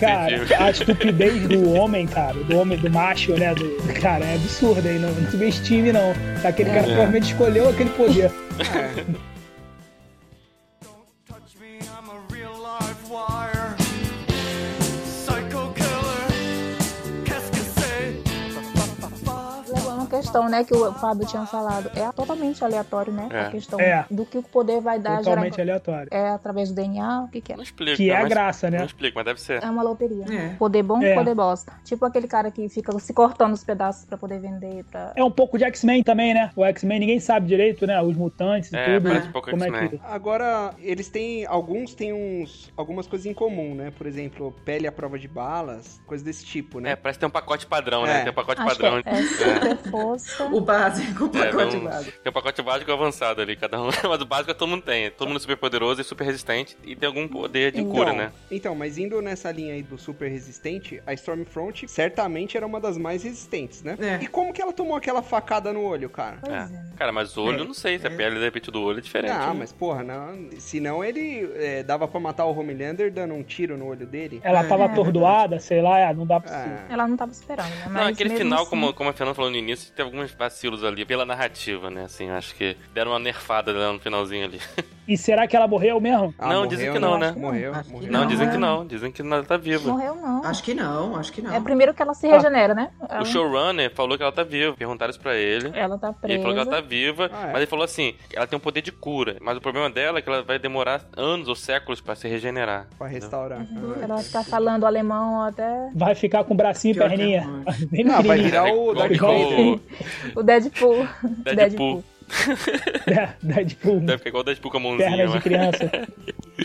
Speaker 3: cara,
Speaker 1: centímetros.
Speaker 3: é a estupidez do homem, cara, do homem, do macho, né? Do, cara, é absurda aí, não, não subestime, não. Tá Aquele cara provavelmente escolheu aquele poder.
Speaker 6: Don't touch me, I'm a real live wire. Psycho killer. Qu'est-ce que c'est?
Speaker 5: É uma questão, né, que o Fábio tinha falado. É totalmente aleatório, né?
Speaker 1: É.
Speaker 5: A questão
Speaker 3: É.
Speaker 5: do que o poder vai dar.
Speaker 3: Totalmente
Speaker 5: geral-
Speaker 3: aleatório.
Speaker 5: É através do DNA? O que, que é?
Speaker 1: Não explico.
Speaker 3: Que é
Speaker 1: né,
Speaker 3: a
Speaker 1: mas-
Speaker 3: graça, né?
Speaker 1: Não explico, mas deve ser.
Speaker 5: É uma loteria.
Speaker 4: É.
Speaker 5: Poder bom,
Speaker 3: É.
Speaker 5: poder bosta. Tipo aquele cara que fica se cortando os pedaços pra poder vender. Pra...
Speaker 3: É um pouco de X-Men também, né? O X-Men ninguém sabe direito, né? Os mutantes e
Speaker 1: É,
Speaker 3: tudo.
Speaker 1: parece um pouco
Speaker 3: como é que...
Speaker 1: X-Men.
Speaker 2: Agora, eles têm. Alguns têm uns. Algumas coisas em comum, né? Por exemplo, pele à prova de balas, coisa desse tipo,
Speaker 1: É,
Speaker 2: né?
Speaker 1: parece que tem um pacote padrão, né?
Speaker 2: É.
Speaker 1: Tem um pacote
Speaker 5: Acho que
Speaker 1: padrão.
Speaker 5: é, é super força.
Speaker 4: O básico, o
Speaker 1: É,
Speaker 4: pacote
Speaker 1: vamos-
Speaker 4: básico.
Speaker 1: Tem um pacote básico e avançado ali, cada um. Mas o básico é todo mundo tem. Todo mundo é super poderoso e super resistente e tem algum poder de
Speaker 5: Então.
Speaker 1: cura, né?
Speaker 2: Então, mas indo nessa linha aí do super resistente, a Stormfront certamente era uma das mais resistentes, né?
Speaker 4: É.
Speaker 2: E como que ela tomou aquela facada no olho, cara?
Speaker 5: Pois é.
Speaker 1: É. Cara, mas o olho, eu não sei. Se a pele, de repente, do olho é diferente.
Speaker 2: Ah,
Speaker 1: né?
Speaker 2: mas porra, não, senão ele é, dava pra matar o Homelander dando um tiro no olho dele.
Speaker 3: Ela tava
Speaker 5: É.
Speaker 3: atordoada, sei lá, é, não dá pra se...
Speaker 2: Ah,
Speaker 5: Ela não tava esperando, né? Mas
Speaker 1: Não, aquele
Speaker 5: mesmo
Speaker 1: final,
Speaker 5: assim,
Speaker 1: como, como a Fernanda falou no início, teve alguns vacilos ali pela narrativa, né? Assim, eu acho que deram uma nerfada né, no finalzinho ali.
Speaker 3: E será que ela morreu mesmo?
Speaker 2: ah,
Speaker 1: Não, dizem que não, né?
Speaker 2: Morreu,
Speaker 4: Acho que
Speaker 2: morreu.
Speaker 1: Não,
Speaker 4: Não,
Speaker 1: dizem
Speaker 4: é.
Speaker 1: que não. Dizem que ela tá viva.
Speaker 5: Morreu
Speaker 3: Ah,
Speaker 5: não.
Speaker 4: Acho que não, acho que não.
Speaker 5: É primeiro que ela
Speaker 3: Tá.
Speaker 5: se regenera, né? Ela,
Speaker 1: O showrunner falou que ela tá viva. Perguntaram isso pra ele.
Speaker 5: ela tá
Speaker 1: Ele
Speaker 5: presa.
Speaker 1: falou que ela tá viva,
Speaker 2: Ah, é.
Speaker 1: mas ele falou assim: ela tem um poder de cura, mas o problema dela é que ela vai demorar anos ou séculos pra se regenerar.
Speaker 2: Pra restaurar.
Speaker 5: Ela vai ficar falando alemão até
Speaker 3: Vai ficar com bracinho e
Speaker 4: Pior que é
Speaker 3: perninha.
Speaker 4: não.
Speaker 3: Bem
Speaker 2: Ah, vai
Speaker 3: pequenininha.
Speaker 2: virar o
Speaker 1: É Igual-
Speaker 2: Dark
Speaker 1: igual
Speaker 2: Vader.
Speaker 1: o
Speaker 5: o Deadpool.
Speaker 1: Deadpool.
Speaker 3: É, dá tipo
Speaker 1: Deve ficar igual o Deadpool com a mãozinha,
Speaker 3: pernas
Speaker 1: né?
Speaker 3: de criança.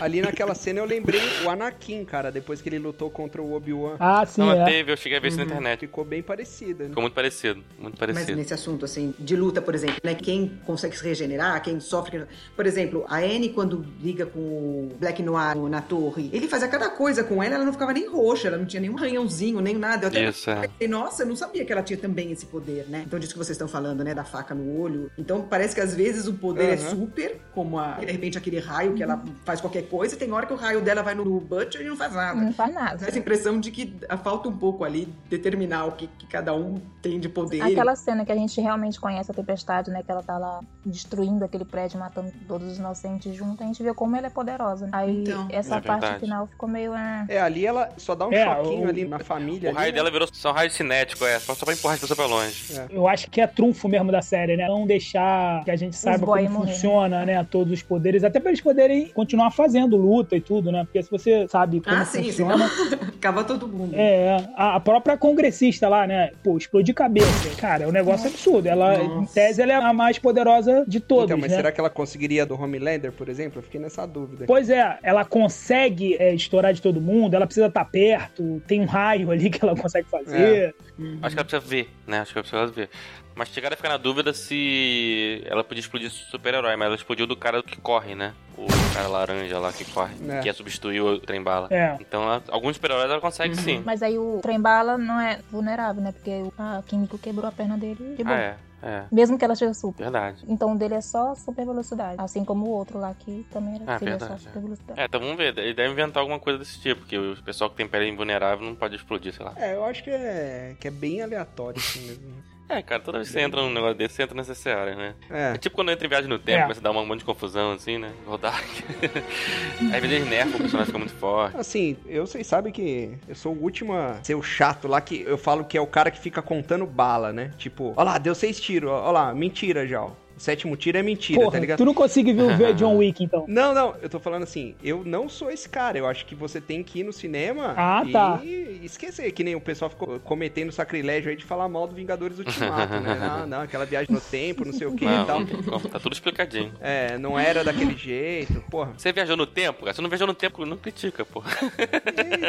Speaker 2: Ali naquela cena eu lembrei o Anakin, cara, depois que ele lutou contra o Obi-Wan.
Speaker 3: Ah, sim,
Speaker 1: Não, mas
Speaker 3: é.
Speaker 1: teve, eu cheguei a ver isso na internet.
Speaker 2: Ficou bem parecida, né?
Speaker 1: Ficou muito parecido, muito
Speaker 4: Mas
Speaker 1: parecido.
Speaker 4: nesse assunto, assim, de luta, por exemplo, né? Quem consegue se regenerar, quem sofre. Por exemplo, a Anne, quando liga com o Black Noir na torre, ele fazia cada coisa com ela, ela não ficava nem roxa, ela não tinha nenhum ranhãozinho, nem nada. Eu até
Speaker 1: Isso, é.
Speaker 4: pensei, nossa, eu não sabia que ela tinha também esse poder, né? Então, disso que vocês estão falando, né? Da faca no olho. Então, parece que às vezes o poder é
Speaker 2: Aham.
Speaker 4: super, como a, de repente aquele raio que ela faz qualquer coisa, e tem hora que o raio dela vai no Butcher e não faz nada.
Speaker 5: Ah, Não faz nada.
Speaker 4: Dá essa impressão de que falta um pouco ali determinar o que, que cada um tem de poder.
Speaker 5: Aquela cena que a gente realmente conhece a tempestade, né? Que ela tá lá destruindo aquele prédio, matando todos os inocentes junto, a gente vê como ela é poderosa. né? Aí
Speaker 4: Então.
Speaker 5: essa
Speaker 1: É
Speaker 5: parte
Speaker 1: verdade.
Speaker 5: final ficou meio. é,
Speaker 2: É, ali ela só dá um
Speaker 3: É,
Speaker 2: choquinho
Speaker 3: o-
Speaker 2: ali na família.
Speaker 1: O raio
Speaker 2: ali, né?
Speaker 1: dela virou só um raio cinético, é, só, só pra empurrar as pessoas pra longe.
Speaker 3: Eu acho que é trunfo mesmo da série, né? Não deixar que a gente saiba
Speaker 5: boy
Speaker 3: como
Speaker 5: morrer.
Speaker 3: funciona, né? Todos os poderes, até pra eles poderem continuar fazendo luta e tudo, né? Porque se você sabe como
Speaker 4: Ah, sim,
Speaker 3: funciona,
Speaker 4: senão acaba todo mundo.
Speaker 3: É, a a própria congressista lá, né? Pô, explodir cabeça. Cara, é um negócio absurdo. Ela, em
Speaker 4: Nossa.
Speaker 3: tese, ela é a mais poderosa de todos,
Speaker 2: Então, mas
Speaker 3: né?
Speaker 2: será que ela conseguiria do Homelander, por exemplo? Eu fiquei nessa dúvida.
Speaker 3: Pois é, ela consegue é, estourar de todo mundo, ela precisa estar perto, tem um raio ali que ela consegue fazer.
Speaker 2: Uhum.
Speaker 1: Acho que ela precisa ver, né? Acho que ela precisa ver. Mas chegaram a ficar na dúvida se ela podia explodir super-herói, mas ela explodiu do cara que corre, né? o cara laranja lá que corre,
Speaker 2: É.
Speaker 1: que substituiu o trem bala.
Speaker 3: É.
Speaker 1: Então, a- alguns super-heróis ela consegue
Speaker 2: Uhum.
Speaker 1: sim.
Speaker 5: Mas aí o trem-bala não é vulnerável, né? Porque o- a Kimiko quebrou a perna dele de boa.
Speaker 1: Ah, é, é,
Speaker 5: Mesmo que ela seja super.
Speaker 1: verdade.
Speaker 5: Então o dele é só super velocidade. Assim como o outro lá que também era
Speaker 1: Ah,
Speaker 5: seria
Speaker 1: verdade,
Speaker 5: só
Speaker 1: é.
Speaker 5: super velocidade.
Speaker 1: É, então vamos ver, ele deve inventar alguma coisa desse tipo, que o pessoal que tem pele invulnerável não pode explodir, sei lá.
Speaker 2: É, eu acho que é, que é bem aleatório assim mesmo.
Speaker 1: É, cara, toda vez que você entra num negócio desse, você entra nessas área, né? É
Speaker 2: É.
Speaker 1: tipo quando entra em viagem no tempo,
Speaker 3: É.
Speaker 1: começa a dar um monte de confusão, assim, né? Rodar. Às vezes nerfa, o personagem fica muito forte.
Speaker 2: Assim, eu vocês sabem que eu sou o último a ser o chato lá que eu falo que é o cara que fica contando bala, né? Tipo, ó lá, deu seis tiros, ó ó lá, mentira já, ó. O sétimo tiro é mentira, tá
Speaker 3: Porra,
Speaker 2: ligado?
Speaker 3: tu não consegue ver, ver John Wick, então.
Speaker 2: Não, não, eu tô falando assim, eu não sou esse cara. Eu acho que você tem que ir no cinema
Speaker 3: Ah,
Speaker 2: e
Speaker 3: tá.
Speaker 2: esquecer, que nem o pessoal ficou cometendo sacrilégio aí de falar mal do Vingadores Ultimato, né? Não, não, aquela viagem no tempo, não sei o que e
Speaker 3: Então.
Speaker 2: tal.
Speaker 1: Não, tá tudo explicadinho.
Speaker 2: É, não era daquele jeito, porra.
Speaker 1: Você viajou no tempo, cara? Você não viajou no tempo, não critica, pô.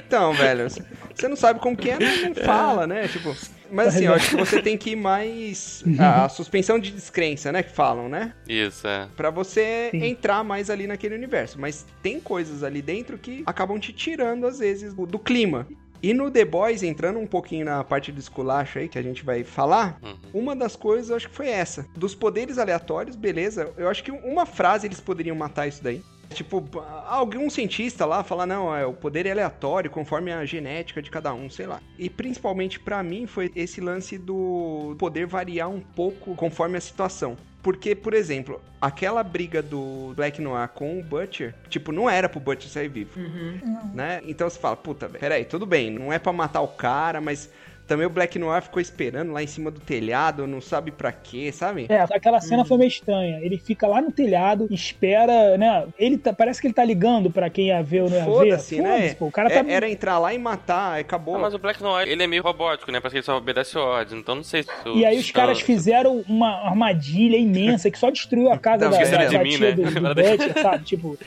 Speaker 2: Então, velho, você não sabe como que é, não não fala, né? Tipo, mas assim, eu acho que você tem que ir mais a suspensão de descrença, né, que falam, né?
Speaker 1: Isso, é.
Speaker 2: Pra você
Speaker 3: Sim.
Speaker 2: entrar mais ali naquele universo. Mas tem coisas ali dentro que acabam te tirando, às vezes, do, do clima. E no The Boys, entrando um pouquinho na parte do esculacho aí, que a gente vai falar,
Speaker 1: Uhum.
Speaker 2: uma das coisas eu acho que foi essa. Dos poderes aleatórios, beleza, eu acho que uma frase eles poderiam matar isso daí. Tipo, algum cientista lá falar, não, é, o poder é aleatório conforme a genética de cada um, sei lá. E principalmente pra mim foi esse lance do poder variar um pouco conforme a situação. Porque, por exemplo, aquela briga do Black Noir com o Butcher, tipo, não era pro Butcher sair vivo
Speaker 4: Uhum.
Speaker 2: né? Então você fala, puta, velho, peraí, tudo bem, não é pra matar o cara, mas também o Black Noir ficou esperando lá em cima do telhado, não sabe pra quê, sabe?
Speaker 3: É, aquela
Speaker 2: Hum.
Speaker 3: cena foi meio estranha. Ele fica lá no telhado, espera, né? Ele tá- parece que ele tá ligando pra quem ia ver ou não ia ver.
Speaker 2: Foda-se, né?
Speaker 3: pô, o cara tá.
Speaker 2: É- Era entrar lá e matar, acabou.
Speaker 1: Ah, mas o Black Noir, ele é meio robótico, né? Parece que ele só obedece ordens, então não sei se... Então, o-
Speaker 3: E aí os
Speaker 1: se
Speaker 3: caras
Speaker 1: eu-
Speaker 3: fizeram uma armadilha imensa que só destruiu a casa
Speaker 2: Não,
Speaker 3: da,
Speaker 1: esqueceram
Speaker 3: da,
Speaker 1: de
Speaker 3: da
Speaker 1: mim,
Speaker 3: tia
Speaker 1: né?
Speaker 3: do, do Butcher, sabe? Tipo,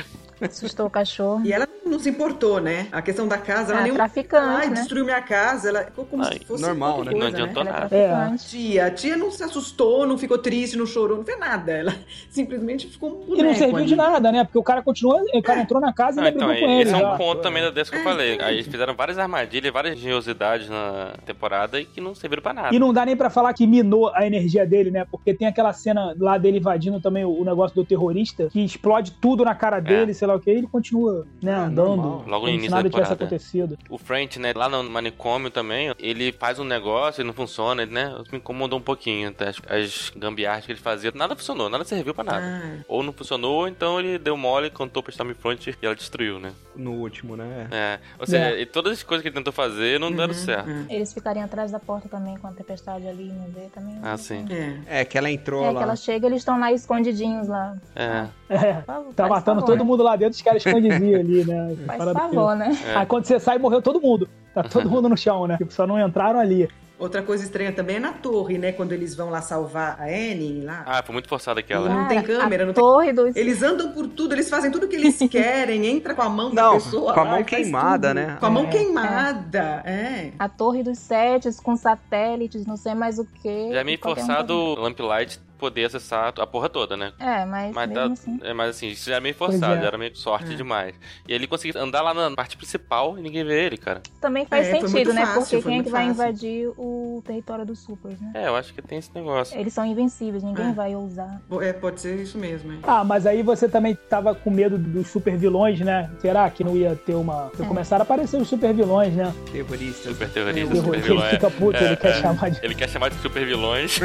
Speaker 1: É.
Speaker 5: Assustou o cachorro.
Speaker 4: E ela não se importou, né? A questão da casa, ela
Speaker 5: Ah,
Speaker 4: nem.
Speaker 5: traficante,
Speaker 4: Ai,
Speaker 5: né?
Speaker 4: destruiu minha casa. Ela ficou como
Speaker 1: Ai,
Speaker 4: se fosse.
Speaker 2: normal,
Speaker 4: qualquer
Speaker 1: né? Não
Speaker 4: coisa,
Speaker 1: adiantou
Speaker 5: Ela é
Speaker 1: nada.
Speaker 5: traficante.
Speaker 4: Tia, a tia não se assustou, não ficou triste, não chorou, não fez nada. Ela simplesmente ficou um boneco
Speaker 3: e
Speaker 5: É,
Speaker 3: não serviu
Speaker 4: ali.
Speaker 3: de nada, né? Porque o cara continuou, o cara entrou na casa e
Speaker 1: Não,
Speaker 3: ainda
Speaker 1: então,
Speaker 3: brigou com ele.
Speaker 1: esse é um
Speaker 3: já.
Speaker 1: ponto também da dessa que eu
Speaker 4: É,
Speaker 1: falei. Aí
Speaker 4: exatamente.
Speaker 1: eles fizeram várias armadilhas, várias engenhosidades na temporada e que não serviram pra nada.
Speaker 3: E não dá nem pra falar que minou a energia dele, né? Porque tem aquela cena lá dele invadindo também o, o negócio do terrorista, que explode tudo na cara dele, sei lá o que, e ele continua, né,
Speaker 2: Ah,
Speaker 3: andando.
Speaker 2: normal.
Speaker 1: É. Logo no
Speaker 3: como se
Speaker 1: início da
Speaker 3: nada tivesse
Speaker 1: temporada.
Speaker 3: acontecido.
Speaker 1: O French, né, lá no manicômio também, ele faz um negócio e não funciona, né? Isso me incomodou um pouquinho, tá? As, as gambiarras que ele fazia. Nada funcionou, nada serviu pra nada.
Speaker 4: Ah,
Speaker 1: Ou não funcionou, ou então ele deu mole, contou pro Stormfront e ela destruiu, né?
Speaker 2: No último, né?
Speaker 1: É. Ou seja,
Speaker 3: É.
Speaker 1: e todas as coisas que ele tentou fazer não
Speaker 4: Uhum.
Speaker 1: deram certo.
Speaker 4: ah,
Speaker 5: Eles ficariam atrás da porta também com a tempestade ali não vê também.
Speaker 1: Ah, sim.
Speaker 4: é.
Speaker 2: É, que ela entrou
Speaker 5: É, que
Speaker 2: lá.
Speaker 5: ela chega eles estão lá escondidinhos lá.
Speaker 1: É.
Speaker 3: É.
Speaker 5: Por favor,
Speaker 3: Tá
Speaker 5: faz
Speaker 3: matando
Speaker 5: favor,
Speaker 3: todo mundo lá dentro, os caras escondiam ali, né?
Speaker 5: né? Faz
Speaker 3: Parada feia.
Speaker 5: favor, né?
Speaker 1: É.
Speaker 3: Aí quando você sai, morreu todo mundo. Tá todo mundo no chão, né? Tipo, só não entraram ali.
Speaker 4: Outra coisa estranha também é na torre, né? Quando eles vão lá salvar a Annie lá.
Speaker 1: Ah, foi muito forçada aquela.
Speaker 4: Não tem
Speaker 5: Cara,
Speaker 4: câmera,
Speaker 5: a
Speaker 4: não tem-
Speaker 5: torre dos...
Speaker 4: Eles andam por tudo, eles fazem tudo o que eles querem, entra com a mão da
Speaker 2: Não,
Speaker 4: pessoa.
Speaker 2: com a
Speaker 4: lá
Speaker 2: mão
Speaker 4: e faz
Speaker 2: queimada,
Speaker 4: tudo.
Speaker 2: né?
Speaker 4: Com a mão
Speaker 3: É.
Speaker 4: queimada, é.
Speaker 5: A torre dos sets com satélites, não sei mais o que.
Speaker 1: Já é meio
Speaker 5: um
Speaker 1: forçado o Lamplight poder acessar a porra toda, né?
Speaker 5: É, mas,
Speaker 1: Mas,
Speaker 5: mesmo
Speaker 1: dá-
Speaker 5: assim...
Speaker 1: é, mas assim, isso já era meio
Speaker 3: Pois
Speaker 1: forçado,
Speaker 3: é.
Speaker 1: já era meio sorte demais. E ele conseguiu andar lá na parte principal e ninguém vê ele, cara.
Speaker 5: Também faz
Speaker 4: É, foi
Speaker 5: sentido,
Speaker 4: muito
Speaker 5: né?
Speaker 4: fácil, foi
Speaker 5: Porque quem é
Speaker 4: muito
Speaker 5: que vai
Speaker 4: fácil.
Speaker 5: invadir o território dos supers, né?
Speaker 1: É, eu acho que tem esse negócio.
Speaker 5: Eles são invencíveis, ninguém
Speaker 4: É.
Speaker 5: vai ousar.
Speaker 4: Bo- é. Pode ser isso mesmo, é.
Speaker 3: Ah, mas aí você também tava com medo dos super vilões, né? Será que não ia ter uma.
Speaker 5: É.
Speaker 3: Começaram a aparecer os super vilões, né?
Speaker 2: Terrorista.
Speaker 1: Super terrorista,
Speaker 4: É, o
Speaker 1: super
Speaker 3: Terror, que ele
Speaker 1: vilão. é.
Speaker 3: fica puto, ele quer chamar de.
Speaker 1: Ele quer chamar de super vilões.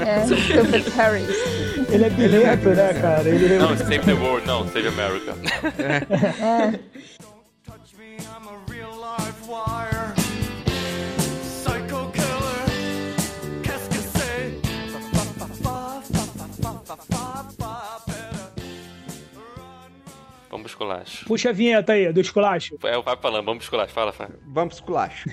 Speaker 5: É, super terrorist.
Speaker 3: Ele é bilhento, né, cara? Ele
Speaker 1: não, save the world, não, save America.
Speaker 6: Touch me, I'm a real live wire. Psycho killer. Qu'est-ce que c'est? Fa, fa, fa, fa, fa, fa, fa, fa, fa, better run.
Speaker 1: Vamos pro esculacho.
Speaker 3: Puxa a vinheta aí, do esculacho.
Speaker 1: É o Fábio falando, vamos pro esculacho, fala, Fábio.
Speaker 2: Vamos pro esculacho.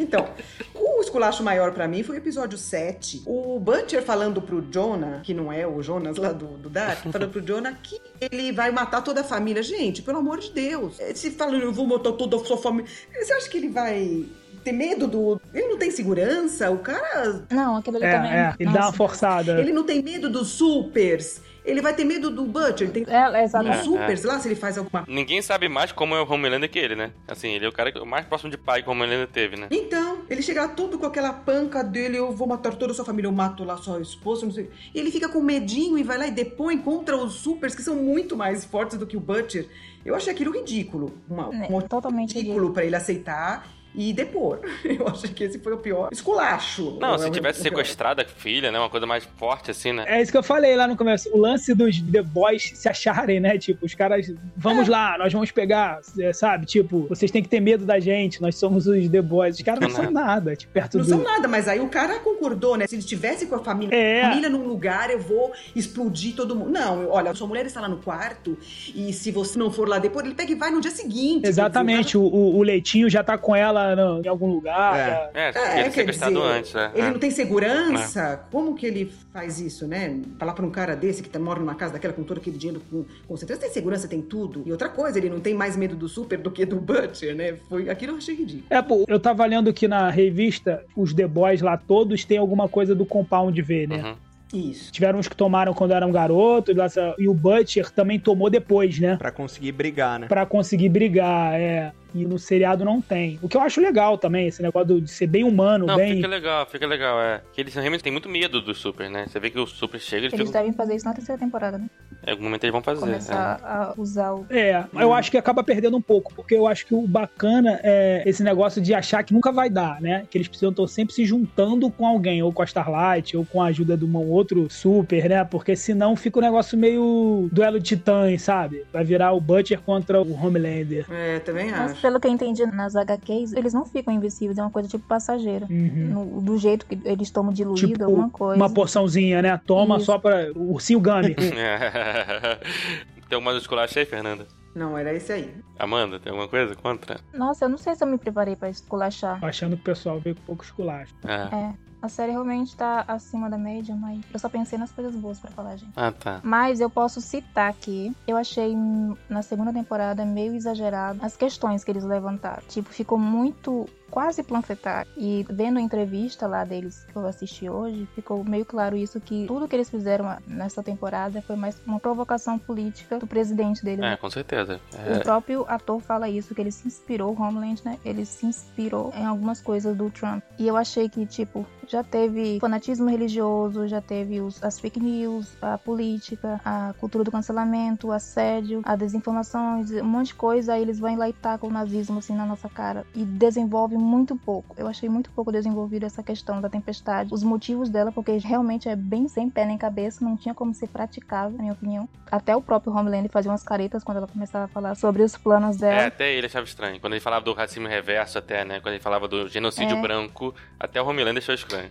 Speaker 4: Então, o esculacho maior pra mim foi o episódio 7. O Butcher falando pro Jonah, que não é o Jonas lá do, do Dark, falando pro Jonah que ele vai matar toda a família. Gente, pelo amor de Deus. Eh, Se falando, eu vou matar toda a sua família. Você acha que ele vai ter medo do. Ele não tem segurança? O cara.
Speaker 5: Não, aquilo ali
Speaker 3: É,
Speaker 5: também.
Speaker 3: é. Ele dá uma
Speaker 5: Nossa.
Speaker 3: forçada.
Speaker 4: Ele não tem medo dos supers. Ele vai ter medo do Butcher, tem
Speaker 5: É, é
Speaker 4: um
Speaker 5: exatamente.
Speaker 4: super, sei lá, se ele faz alguma
Speaker 1: Ninguém sabe mais como é o Homelander que ele, né? Assim, ele é o cara que- o mais próximo de pai que o Homelander teve, né?
Speaker 4: Então, ele chega lá todo com aquela panca dele, eu vou matar toda a sua família, eu mato lá sua esposa, não sei. E ele fica com medinho e vai lá e depõe contra os supers, que são muito mais fortes do que o Butcher. Eu achei aquilo ridículo. Uma,
Speaker 5: Né,
Speaker 4: um
Speaker 5: totalmente
Speaker 4: ridículo pra ele aceitar e depor. Eu achei que esse foi o pior esculacho.
Speaker 1: Não,
Speaker 4: É
Speaker 1: se
Speaker 4: o-
Speaker 1: tivesse
Speaker 4: o pior.
Speaker 1: sequestrado a filha, né? Uma coisa mais forte, assim, né?
Speaker 3: É isso que eu falei lá no começo. O lance dos The Boys se acharem, né? Tipo, os caras, vamos lá, nós vamos pegar, é, sabe? Tipo, vocês têm que ter medo da gente, nós somos os The Boys. Os caras não são nada, tipo, perto
Speaker 4: Não
Speaker 3: do.
Speaker 4: são nada, mas aí o cara concordou, né? Se ele estivesse com a família,
Speaker 3: É.
Speaker 4: família num lugar, eu vou explodir todo mundo. Não, eu- olha, sua mulher está lá no quarto e se você não for lá depois, ele pega e vai no dia seguinte.
Speaker 3: Exatamente, o, o- o Leitinho já tá com ela no- em algum lugar.
Speaker 2: É.
Speaker 3: já-
Speaker 1: É,
Speaker 4: É,
Speaker 1: tinha ele
Speaker 4: quer
Speaker 1: sequestrado
Speaker 4: dizer,
Speaker 1: antes, né?
Speaker 4: Ele não tem segurança? Como que ele faz isso, né? Falar pra um cara desse que tá- mora numa casa daquela com todo aquele dinheiro com, com certeza tem segurança, tem tudo. E outra coisa, ele não tem mais medo do super do que do Butcher, né? Foi, aquilo eu achei ridículo.
Speaker 3: É, pô, eu tava lendo que na revista os The Boys lá todos têm alguma coisa do Compound V, né?
Speaker 1: Uhum.
Speaker 4: Isso.
Speaker 3: Tiveram uns que tomaram quando eram garotos, lá, essa- e o Butcher também tomou depois, né?
Speaker 2: Pra conseguir brigar, né?
Speaker 3: Pra conseguir brigar, é. E no seriado não tem. O que eu acho legal também, esse negócio do- de ser bem humano,
Speaker 1: Não,
Speaker 3: bem.
Speaker 1: fica legal, fica legal, é. Que eles realmente têm muito medo do Super, né? Você vê que o Super chega, eles
Speaker 5: Eles
Speaker 1: ficam.
Speaker 5: devem fazer isso na terceira temporada, né?
Speaker 1: Em algum momento eles vão fazer.
Speaker 5: Começar a usar o.
Speaker 3: É, eu acho que acaba perdendo um pouco, porque eu acho que o bacana é esse negócio de achar que nunca vai dar, né? Que eles precisam estar sempre se juntando com alguém, ou com a Starlight, ou com a ajuda de um outro super, né? Porque senão fica um negócio meio duelo de titãs, sabe? Vai virar o Butcher contra o Homelander.
Speaker 4: É, também
Speaker 5: Mas
Speaker 4: acho.
Speaker 5: pelo que eu entendi nas HQs, eles não ficam invisíveis, é uma coisa tipo passageira.
Speaker 3: Uhum.
Speaker 5: No- do jeito que eles tomam diluído,
Speaker 3: Tipo,
Speaker 5: alguma coisa.
Speaker 3: Uma porçãozinha, né? Toma
Speaker 5: é. Isso.
Speaker 3: só pra. O ursinho Gummy.
Speaker 1: É. tem alguma esculacha aí, Fernanda?
Speaker 4: Não, era esse aí.
Speaker 1: Amanda, tem alguma coisa contra?
Speaker 5: Nossa, eu não sei se eu me preparei pra esculachar.
Speaker 3: Achando que o pessoal veio com pouco esculacho.
Speaker 1: É.
Speaker 5: A série realmente tá acima da média, mas eu só pensei nas coisas boas pra falar, gente.
Speaker 1: Ah, tá.
Speaker 5: Mas eu posso citar que eu achei hum, na segunda temporada meio exagerado as questões que eles levantaram. Tipo, ficou muito quase panfletário. E vendo a entrevista lá deles que eu assisti hoje, ficou meio claro isso que tudo que eles fizeram a- nessa temporada foi mais uma provocação política do presidente deles.
Speaker 1: É,
Speaker 5: né?
Speaker 1: com certeza.
Speaker 5: O próprio ator fala isso, que ele se inspirou, o Homeland, né? Ele se inspirou em algumas coisas do Trump. E eu achei que, tipo, já teve fanatismo religioso, já teve os- as fake news, a política, a cultura do cancelamento, o assédio, a desinformação, um monte de coisa. Aí eles vão lá e tacam o nazismo, assim, na nossa cara. E desenvolve muito pouco. Eu achei muito pouco desenvolvido essa questão da tempestade, os motivos dela, porque realmente é bem sem pé nem cabeça, não tinha como ser praticável, na minha opinião. Até o próprio Homeland fazia umas caretas quando ela começava a falar sobre os planos
Speaker 1: É,
Speaker 5: dela.
Speaker 1: até ele achava estranho. Quando ele falava do racismo reverso, até, né? Quando ele falava do genocídio
Speaker 5: É.
Speaker 1: branco, até o Homelander achou estranho.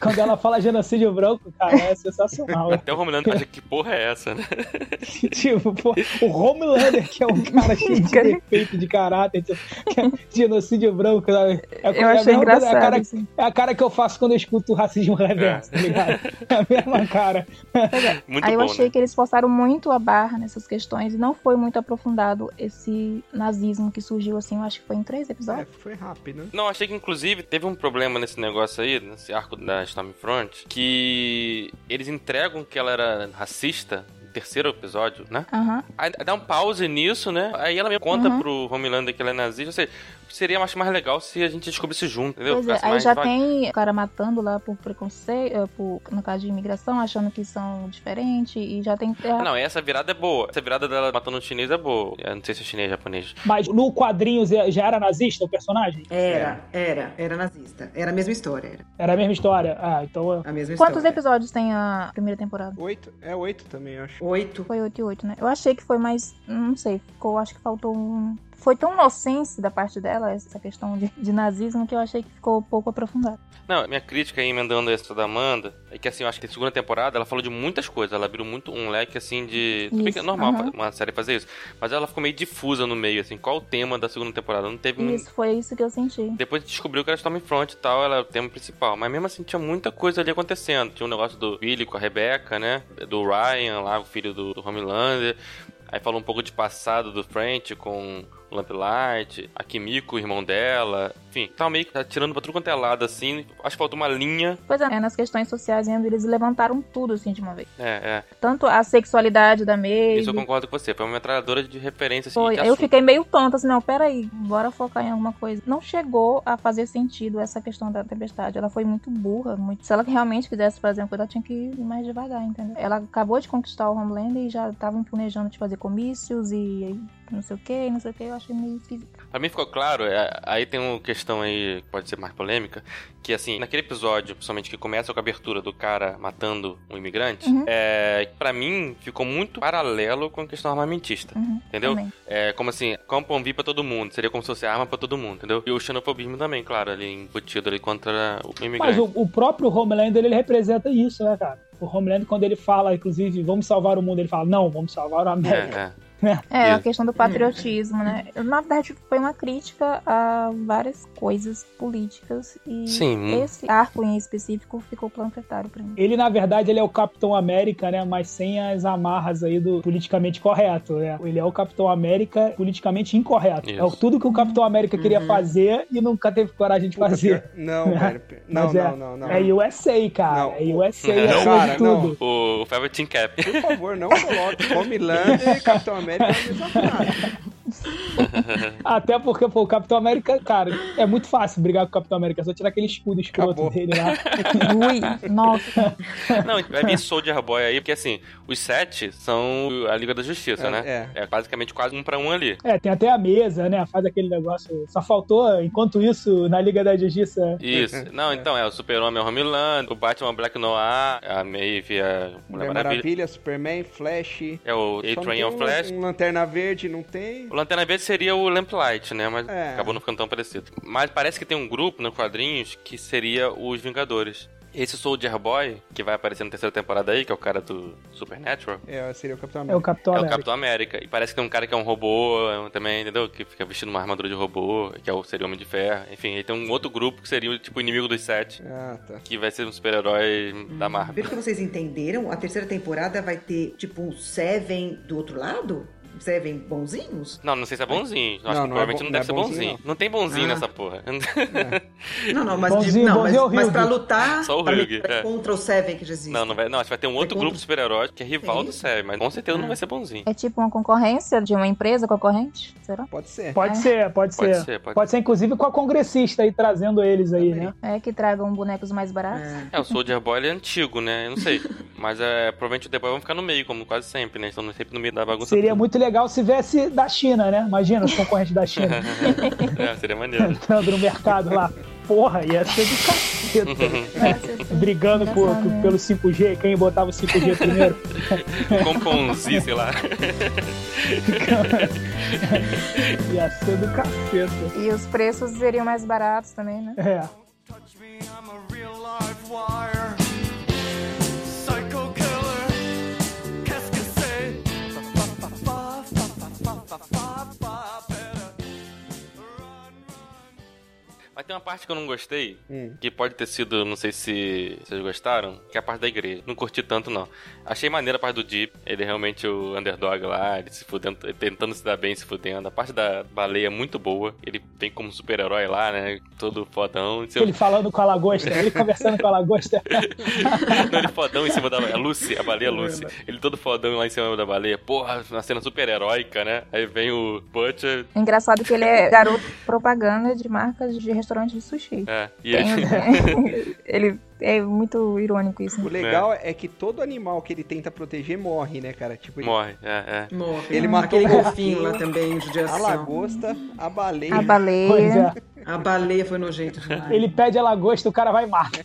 Speaker 3: Quando ela fala genocídio branco, cara, é sensacional.
Speaker 1: Até o Homelander acha que porra é essa, né?
Speaker 3: Tipo, pô, o Homelander, que é um cara cheio de defeito de caráter, tipo, que é genocídio branco, sabe? É,
Speaker 5: Eu achei
Speaker 3: a mesma coisa- É a, cara,
Speaker 5: engraçado. assim.
Speaker 3: é a cara que eu faço quando eu escuto o racismo reverso, tá ligado? É a mesma cara.
Speaker 1: Muito
Speaker 5: Aí eu
Speaker 1: bom,
Speaker 5: achei
Speaker 1: né?
Speaker 5: que eles forçaram muito a barra nessas questões e não foi muito aprofundado esse nazismo que surgiu assim, eu acho que foi em três
Speaker 2: É,
Speaker 5: episódios.
Speaker 2: foi rápido, né?
Speaker 1: Não, achei que inclusive teve um problema nesse negócio aí, nesse arco da Stormfront, que eles entregam que ela era racista no terceiro episódio, né?
Speaker 3: É.
Speaker 5: Aham.
Speaker 1: Aí dá um pause nisso, né? Aí ela mesmo conta
Speaker 5: Uhum.
Speaker 1: pro Homelander que ela é nazista, ou seja, seria mais, mais legal se a gente descobrisse junto, entendeu?
Speaker 5: Pois é,
Speaker 1: Ficasse
Speaker 5: aí
Speaker 1: mais
Speaker 5: já
Speaker 1: vago.
Speaker 5: tem o cara matando lá por preconceito, eh, por, no caso de imigração, achando que são diferentes e já tem. eh,
Speaker 1: Ah, Não, essa virada é boa. Essa virada dela matando um chinês é boa. Eu não sei se é chinês ou japonês.
Speaker 3: Mas no quadrinho já já era nazista o personagem?
Speaker 4: Era, era, era nazista. Era a mesma história, era
Speaker 3: Era a mesma história. Ah, então.
Speaker 4: a mesma
Speaker 5: Quantos
Speaker 4: história.
Speaker 5: episódios tem a primeira temporada?
Speaker 2: Oito? É oito também, eu acho.
Speaker 4: Oito.
Speaker 5: Foi 8 e 8, né? Eu achei que foi mais. Não sei, ficou. Acho que faltou um. Foi tão inocente da parte dela, essa questão de, de nazismo, que eu achei que ficou pouco aprofundado.
Speaker 1: Não, minha crítica aí, emendando essa da Amanda, é que assim, eu acho que na segunda temporada ela falou de muitas coisas. Ela abriu muito um leque assim de. Tudo bem que é
Speaker 5: Isso,
Speaker 1: normal
Speaker 5: aham.
Speaker 1: uma série fazer isso. Mas ela ficou meio difusa no meio, assim, qual o tema da segunda temporada? Não teve
Speaker 5: Isso, foi isso que eu senti.
Speaker 1: Depois descobriu que era Stormfront e tal, ela é o tema principal. Mas mesmo assim, tinha muita coisa ali acontecendo. Tinha um negócio do Billy com a Rebecca, né? Do Ryan lá, o filho do, do Homelander. Aí fala um pouco de passado do French com o Lamplight, a Kimiko, o irmão dela. Enfim, tá meio que tá tirando pra tudo quanto é lado, assim. Acho que faltou uma linha.
Speaker 5: Pois é, nas questões sociais mesmo, eles levantaram tudo assim de uma vez.
Speaker 1: É, é.
Speaker 5: Tanto a sexualidade da
Speaker 1: Isso eu
Speaker 5: Maeve.
Speaker 1: concordo com você. Foi uma metralhadora de referência, assim,
Speaker 5: Foi.
Speaker 1: de
Speaker 5: Aí eu
Speaker 1: assunto.
Speaker 5: fiquei meio tonta, assim, não, peraí, bora focar em alguma coisa. Não chegou a fazer sentido essa questão da tempestade. Ela foi muito burra, muito. Se ela realmente quisesse fazer uma coisa, ela tinha que ir mais devagar, entendeu? Ela acabou de conquistar o Homeland e já estavam planejando de fazer comícios e não sei o que, não sei o que. Eu achei meio esquisito.
Speaker 1: Pra mim ficou claro, é, aí tem uma questão aí que pode ser mais polêmica, que assim, naquele episódio, principalmente que começa com a abertura do cara matando um imigrante,
Speaker 5: Uhum.
Speaker 1: é, pra mim ficou muito paralelo com a questão armamentista.
Speaker 5: Uhum,
Speaker 1: Entendeu?
Speaker 5: também.
Speaker 1: É como assim, Compound V pra todo mundo, seria como se fosse arma pra todo mundo, entendeu? E o xenofobismo também, claro, ali embutido ali contra o
Speaker 3: Mas
Speaker 1: imigrante.
Speaker 3: o, o próprio Homelander, ele representa isso, né, cara? O Homelander, quando ele fala, inclusive, vamos salvar o mundo, ele fala, não, vamos salvar a
Speaker 1: É,
Speaker 3: América.
Speaker 1: é.
Speaker 5: É, a
Speaker 1: Isso.
Speaker 5: questão do patriotismo, né? Na verdade, foi uma crítica a várias coisas políticas e
Speaker 1: Sim.
Speaker 5: esse arco em específico ficou planetário pra mim.
Speaker 3: Ele, na verdade, ele é o Capitão América, né? Mas sem as amarras aí do politicamente correto, né? Ele é o Capitão América politicamente incorreto.
Speaker 1: Isso.
Speaker 3: É o- tudo que o Capitão América queria
Speaker 4: Uhum.
Speaker 3: fazer e nunca teve coragem de
Speaker 2: Puta,
Speaker 3: fazer.
Speaker 2: pior- Não, velho. pi- Não,
Speaker 3: Mas é-
Speaker 2: não, não, não.
Speaker 3: É USA, cara.
Speaker 2: Não.
Speaker 3: É USA
Speaker 1: Não,
Speaker 3: acima
Speaker 2: cara,
Speaker 3: de tudo.
Speaker 1: O, o Favorite Team Cap.
Speaker 2: Por favor, não coloque Homeland e Capitão América na mesma frase.
Speaker 3: Até porque, pô, o Capitão América, cara, é muito fácil brigar com o Capitão América. É só tirar aquele escudo escroto
Speaker 2: Acabou.
Speaker 3: dele lá.
Speaker 5: Ui, nossa.
Speaker 1: Não, vai vir Soldier Boy aí, porque assim, os sete são a Liga da Justiça,
Speaker 2: É,
Speaker 1: né? É. basicamente quase um pra um ali.
Speaker 3: É, tem até a mesa, né? Faz aquele negócio. Só faltou, enquanto isso, na Liga da Justiça.
Speaker 1: Isso. Não, então, é o Super-Homem, é o Homeland, o Batman, Black Noir, a Maeve, é a Mulher
Speaker 2: Mulher
Speaker 1: Maravilha.
Speaker 2: Maravilha, Superman, Flash.
Speaker 1: É o
Speaker 2: Só não
Speaker 1: A-Train
Speaker 2: tem
Speaker 1: of Flash.
Speaker 2: Um, um Lanterna Verde, não tem?
Speaker 1: O Lanterna Verde seria o Lamplight, né? Mas
Speaker 2: É.
Speaker 1: acabou não ficando tão parecido. Mas parece que tem um grupo nos quadrinhos que seria os Vingadores. Esse Soldier Boy, que vai aparecer na terceira temporada aí, que é o cara do Supernatural,
Speaker 2: É, seria o Capitão
Speaker 3: É o
Speaker 2: América.
Speaker 3: Capitão
Speaker 1: é o
Speaker 3: América.
Speaker 1: Capitão América. E parece que tem um cara que é um robô é um também, entendeu? Que fica vestindo uma armadura de robô, que é o, seria o Homem de Ferro. Enfim, aí tem um outro grupo que seria o tipo inimigo dos sete,
Speaker 2: Ah, tá.
Speaker 1: que vai ser um super-herói
Speaker 2: Hum.
Speaker 1: da Marvel.
Speaker 4: Pelo que vocês entenderam, a terceira temporada vai ter, tipo, um Seven do outro lado? Seven bonzinhos?
Speaker 1: Não, não sei se é bonzinho. Acho
Speaker 2: Não,
Speaker 1: que
Speaker 2: não é
Speaker 1: provavelmente
Speaker 2: bom-
Speaker 1: não
Speaker 2: não é
Speaker 1: deve ser
Speaker 2: bonzinho,
Speaker 1: bonzinho. Não,
Speaker 2: não.
Speaker 1: tem bonzinho
Speaker 4: Ah.
Speaker 1: nessa porra.
Speaker 4: Não, não, mas,
Speaker 3: Bonzinho,
Speaker 4: não,
Speaker 3: bonzinho é o
Speaker 4: mas, mas
Speaker 3: Hugh.
Speaker 4: pra lutar.
Speaker 1: Só o
Speaker 4: pra
Speaker 1: Hugh,
Speaker 4: lutar
Speaker 1: é.
Speaker 4: Contra o Seven que já existe.
Speaker 1: Não, não vai. Não, acho que vai ter um outro
Speaker 4: É
Speaker 1: grupo
Speaker 4: contra-
Speaker 1: de super-herói que é rival
Speaker 4: É
Speaker 1: do
Speaker 4: isso?
Speaker 1: Seven, mas com certeza não
Speaker 4: Ah.
Speaker 1: vai ser bonzinho.
Speaker 5: É tipo uma concorrência de uma empresa concorrente? Será?
Speaker 2: Pode ser.
Speaker 3: Pode
Speaker 5: É.
Speaker 3: ser, pode,
Speaker 1: Pode
Speaker 3: ser.
Speaker 1: ser, pode,
Speaker 3: Pode ser, inclusive, com a congressista aí trazendo eles aí, né?
Speaker 5: É que tragam bonecos mais baratos?
Speaker 4: É.
Speaker 1: É, o Soldier Boy ele é antigo, né? Eu não sei. mas é, provavelmente o The Boy vão ficar no meio, como quase sempre, né? Eles estão sempre no meio da bagunça.
Speaker 3: Seria
Speaker 1: toda.
Speaker 3: muito legal se viesse da China, né? Imagina os concorrentes da China
Speaker 1: é, seria maneiro.
Speaker 3: entrando no mercado lá. Porra, ia ser do caceta.
Speaker 5: É,
Speaker 3: Brigando por,
Speaker 5: Engraçado, né?
Speaker 3: pelo 5G, quem botava o 5G primeiro.
Speaker 1: Com Ponzi, sei lá.
Speaker 3: Ia ser do caceta.
Speaker 5: E os preços seriam mais baratos também, né?
Speaker 3: É.
Speaker 6: Touch me, I'm a real live wire. Psycho killer. Qu'est-ce que c'est? Fa, fa, fa, fa, fa, fa, fa, fa, fa, better run, run.
Speaker 1: Mas tem uma parte que eu não gostei,
Speaker 2: Hum.
Speaker 1: que pode ter sido, não sei se vocês gostaram, que é a parte da igreja. Não curti tanto, não. Achei maneira a parte do Jeep, ele é realmente o underdog lá, ele se fudendo, ele tentando se dar bem, se fudendo. A parte da baleia é muito boa, ele vem como super-herói lá, né? Todo fodão.
Speaker 3: Ele falando com a lagosta, ele conversando com a lagosta.
Speaker 1: Não, ele é fodão em cima da baleia. A Lucy, a baleia Lucy. Ele todo fodão lá em cima da baleia. Porra, uma cena super heróica, né? Aí vem o Butcher.
Speaker 5: Engraçado que ele é garoto propaganda de marcas de restaurantes de sushi.
Speaker 1: É, e
Speaker 5: Tem- um-
Speaker 1: ele,
Speaker 5: ele é muito irônico isso. né?
Speaker 2: O legal é. que todo animal que ele tenta proteger morre, né, cara? Tipo, ele-
Speaker 1: morre. É, é.
Speaker 4: Morre.
Speaker 2: Ele matou
Speaker 4: Aquele
Speaker 2: o
Speaker 4: golfinho lá
Speaker 2: golfinho,
Speaker 4: também, judiação.
Speaker 2: a lagosta, a baleia.
Speaker 5: A
Speaker 3: Pois
Speaker 5: baleia.
Speaker 3: é.
Speaker 4: A baleia foi nojento demais.
Speaker 3: Ele pede a lagosta, o cara vai e mata.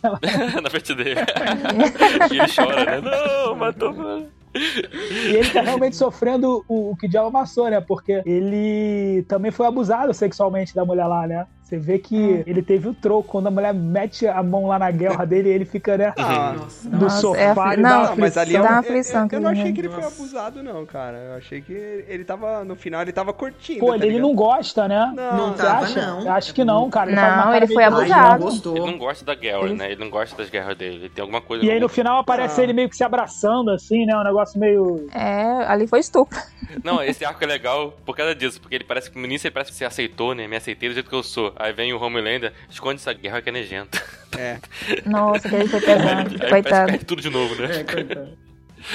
Speaker 1: Na frente dele. e ele chora, né? Não, matou. mano.
Speaker 3: E ele tá realmente sofrendo o, o que o diabo amassou, né? Porque ele também foi abusado sexualmente da mulher lá, né? Você vê que ele teve o troco. Quando a mulher mete a mão lá na guerra dele, ele fica, né?
Speaker 2: Ah,
Speaker 4: Nossa,
Speaker 3: Do sofá,
Speaker 5: é afli-
Speaker 3: ele dá
Speaker 5: não,
Speaker 3: uma
Speaker 2: Não, mas ali
Speaker 5: dá
Speaker 2: eu,
Speaker 5: uma
Speaker 2: eu-
Speaker 5: aflição. é.
Speaker 2: eu,
Speaker 5: aquele
Speaker 2: não achei
Speaker 5: momento.
Speaker 2: que ele foi
Speaker 4: Nossa.
Speaker 2: abusado, não, cara. Eu achei que ele tava, no final, ele tava curtindo.
Speaker 3: Pô,
Speaker 2: tá
Speaker 3: ele
Speaker 2: ligado?
Speaker 3: não gosta, né?
Speaker 2: Não,
Speaker 4: Não
Speaker 3: Você
Speaker 4: tava,
Speaker 3: acha?
Speaker 4: não.
Speaker 3: Eu Acho que não, cara. faz uma
Speaker 5: Não,
Speaker 3: cara
Speaker 5: ele
Speaker 3: meio
Speaker 5: foi
Speaker 3: de-
Speaker 4: Ai,
Speaker 5: abusado.
Speaker 4: não gostou.
Speaker 1: Ele não gosta da Gary, né? Ele não gosta das guerras dele. Ele tem alguma coisa.
Speaker 3: E aí no final aparece
Speaker 2: Ah.
Speaker 3: ele meio que se abraçando, assim, né? Um negócio meio.
Speaker 5: É, ali foi estupro.
Speaker 1: Não, esse arco é legal por causa disso, porque ele parece que no início ele parece que se aceitou, né? Me aceitei do jeito que eu sou. Aí vem o Homelander, esconde essa guerra que é nojenta.
Speaker 2: É,
Speaker 5: Nossa, que ele foi
Speaker 1: Aí ele-
Speaker 5: pesado.
Speaker 1: aí parece que
Speaker 5: Coitado.
Speaker 1: perde tudo de novo, né?
Speaker 4: É, coitado.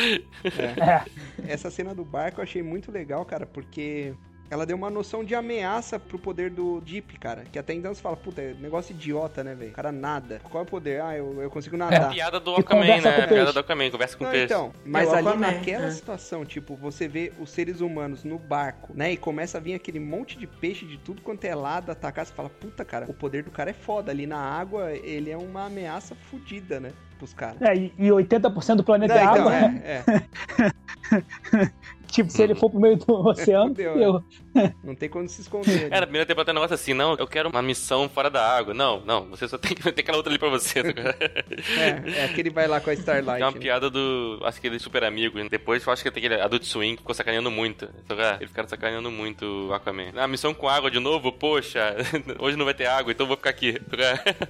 Speaker 3: É.
Speaker 2: essa cena do barco eu achei muito legal, cara, porque ela deu uma noção de ameaça pro poder do Jeep, cara. Que até então você fala, puta, é negócio idiota, né, velho? O cara nada. Qual é o poder? Ah, eu, eu consigo
Speaker 1: A
Speaker 2: nadar.
Speaker 1: piada do
Speaker 3: É. E
Speaker 1: Aquaman,
Speaker 3: conversa
Speaker 1: né?
Speaker 3: com
Speaker 1: A
Speaker 3: o
Speaker 1: piada
Speaker 3: peixe.
Speaker 1: do Aquaman, conversa com o
Speaker 2: Não,
Speaker 1: peixe.
Speaker 2: então, mas
Speaker 4: o
Speaker 2: ali
Speaker 4: Aquaman,
Speaker 2: naquela
Speaker 4: é.
Speaker 2: situação, tipo, você vê os seres humanos no barco, né? E começa a vir aquele monte de peixe de tudo quanto é lado atacar. Você fala, puta, cara, o poder do cara é foda. Ali na água, ele é uma ameaça fodida, né? Pros caras.
Speaker 3: É, e e 80% do planeta é água.
Speaker 2: é, é.
Speaker 3: Tipo, se ele for pro meio do oceano,
Speaker 2: Fudeu,
Speaker 3: eu...
Speaker 2: Não tem como se esconder.
Speaker 1: Era,
Speaker 2: né?
Speaker 1: a primeira temporada um negócio assim, não, eu quero uma missão fora da água. Não, não, você só tem que ter aquela outra ali pra você. tá
Speaker 2: É, é aquele vai lá com a Starlight.
Speaker 1: Tem uma
Speaker 2: né?
Speaker 1: piada do. Acho que ele super amigo. Depois eu acho que tem aquele Adult Swing que ficou sacaneando muito. Então, cara, Eles ficaram sacaneando muito o Aquaman. Ah, missão com água de novo? Poxa, hoje não vai ter água, então eu vou ficar aqui. Então, cara,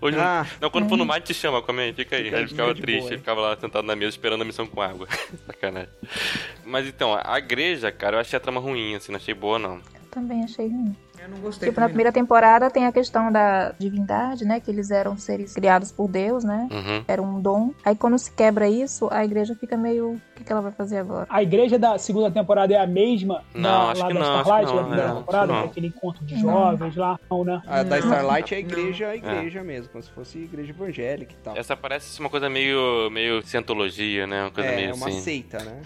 Speaker 1: Hoje não-
Speaker 2: Ah.
Speaker 1: não. quando for no mar, te chama, Aquaman, fica aí.
Speaker 2: Fica
Speaker 1: Aí ele
Speaker 2: de-
Speaker 1: ficava
Speaker 2: de
Speaker 1: triste,
Speaker 2: boa,
Speaker 1: ele
Speaker 2: hein?
Speaker 1: ficava lá sentado na mesa esperando a missão com água. Sacanagem. Mas então, a igreja, cara, eu achei a trama ruim, assim, não achei boa, não.
Speaker 5: Também achei ruim.
Speaker 4: Eu não gostei
Speaker 5: Tipo, na
Speaker 4: também,
Speaker 5: primeira temporada tem a questão da divindade, né? Que eles eram seres criados por Deus, né?
Speaker 1: Uhum.
Speaker 5: Era um dom. Aí quando se quebra isso, a igreja fica meio. O que, que ela vai fazer agora?
Speaker 3: A igreja da segunda temporada é a mesma
Speaker 1: Não,
Speaker 3: da,
Speaker 1: acho
Speaker 3: lá
Speaker 1: que
Speaker 3: da
Speaker 1: não, acho que
Speaker 3: Starlight,
Speaker 1: não,
Speaker 3: da primeira
Speaker 1: não,
Speaker 3: temporada, né,
Speaker 1: acho que não.
Speaker 3: aquele encontro de jovens lá, não, né?
Speaker 2: A da
Speaker 4: Não.
Speaker 2: Starlight é
Speaker 4: Não.
Speaker 2: igreja, a igreja mesmo, como se fosse igreja evangélica e tal.
Speaker 1: Essa parece uma coisa meio, meio cientologia, né? Uma coisa
Speaker 2: é,
Speaker 1: meio
Speaker 2: é uma
Speaker 1: assim.
Speaker 2: seita, né?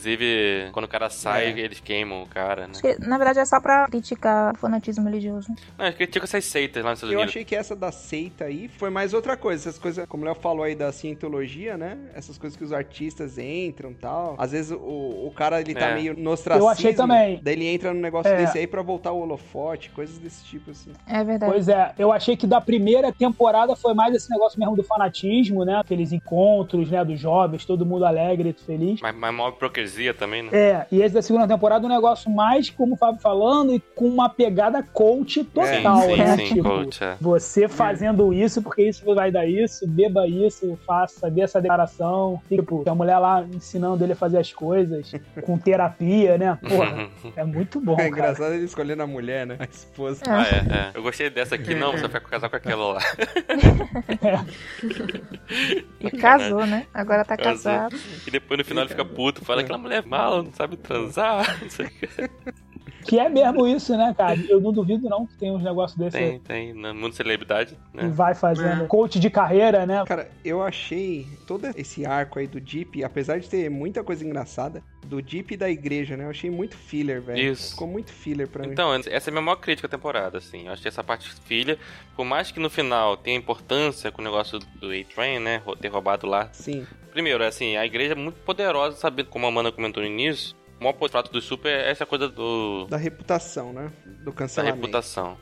Speaker 1: Inclusive, quando o cara sai,
Speaker 2: É.
Speaker 1: eles queimam o cara, né?
Speaker 5: Acho que, na verdade, é só pra criticar o fanatismo religioso.
Speaker 1: Não, eles criticam É, essas seitas lá nos Estados
Speaker 2: Eu
Speaker 1: Unidos.
Speaker 2: achei que essa da seita aí foi mais outra coisa. Essas coisas, como o Léo falou aí da cientologia, né? Essas coisas que os artistas entram e tal. Às vezes o, o cara, ele tá
Speaker 1: É.
Speaker 2: meio no ostracismo.
Speaker 3: Eu achei também.
Speaker 2: Daí ele entra num negócio
Speaker 3: É.
Speaker 2: desse aí pra voltar o holofote, coisas desse tipo, assim.
Speaker 5: É verdade.
Speaker 3: Pois é, eu achei que da primeira temporada foi mais esse negócio mesmo do fanatismo, né? Aqueles encontros, né, dos jovens, todo mundo alegre, feliz.
Speaker 1: Mas, mas maior hipocrisia também, né?
Speaker 3: É, e esse da segunda temporada é um negócio mais, como o Fábio falando, e com uma pegada coach total,
Speaker 1: É, sim,
Speaker 3: né?
Speaker 1: sim,
Speaker 3: tipo,
Speaker 1: coach, é.
Speaker 3: Você fazendo isso, porque isso vai dar isso, beba isso, faça, dê essa declaração. Tipo, tem a mulher lá ensinando ele a fazer as coisas, com terapia, né? Porra, é muito bom,
Speaker 2: é
Speaker 3: cara.
Speaker 2: engraçado ele escolhendo a mulher, né? A esposa.
Speaker 5: É.
Speaker 1: Ah, é, é. Eu gostei dessa aqui, não, você vai casar com aquela lá.
Speaker 5: E casou, né? Agora tá
Speaker 1: é. Casou.
Speaker 5: casado.
Speaker 1: E depois no final ele fica puto, fala que aquela mulher é mala, não sabe transar. Não sei o que.
Speaker 3: Que é mesmo isso, né, cara? Eu não duvido não que tem uns negócios desse aí.
Speaker 1: Tem, tem. No mundo de celebridade,
Speaker 2: é.
Speaker 3: E
Speaker 1: né?
Speaker 3: vai fazendo. Coach de carreira, né?
Speaker 2: Cara, eu achei todo esse arco aí do Jeep, apesar de ter muita coisa engraçada, do Jeep e da igreja, né? Eu achei muito filler, velho.
Speaker 1: Isso.
Speaker 2: Ficou muito filler pra mim.
Speaker 1: Então, essa é a minha maior crítica à temporada, assim. Eu achei essa parte filha, por mais que no final tenha importância com o negócio do A-Train, né? rou- Ter roubado lá
Speaker 2: Sim.
Speaker 1: Primeiro, assim, a igreja é muito poderosa, sabe? Como a Amanda comentou no início, o maior contrato do super é essa coisa do,
Speaker 2: Da reputação, né? Do
Speaker 1: da
Speaker 2: cancelamento.
Speaker 1: reputação.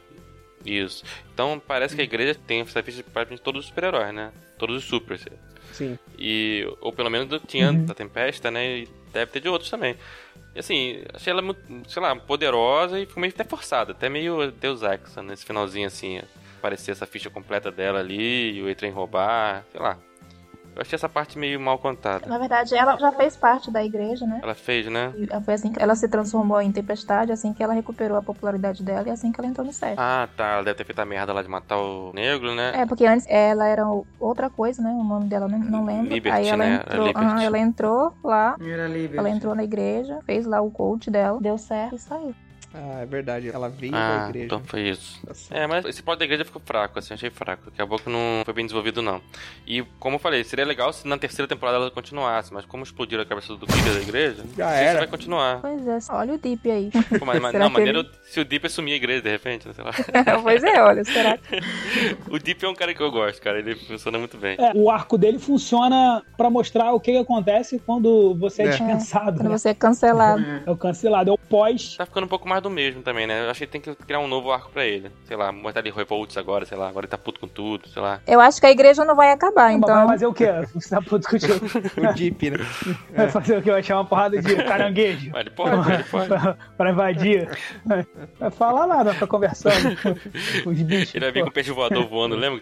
Speaker 1: Isso. Então parece que a igreja tem essa ficha de praticamente todos os super-heróis, né? Todos os supers.
Speaker 2: Sim.
Speaker 1: E, ou pelo menos do- tinha
Speaker 2: Uhum.
Speaker 1: da Tempesta, né? E deve ter de outros também. E assim, achei ela muito, sei lá, poderosa e ficou meio até forçada, até meio Deus Ex, né? nesse finalzinho assim. Aparecer essa ficha completa dela ali, e o E-Train roubar, sei lá. Eu achei essa parte meio mal contada.
Speaker 5: Na verdade, ela já fez parte da igreja, né?
Speaker 1: Ela fez, né?
Speaker 5: E foi assim que ela se transformou em tempestade, assim que ela recuperou a popularidade dela e assim que ela entrou no set.
Speaker 1: Ah, tá. Ela deve ter feito a merda lá de matar o negro, né?
Speaker 5: É, porque antes ela era o- outra coisa, né? O nome dela eu não, não lembro.
Speaker 1: Liberty,
Speaker 5: Aí ela
Speaker 1: né?
Speaker 5: entrou,
Speaker 1: Liberty.
Speaker 5: aham, ela entrou lá,
Speaker 4: Era livre.
Speaker 5: ela entrou na igreja, fez lá o coach dela, deu certo e saiu.
Speaker 2: Ah, é verdade. Ela veio da
Speaker 1: ah,
Speaker 2: igreja.
Speaker 1: então foi isso.
Speaker 2: Tá certo.
Speaker 1: É, mas esse plot da igreja ficou fraco, assim, achei fraco. Acabou que não foi bem desenvolvido, não. E, como eu falei, seria legal se na terceira temporada ela continuasse, mas como explodiram a cabeça do líder da igreja,
Speaker 2: Já
Speaker 1: não sei se
Speaker 2: era.
Speaker 1: vai continuar.
Speaker 5: Pois é, olha o Deep aí.
Speaker 1: Pô, mas, mas,
Speaker 5: Será
Speaker 1: não,
Speaker 5: que
Speaker 1: maneiro se o Deep assumir a igreja, de repente, né? sei lá.
Speaker 5: pois é, olha, será que.
Speaker 1: O Deep é um cara que eu gosto, cara, ele funciona muito bem.
Speaker 3: É, o arco dele funciona pra mostrar o que, que acontece quando você é,
Speaker 2: É.
Speaker 3: dispensado,
Speaker 5: Quando
Speaker 3: né?
Speaker 5: você é cancelado.
Speaker 3: É o cancelado, é o pós.
Speaker 1: Tá ficando um pouco mais mais do mesmo também, né? Eu acho que tem que criar um novo arco pra ele. Sei lá, mostrar ele Revolts agora, sei lá, agora ele tá puto com tudo, sei lá.
Speaker 5: Eu acho que a igreja não vai acabar, então.
Speaker 3: Vai fazer o quê? Você tá puto contigo.
Speaker 2: O Deep, né?
Speaker 3: Vai fazer o quê? Vai chamar uma porrada de caranguejo.
Speaker 1: Mas ele pode, ele pode.
Speaker 3: pra, pra invadir. É, Vai- Vai falar nada, vai ficar conversando com os bichos.
Speaker 1: Ele é vai vir
Speaker 3: pô. É,
Speaker 1: com o peixe voador voando, lembra?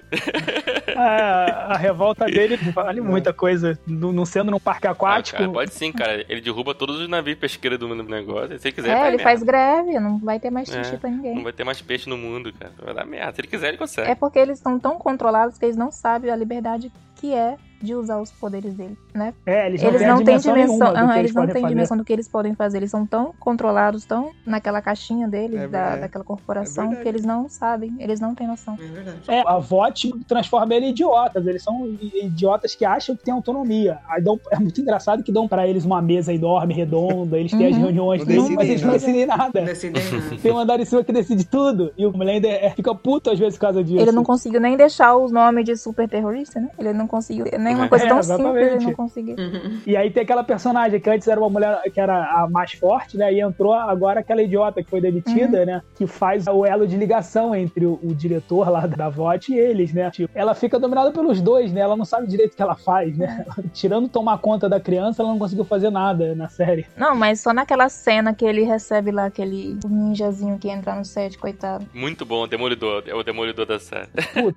Speaker 3: a, a revolta dele vale muita coisa. Não não sendo num parque
Speaker 1: Ah,
Speaker 3: aquático.
Speaker 1: cara, pode sim, cara. Ele derruba todos os navios pesqueiros do negócio. Se ele quiser,
Speaker 5: É,
Speaker 1: vai
Speaker 5: ele
Speaker 1: merda.
Speaker 5: faz greve, não vai ter mais
Speaker 1: É,
Speaker 5: xixi pra
Speaker 1: Não
Speaker 5: ninguém.
Speaker 1: vai ter mais peixe no mundo, cara. Vai dar merda. Se ele quiser, ele consegue.
Speaker 5: É porque eles estão tão controlados que eles não sabem a liberdade que é de usar os poderes dele, né?
Speaker 3: É, eles não
Speaker 5: Eles
Speaker 3: têm
Speaker 5: não têm
Speaker 3: dimensão, nenhuma
Speaker 5: dimensão,
Speaker 3: do
Speaker 5: aham,
Speaker 3: que
Speaker 5: eles não
Speaker 3: podem
Speaker 5: têm
Speaker 3: fazer.
Speaker 5: dimensão do que eles podem fazer. Eles são tão controlados, tão naquela caixinha deles,
Speaker 2: É
Speaker 5: da,
Speaker 2: verdade.
Speaker 5: daquela
Speaker 2: É
Speaker 5: corporação,
Speaker 2: verdade.
Speaker 5: que eles não sabem, eles não têm noção.
Speaker 4: É verdade.
Speaker 3: É, a VOT transforma ele em idiotas. Eles são i- idiotas que acham que têm autonomia. Aí dão- é muito engraçado que dão pra eles uma mesa enorme, redonda, eles têm as
Speaker 5: Uhum.
Speaker 3: reuniões,
Speaker 2: Não
Speaker 3: tudo, mas
Speaker 2: decidem
Speaker 3: eles não
Speaker 2: nada.
Speaker 3: decidem nada.
Speaker 4: Não decidem nada.
Speaker 3: Tem um andar em cima que decide tudo. E o Blender é- fica puto às vezes por causa disso.
Speaker 5: Ele não conseguiu nem deixar os nomes de super terrorista, né? Ele não conseguiu. Nenhuma
Speaker 1: É,
Speaker 5: coisa tão
Speaker 3: exatamente.
Speaker 5: simples ele não conseguiu.
Speaker 4: Uhum.
Speaker 3: E aí tem aquela personagem que antes era uma mulher que era a mais forte, né? E entrou agora aquela idiota que foi demitida, né? Que faz o elo de ligação entre o, o diretor lá da VOT e eles, né? Tipo, ela fica dominada pelos dois, né? Ela não sabe direito o que ela faz, né? Tirando tomar conta da criança, ela não conseguiu fazer nada na série.
Speaker 5: Não, mas só naquela cena que ele recebe lá aquele ninjazinho que entra no set, coitado.
Speaker 1: Muito bom, Demolidor. É o Demolidor da série.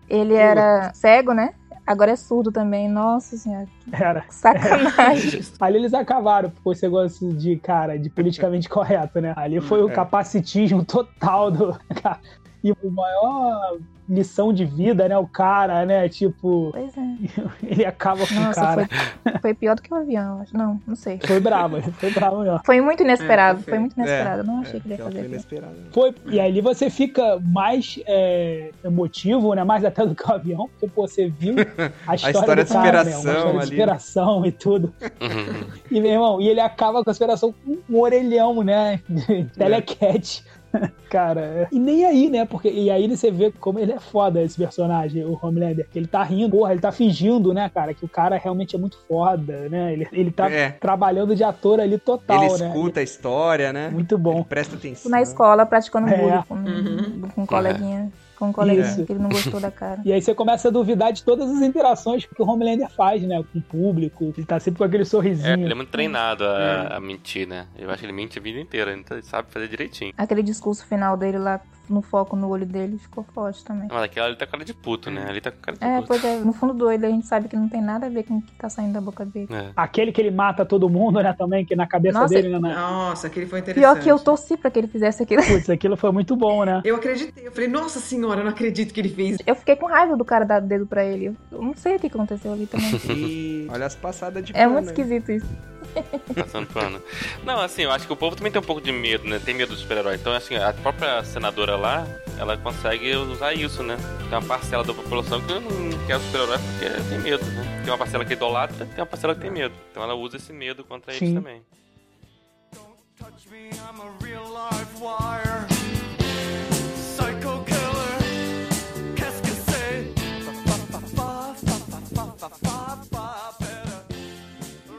Speaker 5: Ele era cego, né? Agora é surdo também. Nossa senhora,
Speaker 3: Era.
Speaker 5: que sacanagem.
Speaker 3: Ali eles acabaram com esse negócio de, cara, de politicamente correto, né? Ali foi o
Speaker 2: É.
Speaker 3: capacitismo total do. E o maior missão de vida, né? O cara, né? Tipo,
Speaker 5: pois é.
Speaker 3: ele acaba com o
Speaker 5: Nossa,
Speaker 3: cara.
Speaker 5: foi, foi pior do que o avião, eu acho. Não, não sei.
Speaker 3: Foi brabo, ele foi brabo mesmo.
Speaker 5: Foi muito inesperado,
Speaker 4: É, foi
Speaker 5: foi muito
Speaker 2: feio.
Speaker 5: inesperado. Eu não
Speaker 2: É,
Speaker 5: achei que ele ia
Speaker 2: ela
Speaker 5: fazer
Speaker 2: foi
Speaker 5: aquilo.
Speaker 2: inesperada.
Speaker 3: Foi, e ali você fica mais é, emotivo, né? Mais até do que o avião, porque pô, você viu a história,
Speaker 2: história
Speaker 3: do
Speaker 2: de
Speaker 3: cara, né?
Speaker 2: superação
Speaker 3: Uma história de
Speaker 2: ali.
Speaker 3: superação e tudo.
Speaker 1: Uhum.
Speaker 3: E, meu irmão, e ele acaba com a superação com um orelhão, né? Telecat. Cara, é. e nem aí, né? Porque e aí você vê como ele é foda esse personagem, o Homelander. Ele tá rindo, porra, ele tá fingindo, né, cara? Que o cara realmente é muito foda, né? Ele, ele tá
Speaker 2: É.
Speaker 3: trabalhando de ator ali total,
Speaker 5: Tá
Speaker 2: Ele
Speaker 3: né?
Speaker 2: escuta a história, né?
Speaker 3: Muito bom.
Speaker 2: Ele presta atenção.
Speaker 5: Na escola, praticando
Speaker 3: É.
Speaker 5: bullying com,
Speaker 4: Uhum.
Speaker 5: com um coleguinha. Com um coleguinha
Speaker 3: Isso.
Speaker 5: que ele não gostou da cara.
Speaker 3: E aí você começa a duvidar de todas as interações que o Homelander faz, né? Com o público. Ele tá sempre com aquele
Speaker 1: É,
Speaker 3: sorrisinho.
Speaker 1: ele é muito treinado
Speaker 5: É.
Speaker 1: a, a mentir, né? Eu acho que ele mente a vida inteira, então ele sabe fazer direitinho.
Speaker 5: Aquele discurso final dele lá, no foco no olho dele, ficou forte também.
Speaker 1: Mas aquela ali tá com cara de puto, né? Ali tá com cara de
Speaker 5: É,
Speaker 1: puto.
Speaker 4: Tipo,
Speaker 5: pois é, no fundo do olho a gente sabe que não tem nada a ver com o que tá saindo da boca dele.
Speaker 1: É.
Speaker 3: Aquele que ele mata todo mundo, né? Também, que na cabeça
Speaker 5: Nossa,
Speaker 3: dele, né? na-
Speaker 4: Nossa, aquele foi interessante.
Speaker 5: Pior que eu torci pra que ele fizesse aquilo.
Speaker 3: Putz, aquilo foi muito bom, né?
Speaker 4: Eu acreditei. Eu falei, nossa senhora, eu não acredito que ele fez.
Speaker 5: Eu fiquei com raiva do cara dar dedo pra ele. Eu não sei o que aconteceu ali também.
Speaker 2: E olha as passadas de
Speaker 5: É
Speaker 2: pano,
Speaker 5: muito
Speaker 2: né?
Speaker 5: esquisito isso.
Speaker 1: Passando pano. Não, assim, eu acho que o povo também tem um pouco de medo, né? Tem medo do super-herói. Então, assim, a própria senadora lá, ela consegue usar isso, né? Tem uma parcela da população que não quer o super-herói porque tem medo, né? Tem uma parcela que idolatra, tem uma parcela que tem medo. Então ela usa esse medo contra eles
Speaker 3: Sim.
Speaker 1: também.
Speaker 6: Touch me, I'm a real live wire. Psycho killer. Qu'est-ce que c'est? Fa, fa, fa, fa, fa, fa, fa, fa, fa, better.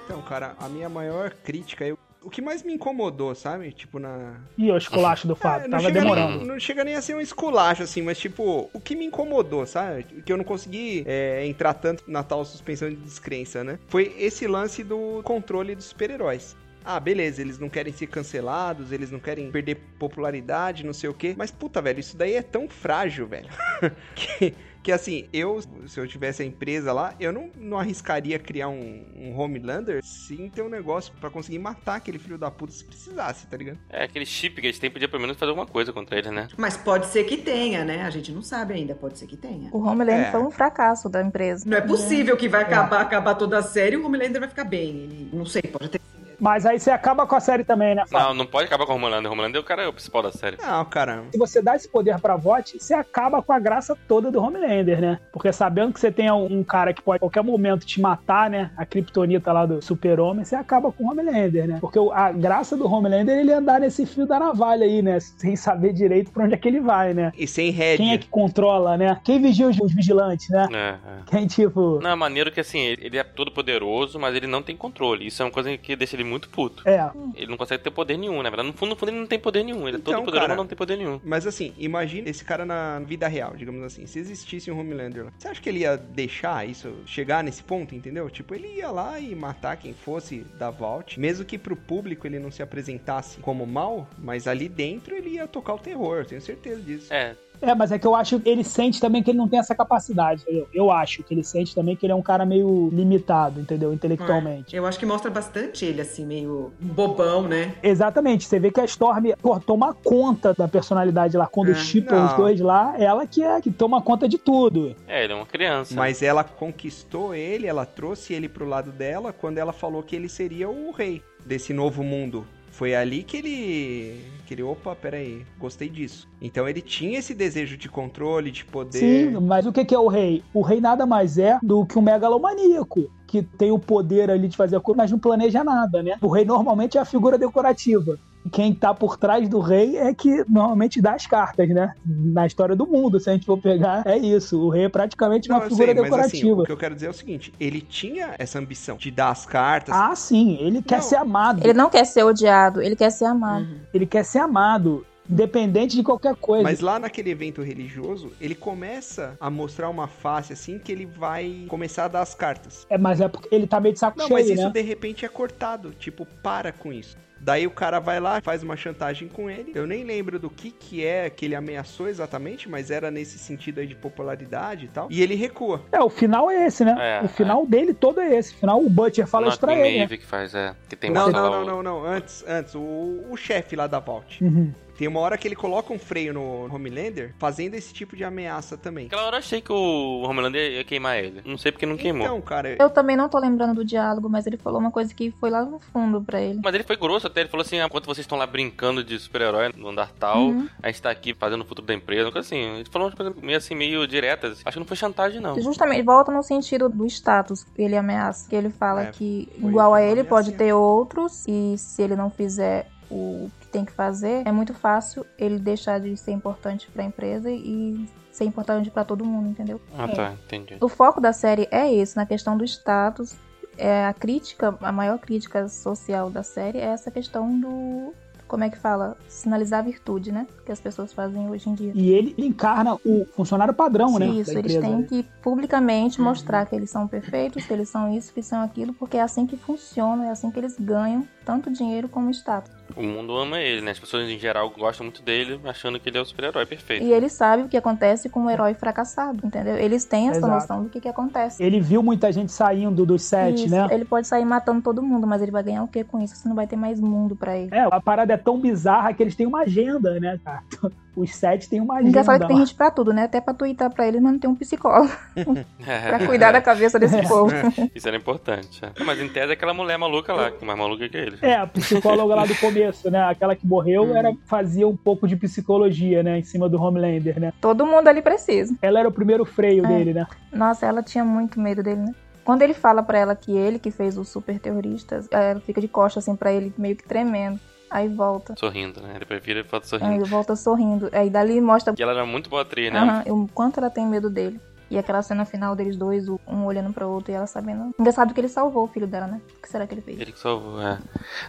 Speaker 2: Então, cara, a minha maior crítica, eu... o que mais me incomodou, sabe? Tipo, na.
Speaker 3: E o esculacho do Fábio.
Speaker 2: É, não,
Speaker 3: Tava
Speaker 2: chega
Speaker 3: demorando.
Speaker 2: nem, não chega nem a ser um esculacho, assim, mas tipo, o que me incomodou, sabe? Que eu não consegui é, entrar tanto na tal suspensão de descrença, né? Foi esse lance do controle dos super-heróis. Ah, beleza, eles não querem ser cancelados, eles não querem perder popularidade, não sei o quê. Mas puta, velho, isso daí é tão frágil, velho. que, que assim, eu, se eu tivesse a empresa lá, eu não, não arriscaria criar um, um Homelander sem ter um negócio pra conseguir matar aquele filho da puta se precisasse, tá ligado?
Speaker 1: É, aquele chip que eles têm podia pelo menos fazer alguma coisa contra eles, né?
Speaker 4: Mas pode ser que tenha, né? A gente não sabe ainda, pode ser que tenha.
Speaker 5: O né? Homeland
Speaker 2: É.
Speaker 5: foi um fracasso da empresa.
Speaker 4: Não é possível que vai acabar, acabar toda a série e o Homelander vai ficar bem. Ele- não sei, pode ter.
Speaker 3: Mas aí você acaba com a série também, né, Fábio?
Speaker 1: Não, não pode acabar com o Romulando. O Romulando é o cara é o principal da série.
Speaker 2: Não, cara,
Speaker 3: Se você dá esse poder pra VOT, você acaba com a graça toda do Homelander, né? Porque sabendo que você tem um cara que pode a qualquer momento te matar, né? A kriptonita lá do super-homem, você acaba com o Homelander, né? Porque o- a graça do Homelander é ele andar nesse fio da navalha aí, né? Sem saber direito pra onde é que ele vai, né?
Speaker 2: E sem rédea.
Speaker 3: Quem é que controla, né? Quem vigia os, os vigilantes, né?
Speaker 1: É, é.
Speaker 3: Quem, tipo...
Speaker 1: Não, é maneiro que assim, ele ele é todo poderoso, mas ele não tem controle. Isso é uma coisa que deixa ele muito puto.
Speaker 3: É,
Speaker 1: Ele não consegue ter poder nenhum, na verdade. No fundo, no fundo, ele não tem poder nenhum. Ele é
Speaker 2: Então,
Speaker 1: todo poderoso,
Speaker 2: cara.
Speaker 1: mas não tem poder nenhum.
Speaker 2: Mas assim, imagina esse cara na vida real, digamos assim. Se existisse um Homelander lá, você acha que ele ia deixar isso chegar nesse ponto, entendeu? Tipo, ele ia lá e matar quem fosse da Vault. Mesmo que pro público ele não se apresentasse como mal, mas ali dentro ele ia tocar o terror, tenho certeza disso.
Speaker 1: É,
Speaker 3: É, mas é que eu acho que ele sente também que ele não tem essa capacidade, entendeu? Eu acho que ele sente também que ele é um cara meio limitado, entendeu? Intelectualmente.
Speaker 4: Eu acho que mostra bastante ele, assim, meio bobão, né?
Speaker 3: Exatamente, você vê que a Storm pô, toma conta da personalidade lá. Quando
Speaker 4: É,
Speaker 3: chipa
Speaker 2: não.
Speaker 3: os dois lá, ela que é que toma conta de tudo.
Speaker 1: é, ele é uma criança.
Speaker 2: Mas ela conquistou ele, ela trouxe ele pro lado dela quando ela falou que ele seria o rei desse novo mundo. Foi ali que ele. que ele, opa, peraí, gostei disso. Então ele tinha esse desejo de controle, de poder.
Speaker 3: Sim, mas o que que é o rei? O rei nada mais é do que um megalomaníaco. Que tem o poder ali de fazer a coisa, mas não planeja nada, né? O rei normalmente é a figura decorativa. Quem tá por trás do rei é que normalmente dá as cartas, né? Na história do mundo, se a gente for pegar, é isso. O rei é praticamente uma
Speaker 2: eu
Speaker 3: figura
Speaker 2: assim,
Speaker 3: decorativa.
Speaker 2: o que eu quero dizer é o seguinte: ele tinha essa ambição de dar as cartas.
Speaker 3: Ah, sim, ele quer
Speaker 2: tá Não.
Speaker 3: ser amado.
Speaker 5: Ele não quer ser odiado, ele quer ser amado.
Speaker 3: Ele quer ser amado, independente de qualquer coisa.
Speaker 2: Mas lá naquele evento religioso, ele começa a mostrar uma face assim que ele vai começar a dar as cartas.
Speaker 3: É, mas é porque ele tá meio de saco
Speaker 2: Não, mas
Speaker 3: cheio,
Speaker 2: isso
Speaker 3: né?
Speaker 2: de repente é cortado. Tipo, para com isso. Daí o cara vai lá, faz uma chantagem com ele. Eu nem lembro do que que é que ele ameaçou exatamente, mas era nesse sentido aí de popularidade e tal. E ele recua.
Speaker 3: É, o final é esse, né?
Speaker 1: É,
Speaker 3: o final dele todo é esse. O final o Butcher fala
Speaker 1: Não,
Speaker 3: isso pra
Speaker 1: tem
Speaker 3: ele, né?
Speaker 1: Maeve que faz, é. Que tem
Speaker 2: Não,
Speaker 1: uma
Speaker 2: não,
Speaker 1: sala-
Speaker 2: não, não, não. Antes, antes. O, o chefe lá da Vault.
Speaker 3: Uhum.
Speaker 2: Tem uma hora que ele coloca um freio no Homelander, fazendo esse tipo de ameaça também.
Speaker 1: Aquela hora eu achei que o Homelander ia queimar ele. Não sei porque não queimou.
Speaker 2: Então, cara,
Speaker 4: Uhum.
Speaker 5: Eu também não tô lembrando do diálogo, mas ele falou uma coisa que foi lá no fundo pra ele.
Speaker 1: Mas ele foi grosso até, ele falou assim, ah, enquanto vocês estão lá brincando de super-herói no andar tal,
Speaker 5: Uhum.
Speaker 1: a gente tá aqui fazendo o futuro da empresa, uma coisa assim. Ele falou umas coisas meio assim, meio diretas. Acho que não foi chantagem, não.
Speaker 5: Justamente, volta no sentido do status que ele ameaça. Que ele fala
Speaker 2: É,
Speaker 5: que
Speaker 2: foi-
Speaker 5: igual
Speaker 2: foi
Speaker 5: a
Speaker 2: uma
Speaker 5: ele pode
Speaker 2: ameacinha.
Speaker 5: ter outros, e se ele não fizer o que tem que fazer, é muito fácil ele deixar de ser importante pra empresa e ser importante pra todo mundo, entendeu?
Speaker 1: Ah, tá, entendi.
Speaker 5: O foco da série é esse, na questão do status. É a crítica, a maior crítica social da série é essa questão do. Como é que fala? Sinalizar a virtude, né? Que as pessoas fazem hoje em dia.
Speaker 3: E ele encarna o funcionário padrão, né?
Speaker 5: Isso,
Speaker 3: da
Speaker 5: eles
Speaker 3: empresa, Uhum.
Speaker 5: têm
Speaker 3: né?
Speaker 5: que publicamente mostrar que eles são perfeitos, que eles são isso, que eles são aquilo, porque é assim que funciona, é assim que eles ganham tanto dinheiro como status.
Speaker 1: O mundo ama ele, né? As pessoas em geral gostam muito dele, achando que ele é o super-herói perfeito.
Speaker 5: E eles sabem o que acontece com um herói fracassado, entendeu? Eles têm essa
Speaker 3: Exato.
Speaker 5: noção do que, que acontece.
Speaker 3: Ele viu muita gente saindo dos sete,
Speaker 5: Isso,
Speaker 3: né?
Speaker 5: Ele pode sair matando todo mundo, mas ele vai ganhar o que com isso? Se não vai ter mais mundo pra ele.
Speaker 3: É, a parada é tão bizarra que eles têm uma agenda, né, cara? Os sete têm uma
Speaker 5: Ninguém
Speaker 3: agenda.
Speaker 5: fala que tem
Speaker 3: lá.
Speaker 5: gente pra tudo, né? Até pra twittar pra eles, mas não tem um psicólogo pra cuidar da cabeça desse
Speaker 3: É.
Speaker 5: povo.
Speaker 1: Isso era importante. é. Mas em tese é aquela mulher maluca lá, que é mais maluca que ele.
Speaker 5: um-
Speaker 3: É, a psicóloga lá do começo, né? Aquela que
Speaker 5: Hum.
Speaker 3: morreu era, fazia um pouco de psicologia, né? Em cima do Homelander, né?
Speaker 5: Todo mundo ali precisa.
Speaker 3: Ela era o primeiro freio
Speaker 5: É.
Speaker 3: dele, né?
Speaker 5: Nossa, ela tinha muito medo dele, né? Quando ele fala pra ela que ele que fez o super terrorista, ela fica de costas assim pra ele, meio que tremendo. Aí volta.
Speaker 1: Sorrindo, né? Ele prefere foto sorrindo.
Speaker 3: É.
Speaker 5: Aí volta sorrindo. Aí dali mostra
Speaker 1: E ela era muito boa atriz, né?
Speaker 5: aham, o quanto ela tem medo dele. E aquela cena final deles dois, o- um olhando pro outro e ela sabendo. Engraçado que ele salvou o filho dela, né? O que será que ele fez?
Speaker 1: Ele que salvou, é.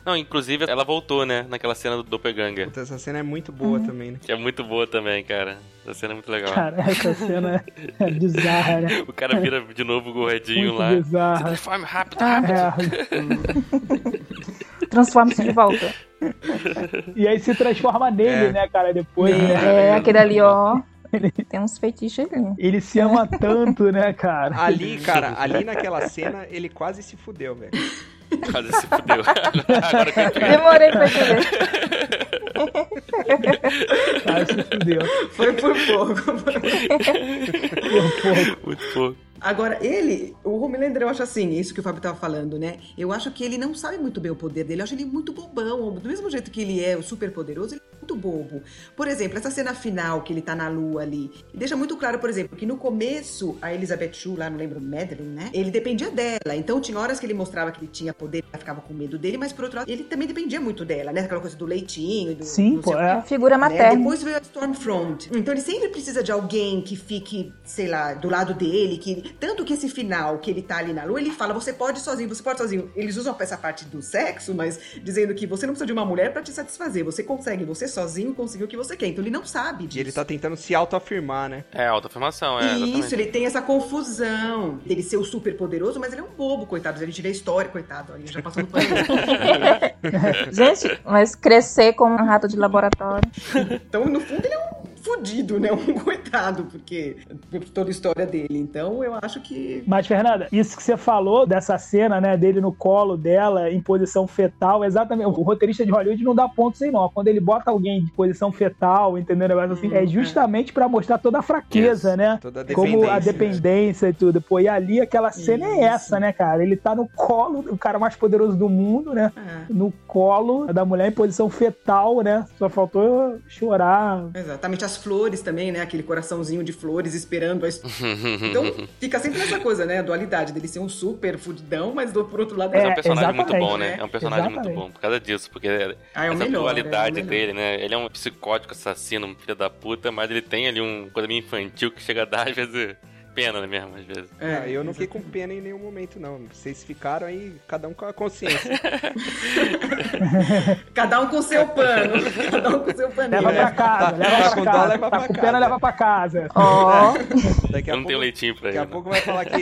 Speaker 1: Não, inclusive ela voltou, né? Naquela cena do Doppelganger.
Speaker 2: Puta, essa cena é muito boa
Speaker 3: Uhum.
Speaker 2: também, né?
Speaker 1: Que é muito boa também, cara. Essa cena é muito legal.
Speaker 3: Cara, essa cena é bizarra, né?
Speaker 1: O cara vira de novo o gordinho
Speaker 3: Muito
Speaker 1: um lá. Se
Speaker 3: bizarra.
Speaker 1: transforme rápido, rápido.
Speaker 3: É.
Speaker 5: Transforma-se de volta.
Speaker 3: E aí se transforma nele,
Speaker 2: É.
Speaker 3: né, cara? Depois,
Speaker 1: Tá
Speaker 3: né?
Speaker 5: É, aquele ali, ó. Tem uns feitiços ali.
Speaker 3: Ele se ama tanto, né, cara?
Speaker 2: Ali, cara, ali naquela cena, ele quase se fudeu, velho.
Speaker 1: Quase se fudeu. Agora que eu peguei.
Speaker 5: Demorei pra entender.
Speaker 3: Cara, se fudeu.
Speaker 4: Foi por pouco.
Speaker 1: Muito pouco.
Speaker 4: Agora, ele, o Homelander, eu acho assim, isso que o Fábio tava falando, né? Eu acho que ele não sabe muito bem o poder dele, eu acho ele muito bobão. Do mesmo jeito que ele é o super poderoso, ele é muito muito bobo. Por exemplo, essa cena final que ele tá na lua ali, deixa muito claro, por exemplo, que no começo a Elizabeth Shue, lá não lembro, Madeline, né? Ele dependia dela. Então tinha horas que ele mostrava que ele tinha poder, ela ficava com medo dele, mas por outro lado, ele também dependia muito dela, né? Aquela coisa do leitinho, do.
Speaker 3: Sim,
Speaker 4: não
Speaker 3: pô,
Speaker 4: sei o quê.
Speaker 3: é.
Speaker 5: A figura
Speaker 4: Né?
Speaker 5: materna.
Speaker 4: Depois veio a Stormfront. Então ele sempre precisa de alguém que fique, sei lá, do lado dele. Que... Tanto que esse final, que ele tá ali na lua, ele fala: você pode sozinho, você pode sozinho. Eles usam essa parte do sexo, mas dizendo que você não precisa de uma mulher pra te satisfazer. Você consegue, você sozinho conseguiu o que você quer. Então ele não sabe disso.
Speaker 2: E ele tá tentando se autoafirmar, né?
Speaker 1: É, autoafirmação, é.
Speaker 4: E
Speaker 1: exatamente.
Speaker 4: Isso, ele tem essa confusão dele ser o super poderoso, mas ele é um bobo, coitado. Ele tira a história, coitado. Ele já passou no pano.
Speaker 5: Gente, mas crescer como um rato de laboratório.
Speaker 4: Então, no fundo, ele é um fudido, né? Um coitado, porque por toda a história dele. Então, eu acho que.
Speaker 3: Mas, Fernanda, isso que você falou dessa cena, né, dele no colo dela, em posição fetal, é exatamente. O roteirista de Hollywood não dá ponto sem nó. Quando ele bota alguém de posição fetal, entendeu? Negócio assim,
Speaker 4: Hum,
Speaker 3: é justamente pra mostrar toda a fraqueza,
Speaker 1: Isso.
Speaker 3: né?
Speaker 2: Toda a
Speaker 3: Como a
Speaker 2: dependência, né?
Speaker 3: dependência e tudo. Pô, e ali aquela cena é
Speaker 4: Isso.
Speaker 3: essa, né, cara? Ele tá no colo, o cara mais poderoso do mundo, né?
Speaker 4: Ah,
Speaker 3: No colo da mulher em posição fetal, né? Só faltou chorar.
Speaker 4: exatamente. As flores também, né? Aquele coraçãozinho de flores esperando a história. Então, fica sempre essa coisa, né? A dualidade dele ser um super fudidão, mas do, por outro lado.
Speaker 1: Mas é um
Speaker 3: É,
Speaker 1: personagem muito
Speaker 3: exatamente.
Speaker 1: bom, né? É um personagem muito
Speaker 3: Exatamente.
Speaker 1: bom, por causa disso, porque é-
Speaker 4: Ah, é o
Speaker 1: essa
Speaker 4: melhor.
Speaker 1: dualidade
Speaker 4: né? É o melhor.
Speaker 1: dele, né? Ele é um psicótico assassino, um filho da puta, mas ele tem ali um coisa meio infantil que chega a dar, às vezes, pena né, mesmo, às vezes.
Speaker 4: É,
Speaker 2: Ah, eu não fiquei com pena em nenhum momento, não. Vocês ficaram aí, cada um com a consciência.
Speaker 4: Cada um com seu pano. Cada um com seu paninho.
Speaker 3: Leva pra
Speaker 2: Tá-
Speaker 3: casa, leva
Speaker 2: tá
Speaker 3: pra
Speaker 2: com dó,
Speaker 3: casa.
Speaker 2: leva
Speaker 3: Tá
Speaker 2: pra
Speaker 3: com
Speaker 2: casa.
Speaker 3: pena, leva pra casa.
Speaker 5: Ó,
Speaker 2: Daqui a
Speaker 1: Eu não tenho
Speaker 2: pouco-
Speaker 1: leitinho pra
Speaker 2: Daqui
Speaker 1: ele.
Speaker 2: a
Speaker 1: né?
Speaker 2: pouco vai falar que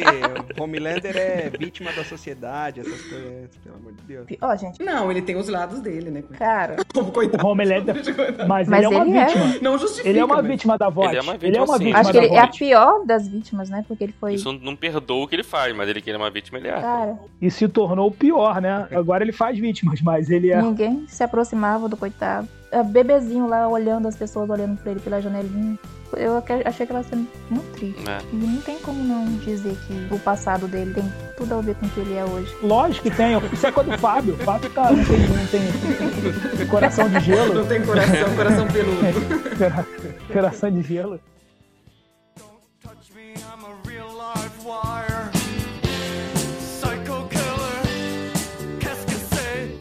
Speaker 2: Homelander é vítima da sociedade, essas coisas, pelo amor de Deus.
Speaker 5: ó, gente.
Speaker 4: Não, ele tem os lados dele, né? coitado.
Speaker 5: Cara,
Speaker 4: Como coitado.
Speaker 3: O Homelander. é Mas,
Speaker 5: Mas
Speaker 3: ele é uma
Speaker 5: ele é.
Speaker 3: vítima.
Speaker 4: Não justifica.
Speaker 3: Ele é uma
Speaker 4: mas-
Speaker 3: vítima da voz.
Speaker 1: Ele é uma
Speaker 3: Ele é
Speaker 1: vítima,
Speaker 3: uma
Speaker 1: sim.
Speaker 3: vítima
Speaker 5: acho que
Speaker 3: da
Speaker 5: ele é a
Speaker 3: voz.
Speaker 5: pior das vítimas, né? Porque ele foi.
Speaker 1: Isso não perdoa o que ele faz, mas ele que ele é uma vítima, ele é.
Speaker 4: Tá.
Speaker 5: Cara,
Speaker 3: E se tornou o pior, né? Agora ele faz vítimas, mas ele é.
Speaker 5: ninguém se aproximava do coitado. É, Bebezinho lá olhando as pessoas olhando pra ele pela janelinha. Eu aque- achei aquela cena muito triste.
Speaker 1: né?
Speaker 5: E não tem como não dizer que o passado dele tem tudo a ver com o que ele é hoje.
Speaker 3: Lógico que tem. Isso é coisa do Fábio. O Fábio tá, não, tem, não tem coração de gelo.
Speaker 4: Não tem coração, coração peludo.
Speaker 3: É. Coração de gelo.
Speaker 6: Don't touch me, I'm a real live wire. Psycho killer. Qu'est-ce que c'est?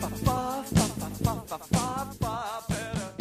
Speaker 6: Fa, fa, fa, fa, fa, fa, fa, fa, fa, better.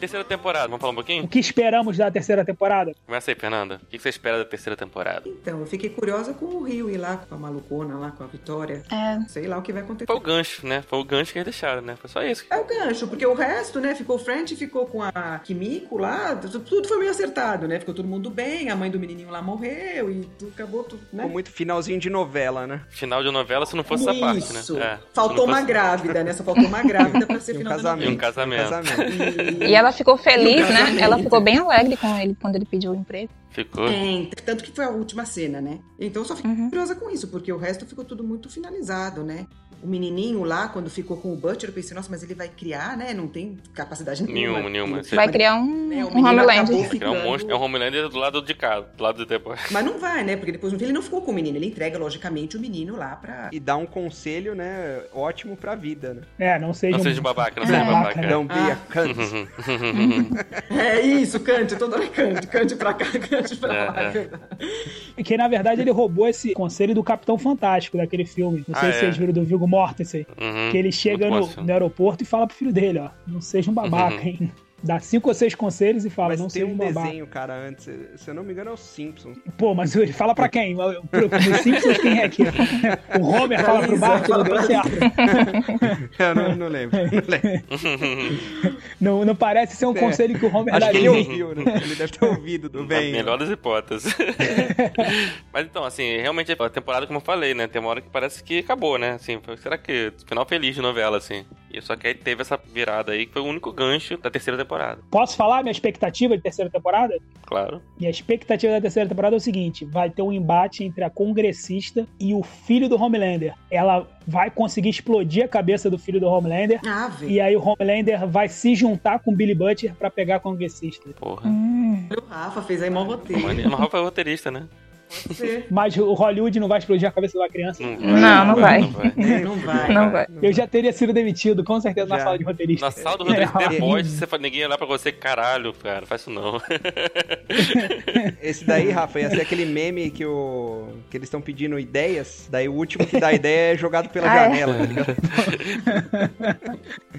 Speaker 1: Terceira temporada, vamos falar um
Speaker 3: O
Speaker 1: pouquinho?
Speaker 3: que esperamos da terceira temporada?
Speaker 1: Começa aí, Fernanda. O que você espera da terceira temporada?
Speaker 4: Então, eu fiquei curiosa com o Rio e lá, com a malucona lá, com a Vitória.
Speaker 5: É.
Speaker 4: Sei lá o que vai acontecer.
Speaker 1: Foi o gancho, né? Foi o gancho que eles deixaram, né? Foi só isso.
Speaker 4: É o gancho, porque o resto, né, ficou o French, ficou com a Kimiko lá, tu- tudo foi meio acertado, né? Ficou todo mundo bem, a mãe do menininho lá morreu e tu, acabou tudo,
Speaker 2: Ficou
Speaker 4: né?
Speaker 2: muito finalzinho de novela, né?
Speaker 1: Final de novela, se não fosse essa parte, né?
Speaker 4: Isso.
Speaker 1: É, se
Speaker 4: Faltou
Speaker 1: não
Speaker 4: uma
Speaker 1: fosse-
Speaker 4: grávida, né? Só faltou uma grávida pra ser
Speaker 2: E um
Speaker 4: final da
Speaker 2: casamento.
Speaker 1: E um casamento.
Speaker 4: novela.
Speaker 5: E ela ficou feliz, né? Ela ficou bem alegre com ele quando ele pediu o emprego.
Speaker 1: Ficou.
Speaker 4: É, então, tanto que foi a última cena, né? Então eu só fiquei
Speaker 5: Uhum.
Speaker 4: curiosa com isso, porque o resto ficou tudo muito finalizado, né? O menininho lá, quando ficou com o Butcher, eu pensei, nossa, mas ele vai criar, né? Não tem capacidade nenhuma.
Speaker 1: Nenhuma, nenhuma.
Speaker 4: Ele-
Speaker 5: Vai criar um,
Speaker 4: né, o
Speaker 5: um
Speaker 4: menino acabou
Speaker 5: Homeland.
Speaker 1: É
Speaker 4: ficando-
Speaker 1: um monstro, é um Homelander do lado de cá, do lado de tempo.
Speaker 4: Mas não vai, né? Porque depois no fim ele não ficou com o menino. Ele entrega, logicamente, o menino lá pra.
Speaker 2: E dá um conselho, né? Ótimo pra vida, né?
Speaker 3: É, não seja.
Speaker 1: Não
Speaker 3: um-
Speaker 1: seja babaca, não seja
Speaker 3: É.
Speaker 1: babaca. Uhum. é.
Speaker 2: Não be a cunt.
Speaker 4: É isso, Cante, toda hora Cante. Cante pra cá, Cante pra lá.
Speaker 1: É, é.
Speaker 3: Que na verdade ele roubou esse conselho do Capitão Fantástico daquele filme. Não sei
Speaker 1: Ah,
Speaker 3: se
Speaker 1: é.
Speaker 3: vocês viram do Viggo Mortensen.
Speaker 1: Uhum.
Speaker 3: Que ele chega
Speaker 1: Muito bom
Speaker 3: no,
Speaker 1: esse filme. Uhum.
Speaker 3: no aeroporto e fala pro filho dele, ó. Não seja um babaca, hein? Dá cinco ou seis conselhos e fala,
Speaker 2: Mas
Speaker 3: não
Speaker 2: tem
Speaker 3: seja
Speaker 2: um
Speaker 3: um babaca.
Speaker 2: desenho, cara, antes. Se eu não me engano, é o Simpsons.
Speaker 3: Pô, mas ele fala pra quem? Pro, pro Simpsons quem é aqui? O Homer fala pro Bart, não deu certo.
Speaker 2: Eu não, não lembro. não lembro.
Speaker 3: Não, não parece ser um
Speaker 2: É.
Speaker 3: conselho que o Homer
Speaker 2: Acho que ele
Speaker 3: daria.
Speaker 2: ouviu, né? Ele deve ter ouvido do
Speaker 1: Na
Speaker 2: bem.
Speaker 1: melhor das hipóteses. Mas então, assim, realmente a temporada, como eu falei, né? Tem uma hora que parece que acabou, né? Assim, foi- será que final feliz de novela, assim. E só que aí teve essa virada aí, que foi o único gancho da terceira temporada,
Speaker 3: Posso falar minha expectativa de terceira temporada?
Speaker 1: claro.
Speaker 3: Minha expectativa da terceira temporada é o seguinte: vai ter um embate entre a congressista e o filho do Homelander. Ela vai conseguir explodir a cabeça do filho do Homelander.
Speaker 4: Ah, velho.
Speaker 3: E aí o Homelander vai se juntar com o Billy Butcher pra pegar a congressista.
Speaker 1: Porra.
Speaker 5: Hum.
Speaker 4: O Rafa fez aí mó roteiro.
Speaker 1: Mano, o Rafa é roteirista, né?
Speaker 4: Pode ser.
Speaker 3: Mas o Hollywood não vai explodir a cabeça da criança.
Speaker 5: Não, não vai.
Speaker 4: Não vai.
Speaker 5: Não vai.
Speaker 3: Eu já teria sido demitido, com certeza, na
Speaker 2: Já.
Speaker 3: sala de roteirista.
Speaker 1: Na sala do roteirista,
Speaker 3: É.
Speaker 1: depois, você fala, ninguém ia olhar pra você, caralho, cara, não faz isso não.
Speaker 2: Esse daí, Rafa, ia ser aquele meme que, o... que eles estão pedindo ideias, daí o último que dá ideia é jogado pela
Speaker 5: Ah, é.
Speaker 2: janela, tá ligado?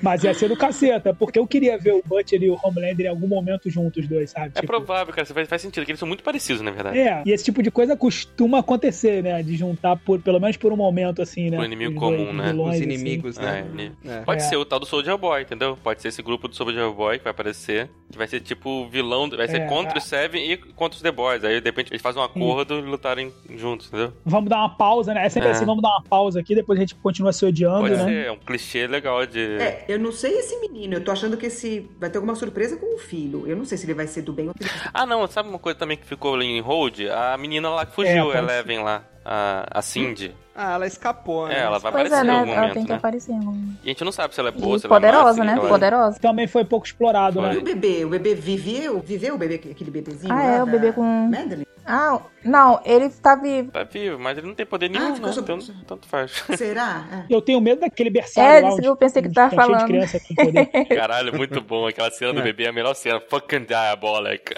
Speaker 3: Mas ia ser do caceta, porque eu queria ver o Butcher e o Homelander em algum momento juntos, os dois, sabe?
Speaker 1: É
Speaker 3: Tipo,
Speaker 1: provável, cara, faz, faz sentido, que eles são muito parecidos, na verdade.
Speaker 3: É, e esse tipo de coisa costuma acontecer, né? De juntar, por, pelo menos por um momento, assim, né?
Speaker 1: Por inimigo
Speaker 3: Os dois
Speaker 1: comum, né?
Speaker 3: vilões,
Speaker 2: Os
Speaker 3: assim.
Speaker 2: inimigos,
Speaker 1: É,
Speaker 2: né?
Speaker 1: ele-
Speaker 2: É.
Speaker 1: Pode
Speaker 3: É.
Speaker 1: ser o tal do Soldier Boy, entendeu? Pode ser esse grupo do Soldier Boy que vai aparecer, que vai ser tipo o vilão, vai ser
Speaker 3: É,
Speaker 1: contra
Speaker 3: a-
Speaker 1: o Seven e contra os The Boys. Aí de repente eles fazem um acordo e lutarem juntos, entendeu?
Speaker 3: Vamos dar uma pausa, né? É sempre
Speaker 1: É.
Speaker 3: assim, vamos dar uma pausa aqui, depois a gente continua se odiando,
Speaker 1: Pode
Speaker 3: né?
Speaker 1: ser, é um clichê legal de.
Speaker 4: É, eu não sei esse menino. Eu tô achando que esse vai ter alguma surpresa com o filho. Eu não sei se ele vai ser do bem ou do mal.
Speaker 1: Ah, não, sabe uma coisa também que ficou ali em hold? A menina lá que fugiu,
Speaker 3: É,
Speaker 1: a
Speaker 3: pode ser.
Speaker 1: Eleven lá. A, a Cindy.
Speaker 2: Ah, ela escapou, né?
Speaker 1: É, ela vai
Speaker 5: Pois
Speaker 1: aparecer
Speaker 5: é,
Speaker 1: em
Speaker 5: né?
Speaker 1: algum
Speaker 5: Ela tem
Speaker 1: momento,
Speaker 5: que
Speaker 1: né?
Speaker 5: aparecer. um-
Speaker 1: E a gente não sabe se ela é boa,
Speaker 5: E
Speaker 1: se ela é má,
Speaker 5: poderosa,
Speaker 1: se
Speaker 5: né?
Speaker 1: ela é-
Speaker 5: Poderosa.
Speaker 3: Também foi pouco explorado,
Speaker 1: Foi.
Speaker 4: E
Speaker 3: né?
Speaker 4: o bebê? O bebê viveu? Viveu o bebê, aquele bebezinho?
Speaker 5: Ah,
Speaker 4: lá
Speaker 5: é, o
Speaker 4: da
Speaker 5: bebê com.
Speaker 4: Madeline?
Speaker 5: Ah, não, ele tá vivo.
Speaker 1: Tá vivo, mas ele não tem
Speaker 5: Ah,
Speaker 1: poder nenhum,
Speaker 4: ficou
Speaker 1: né?
Speaker 4: sob-
Speaker 1: Então, tanto faz.
Speaker 4: Será? É.
Speaker 3: Eu tenho medo daquele berçário
Speaker 5: É,
Speaker 3: lá,
Speaker 5: isso que
Speaker 3: onde-
Speaker 5: eu pensei que
Speaker 3: onde
Speaker 5: tava
Speaker 3: tá cheio de
Speaker 5: falando.
Speaker 3: criança com poder.
Speaker 1: Caralho, muito bom. Aquela cena do bebê é a melhor cena. Fucking diabolic.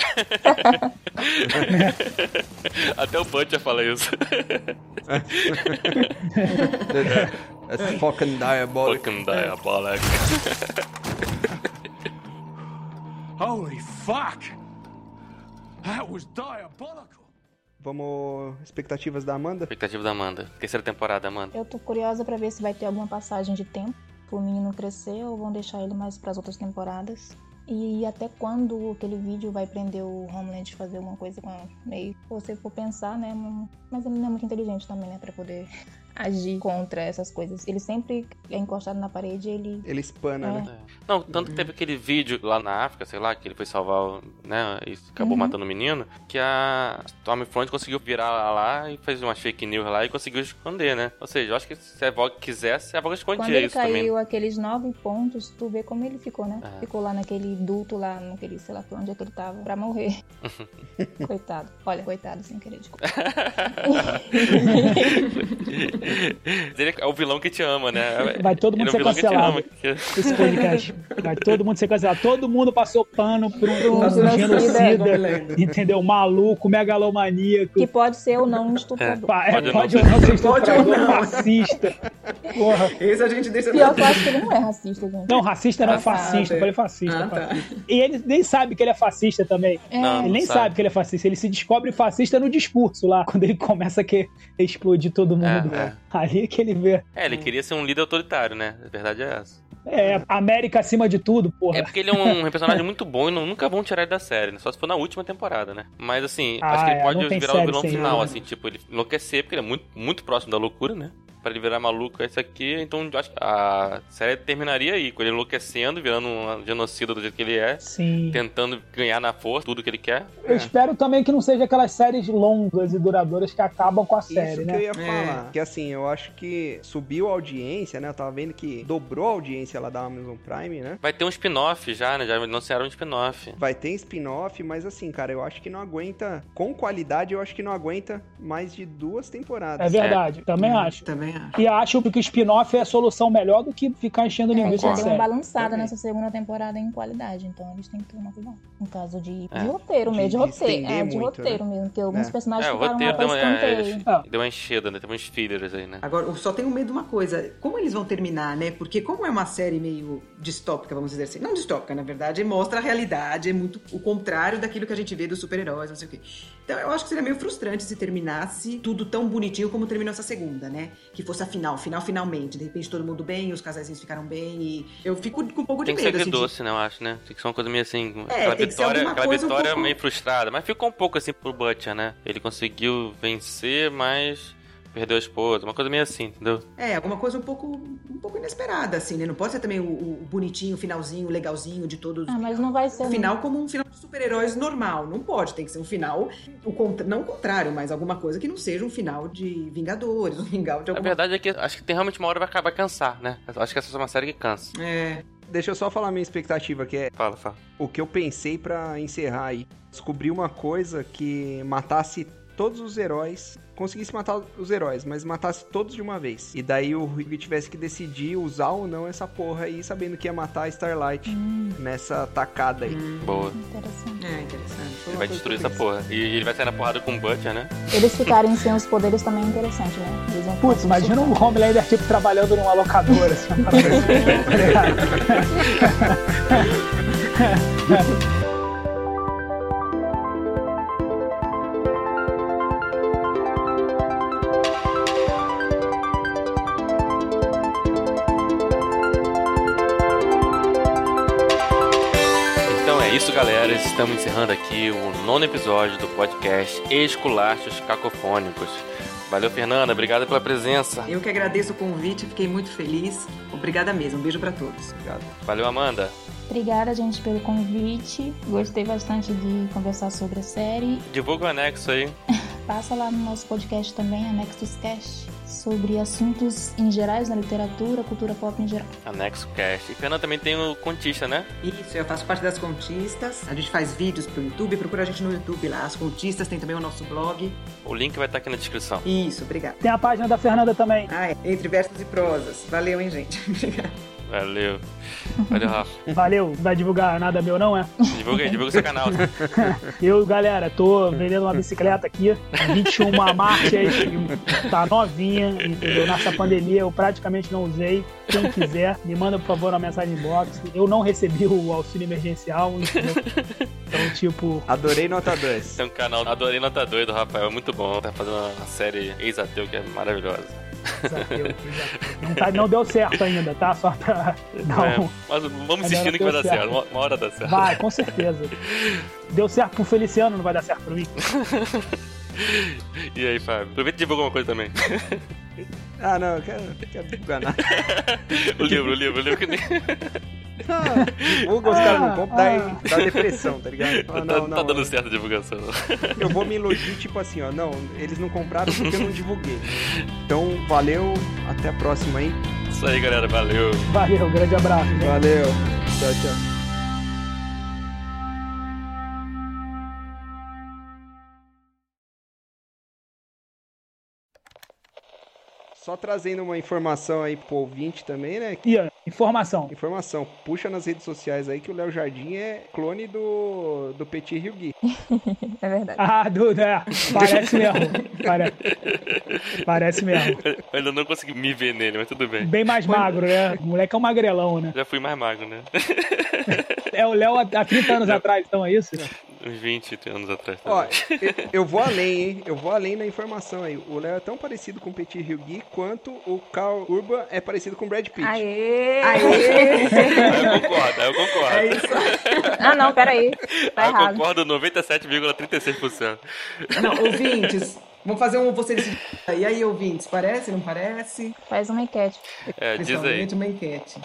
Speaker 1: Até o Butcher fala isso.
Speaker 2: That's fucking diabolic.
Speaker 1: Fucking
Speaker 5: É.
Speaker 1: diabolic.
Speaker 6: Holy fuck! That was diabolical.
Speaker 2: Vamos... Expectativas da Amanda?
Speaker 1: Expectativa da Amanda. Terceira temporada, Amanda.
Speaker 5: Eu tô curiosa pra ver se vai ter alguma passagem de tempo pro menino crescer ou vão deixar ele mais pras outras temporadas. E até quando aquele vídeo vai prender o Homeland de fazer alguma coisa com ela? Meio, se você for pensar, né? não- Mas ele não é muito inteligente também, né? Pra poder agir contra essas coisas. Ele sempre é encostado na parede e ele.
Speaker 2: Ele espana,
Speaker 5: É.
Speaker 2: né?
Speaker 1: Não, tanto que teve aquele vídeo lá na África, sei lá, que ele foi salvar, o- né, e acabou
Speaker 5: Uhum.
Speaker 1: matando o menino, que a Stormfront conseguiu virar lá e fez uma fake news lá e conseguiu esconder, né? Ou seja, eu acho que se a Vogue quisesse, a Vogue escondia
Speaker 5: Quando ele
Speaker 1: isso também. né?
Speaker 5: caiu aqueles nove pontos, tu vê como ele ficou, né?
Speaker 1: É.
Speaker 5: Ficou lá naquele duto, lá naquele, sei lá onde é que ele tava, pra morrer. coitado. Olha, coitado, sem querer, desculpa.
Speaker 1: Ele é o vilão que te ama, né?
Speaker 3: Vai todo mundo
Speaker 1: Ele é o
Speaker 3: ser
Speaker 1: vilão que te
Speaker 3: cancelado.
Speaker 1: ama, que- é.
Speaker 3: Esse podcast. Vai todo mundo ser cancelado. Todo mundo passou pano pro um
Speaker 5: Nossa, nossa,
Speaker 3: genocida,
Speaker 4: Homeland.
Speaker 3: entendeu? Maluco, megalomaníaco.
Speaker 5: Que pode ser ou não um estuprador.
Speaker 3: Pa- é,
Speaker 1: Pode
Speaker 3: Pode,
Speaker 1: ou não
Speaker 3: ou não ser
Speaker 4: Pode ou
Speaker 3: estuprador,
Speaker 4: não.
Speaker 3: fascista. Porra.
Speaker 4: Esse a gente deixa...
Speaker 5: Pior que eu acho que ele não é racista, gente.
Speaker 3: Não, racista não, é
Speaker 4: Ah, tá.
Speaker 3: fascista. Eu falei fascista. é
Speaker 4: Ah, tá.
Speaker 3: fascista. E ele nem sabe que ele é fascista também.
Speaker 5: É,
Speaker 1: Não,
Speaker 3: Ele nem
Speaker 1: sabe.
Speaker 3: sabe. que ele é fascista. Ele se descobre fascista no discurso lá, quando ele começa a que explodir todo mundo.
Speaker 1: É, é.
Speaker 3: Aí é que ele vê.
Speaker 1: É, ele queria ser um líder autoritário, né? A verdade é essa.
Speaker 3: É, América acima de tudo, porra.
Speaker 1: É porque ele é um personagem muito bom e não- nunca vão tirar ele da série, né? Só se for na última temporada, né? Mas assim, acho
Speaker 3: Ah,
Speaker 1: que ele
Speaker 3: é,
Speaker 1: pode
Speaker 3: não tem
Speaker 1: virar o
Speaker 3: série
Speaker 1: vilão
Speaker 3: sem
Speaker 1: final,
Speaker 3: ele, né?
Speaker 1: assim, tipo, ele enlouquecer, porque ele é muito, muito próximo da loucura, né? Pra ele virar maluco, esse aqui, então eu acho que a série terminaria aí, com ele enlouquecendo, virando um genocida do jeito que ele é,
Speaker 3: Sim.
Speaker 1: tentando ganhar na força tudo que ele quer.
Speaker 3: É. Eu espero também que não seja aquelas séries longas e duradouras que acabam com a série,
Speaker 2: É. Isso que eu
Speaker 3: né?
Speaker 2: ia falar. Que assim, eu acho que subiu a audiência, né? Eu tava vendo que dobrou a audiência lá da Amazon Prime, né?
Speaker 1: Vai ter um spin-off já, né? Já anunciaram um spin-off.
Speaker 2: Vai ter spin-off, mas assim, cara, eu acho que não aguenta. Com qualidade, eu acho que não aguenta mais de duas temporadas.
Speaker 3: É verdade, também
Speaker 1: Uhum.
Speaker 3: acho.
Speaker 4: Também acho.
Speaker 3: E acho que o spin-off é a solução melhor do que ficar enchendo
Speaker 5: É,
Speaker 3: linguiça
Speaker 5: já
Speaker 3: na
Speaker 5: deu
Speaker 1: Concordo.
Speaker 5: uma
Speaker 3: série.
Speaker 5: balançada
Speaker 2: Também.
Speaker 5: nessa segunda temporada em qualidade, então eles têm que tomar cuidado. No caso de,
Speaker 1: É.
Speaker 5: de roteiro
Speaker 2: De-
Speaker 5: mesmo, de,
Speaker 2: de
Speaker 5: roteiro.
Speaker 2: estender
Speaker 5: É, de
Speaker 2: muito, né?
Speaker 5: roteiro mesmo, porque alguns
Speaker 2: É.
Speaker 5: personagens
Speaker 1: É, o
Speaker 5: ficaram lá
Speaker 1: roteiro
Speaker 5: pra
Speaker 1: deu uma, é,
Speaker 5: escanteio.
Speaker 4: Então.
Speaker 3: Ah.
Speaker 1: deu uma enchida, né? Tem uns fillers aí, né?
Speaker 4: Agora, eu só tenho medo de uma coisa. Como eles vão terminar, né? Porque como é uma série meio distópica, vamos dizer assim. Não distópica, na verdade. Mostra a realidade. É muito o contrário daquilo que a gente vê dos super-heróis, não sei o quê. Então, eu acho que seria meio frustrante se terminasse tudo tão bonitinho como terminou essa segunda, né? Que fosse a final, final, finalmente. De repente, todo mundo bem, os casaizinhos ficaram bem. E eu fico com um pouco de
Speaker 1: Tem que ser
Speaker 4: medo, assim,
Speaker 1: agridoce,
Speaker 4: de-
Speaker 1: doce, né? Eu acho, né? Tem que ser uma coisa meio assim.
Speaker 4: É,
Speaker 1: aquela
Speaker 4: tem que ser
Speaker 1: vitória,
Speaker 4: alguma
Speaker 1: aquela
Speaker 4: coisa um
Speaker 1: vitória
Speaker 4: pouco-
Speaker 1: meio frustrada. Mas ficou um pouco assim pro Butcher, né? Ele conseguiu vencer, mas perdeu a esposa. Uma coisa meio assim, entendeu?
Speaker 4: É, alguma coisa um pouco, um pouco inesperada, assim, né? Não pode ser também o, o bonitinho, finalzinho, legalzinho de todos.
Speaker 5: Ah, mas não vai ser
Speaker 4: O
Speaker 5: um-
Speaker 4: final como um final de super-heróis normal. Não pode, tem que ser um final, o contra- não o contrário, mas alguma coisa que não seja um final de Vingadores, um final de
Speaker 1: A
Speaker 4: alguma
Speaker 1: verdade é que acho que tem realmente uma hora que vai acabar cansar, né? Eu Acho que essa é uma série que cansa.
Speaker 4: É,
Speaker 2: Deixa eu só falar minha expectativa, que é
Speaker 1: Fala, fala.
Speaker 2: o que eu pensei pra encerrar aí. Descobri uma coisa que matasse todos os heróis, conseguisse matar os heróis, mas matasse todos de uma vez. E daí o Ryu tivesse que decidir usar ou não essa porra aí, sabendo que ia matar a Starlight nessa tacada aí.
Speaker 1: Boa.
Speaker 5: um- hum, Interessante.
Speaker 4: É interessante.
Speaker 2: Foi
Speaker 1: Ele
Speaker 2: uma
Speaker 1: vai
Speaker 2: coisa
Speaker 1: destruir
Speaker 2: que eu
Speaker 1: essa porra. E ele vai sair na porrada com o Butcher, né?
Speaker 5: Eles ficarem sem os poderes também é interessante, né? Dizem que
Speaker 3: Putz,
Speaker 5: faz
Speaker 3: imagina um Homelander, tipo, trabalhando numa locadora, assim, uma parada assim.
Speaker 1: Então é isso, galera. Estamos encerrando aqui o nono episódio do podcast Esculachos Cacofônicos. Valeu, Fernanda. Obrigado pela presença.
Speaker 4: Eu que agradeço o convite, fiquei muito feliz. Obrigada mesmo. Um beijo pra todos.
Speaker 1: Valeu, Amanda.
Speaker 5: Obrigada, gente, pelo convite. Gostei bastante de conversar sobre a série.
Speaker 1: Divulga o anexo aí.
Speaker 5: Passa lá no nosso podcast também, Anexos Cast, sobre assuntos em gerais na literatura, cultura pop em geral.
Speaker 1: Anexo Cast. E Fernanda também tem o Contista, né?
Speaker 4: Isso, eu faço parte das contistas. A gente faz vídeos pro YouTube, procura a gente no YouTube lá. As contistas tem também o nosso blog.
Speaker 1: O link vai estar aqui na descrição.
Speaker 4: Isso, obrigada.
Speaker 3: Tem a página da Fernanda também.
Speaker 4: Ah, é. Entre versos e prosas. Valeu, hein, gente? Obrigada.
Speaker 1: Valeu. Valeu, Rafa.
Speaker 3: Valeu, não vai divulgar nada meu, não é?
Speaker 1: Divulga aí, divulga o seu canal.
Speaker 3: Eu, galera, tô vendendo uma bicicleta aqui, 21 marchas, tá novinha, entendeu? Nessa pandemia eu praticamente não usei. Quem quiser, me manda, por favor, uma mensagem inbox. Eu não recebi o auxílio emergencial, entendeu? Então, tipo,
Speaker 2: Adorei nota 2.
Speaker 1: Tem um canal Adorei Nota 2 do Rafael. É muito bom. Tá fazendo uma série ex-ateu que é maravilhosa.
Speaker 3: desafio, desafio. Não, tá- não deu certo ainda, tá? Só pra dar um...
Speaker 1: É, mas vamos insistindo que vai dar certo. Uma- Uma hora dá certo.
Speaker 3: Vai, com certeza. Deu certo pro Feliciano, não vai dar certo pra mim.
Speaker 1: E aí, Fábio? Aproveita e divulga uma coisa também.
Speaker 2: Ah, não, eu quero, eu quero divulgar nada.
Speaker 1: O livro, o livro, o livro que nem.
Speaker 2: Ah, Divulga, os caras não
Speaker 3: Ah,
Speaker 2: compram, dá, dá depressão, tá ligado? Ah,
Speaker 1: Tá,
Speaker 2: não,
Speaker 1: tá
Speaker 2: não,
Speaker 1: dando certo a divulgação.
Speaker 2: eu vou me iludir, tipo assim, ó, não, eles não compraram porque eu não divulguei. Então, valeu, até a próxima, hein?
Speaker 1: Isso aí, galera. Valeu.
Speaker 3: Valeu, grande abraço. gente.
Speaker 2: Valeu, tchau, tchau. Só trazendo uma informação aí pro ouvinte também, né?
Speaker 3: E, ó, informação.
Speaker 2: Informação, puxa nas redes sociais aí que o Léo Jardim é clone do, do Petit Rio Gui.
Speaker 5: É verdade.
Speaker 3: Ah, Duda, é. parece mesmo. Pare... Parece mesmo.
Speaker 1: Eu ainda não consegui me ver nele, mas tudo bem.
Speaker 3: Bem mais magro, né? O moleque é um magrelão, né?
Speaker 1: Já fui mais magro, né?
Speaker 3: É o Léo há há 30 anos atrás, então é isso?
Speaker 1: Uns 20 anos atrás. tá
Speaker 2: Ó,
Speaker 1: também.
Speaker 2: eu, eu vou além, hein? Eu vou além na informação aí. O Léo é tão parecido com o Petit Rio Gui quanto o Carl Urban é parecido com o Brad Pitt.
Speaker 5: Aê!
Speaker 1: Eu concordo, eu
Speaker 4: É
Speaker 1: concordo.
Speaker 4: isso.
Speaker 5: Ah, não, peraí. Tá
Speaker 1: eu
Speaker 5: errado.
Speaker 1: concordo 97,36%.
Speaker 4: Não, ouvintes, vamos fazer um você decidir. E aí, ouvintes, parece, não parece?
Speaker 5: Faz uma enquete.
Speaker 1: É, diz aí.
Speaker 4: Principalmente uma enquete.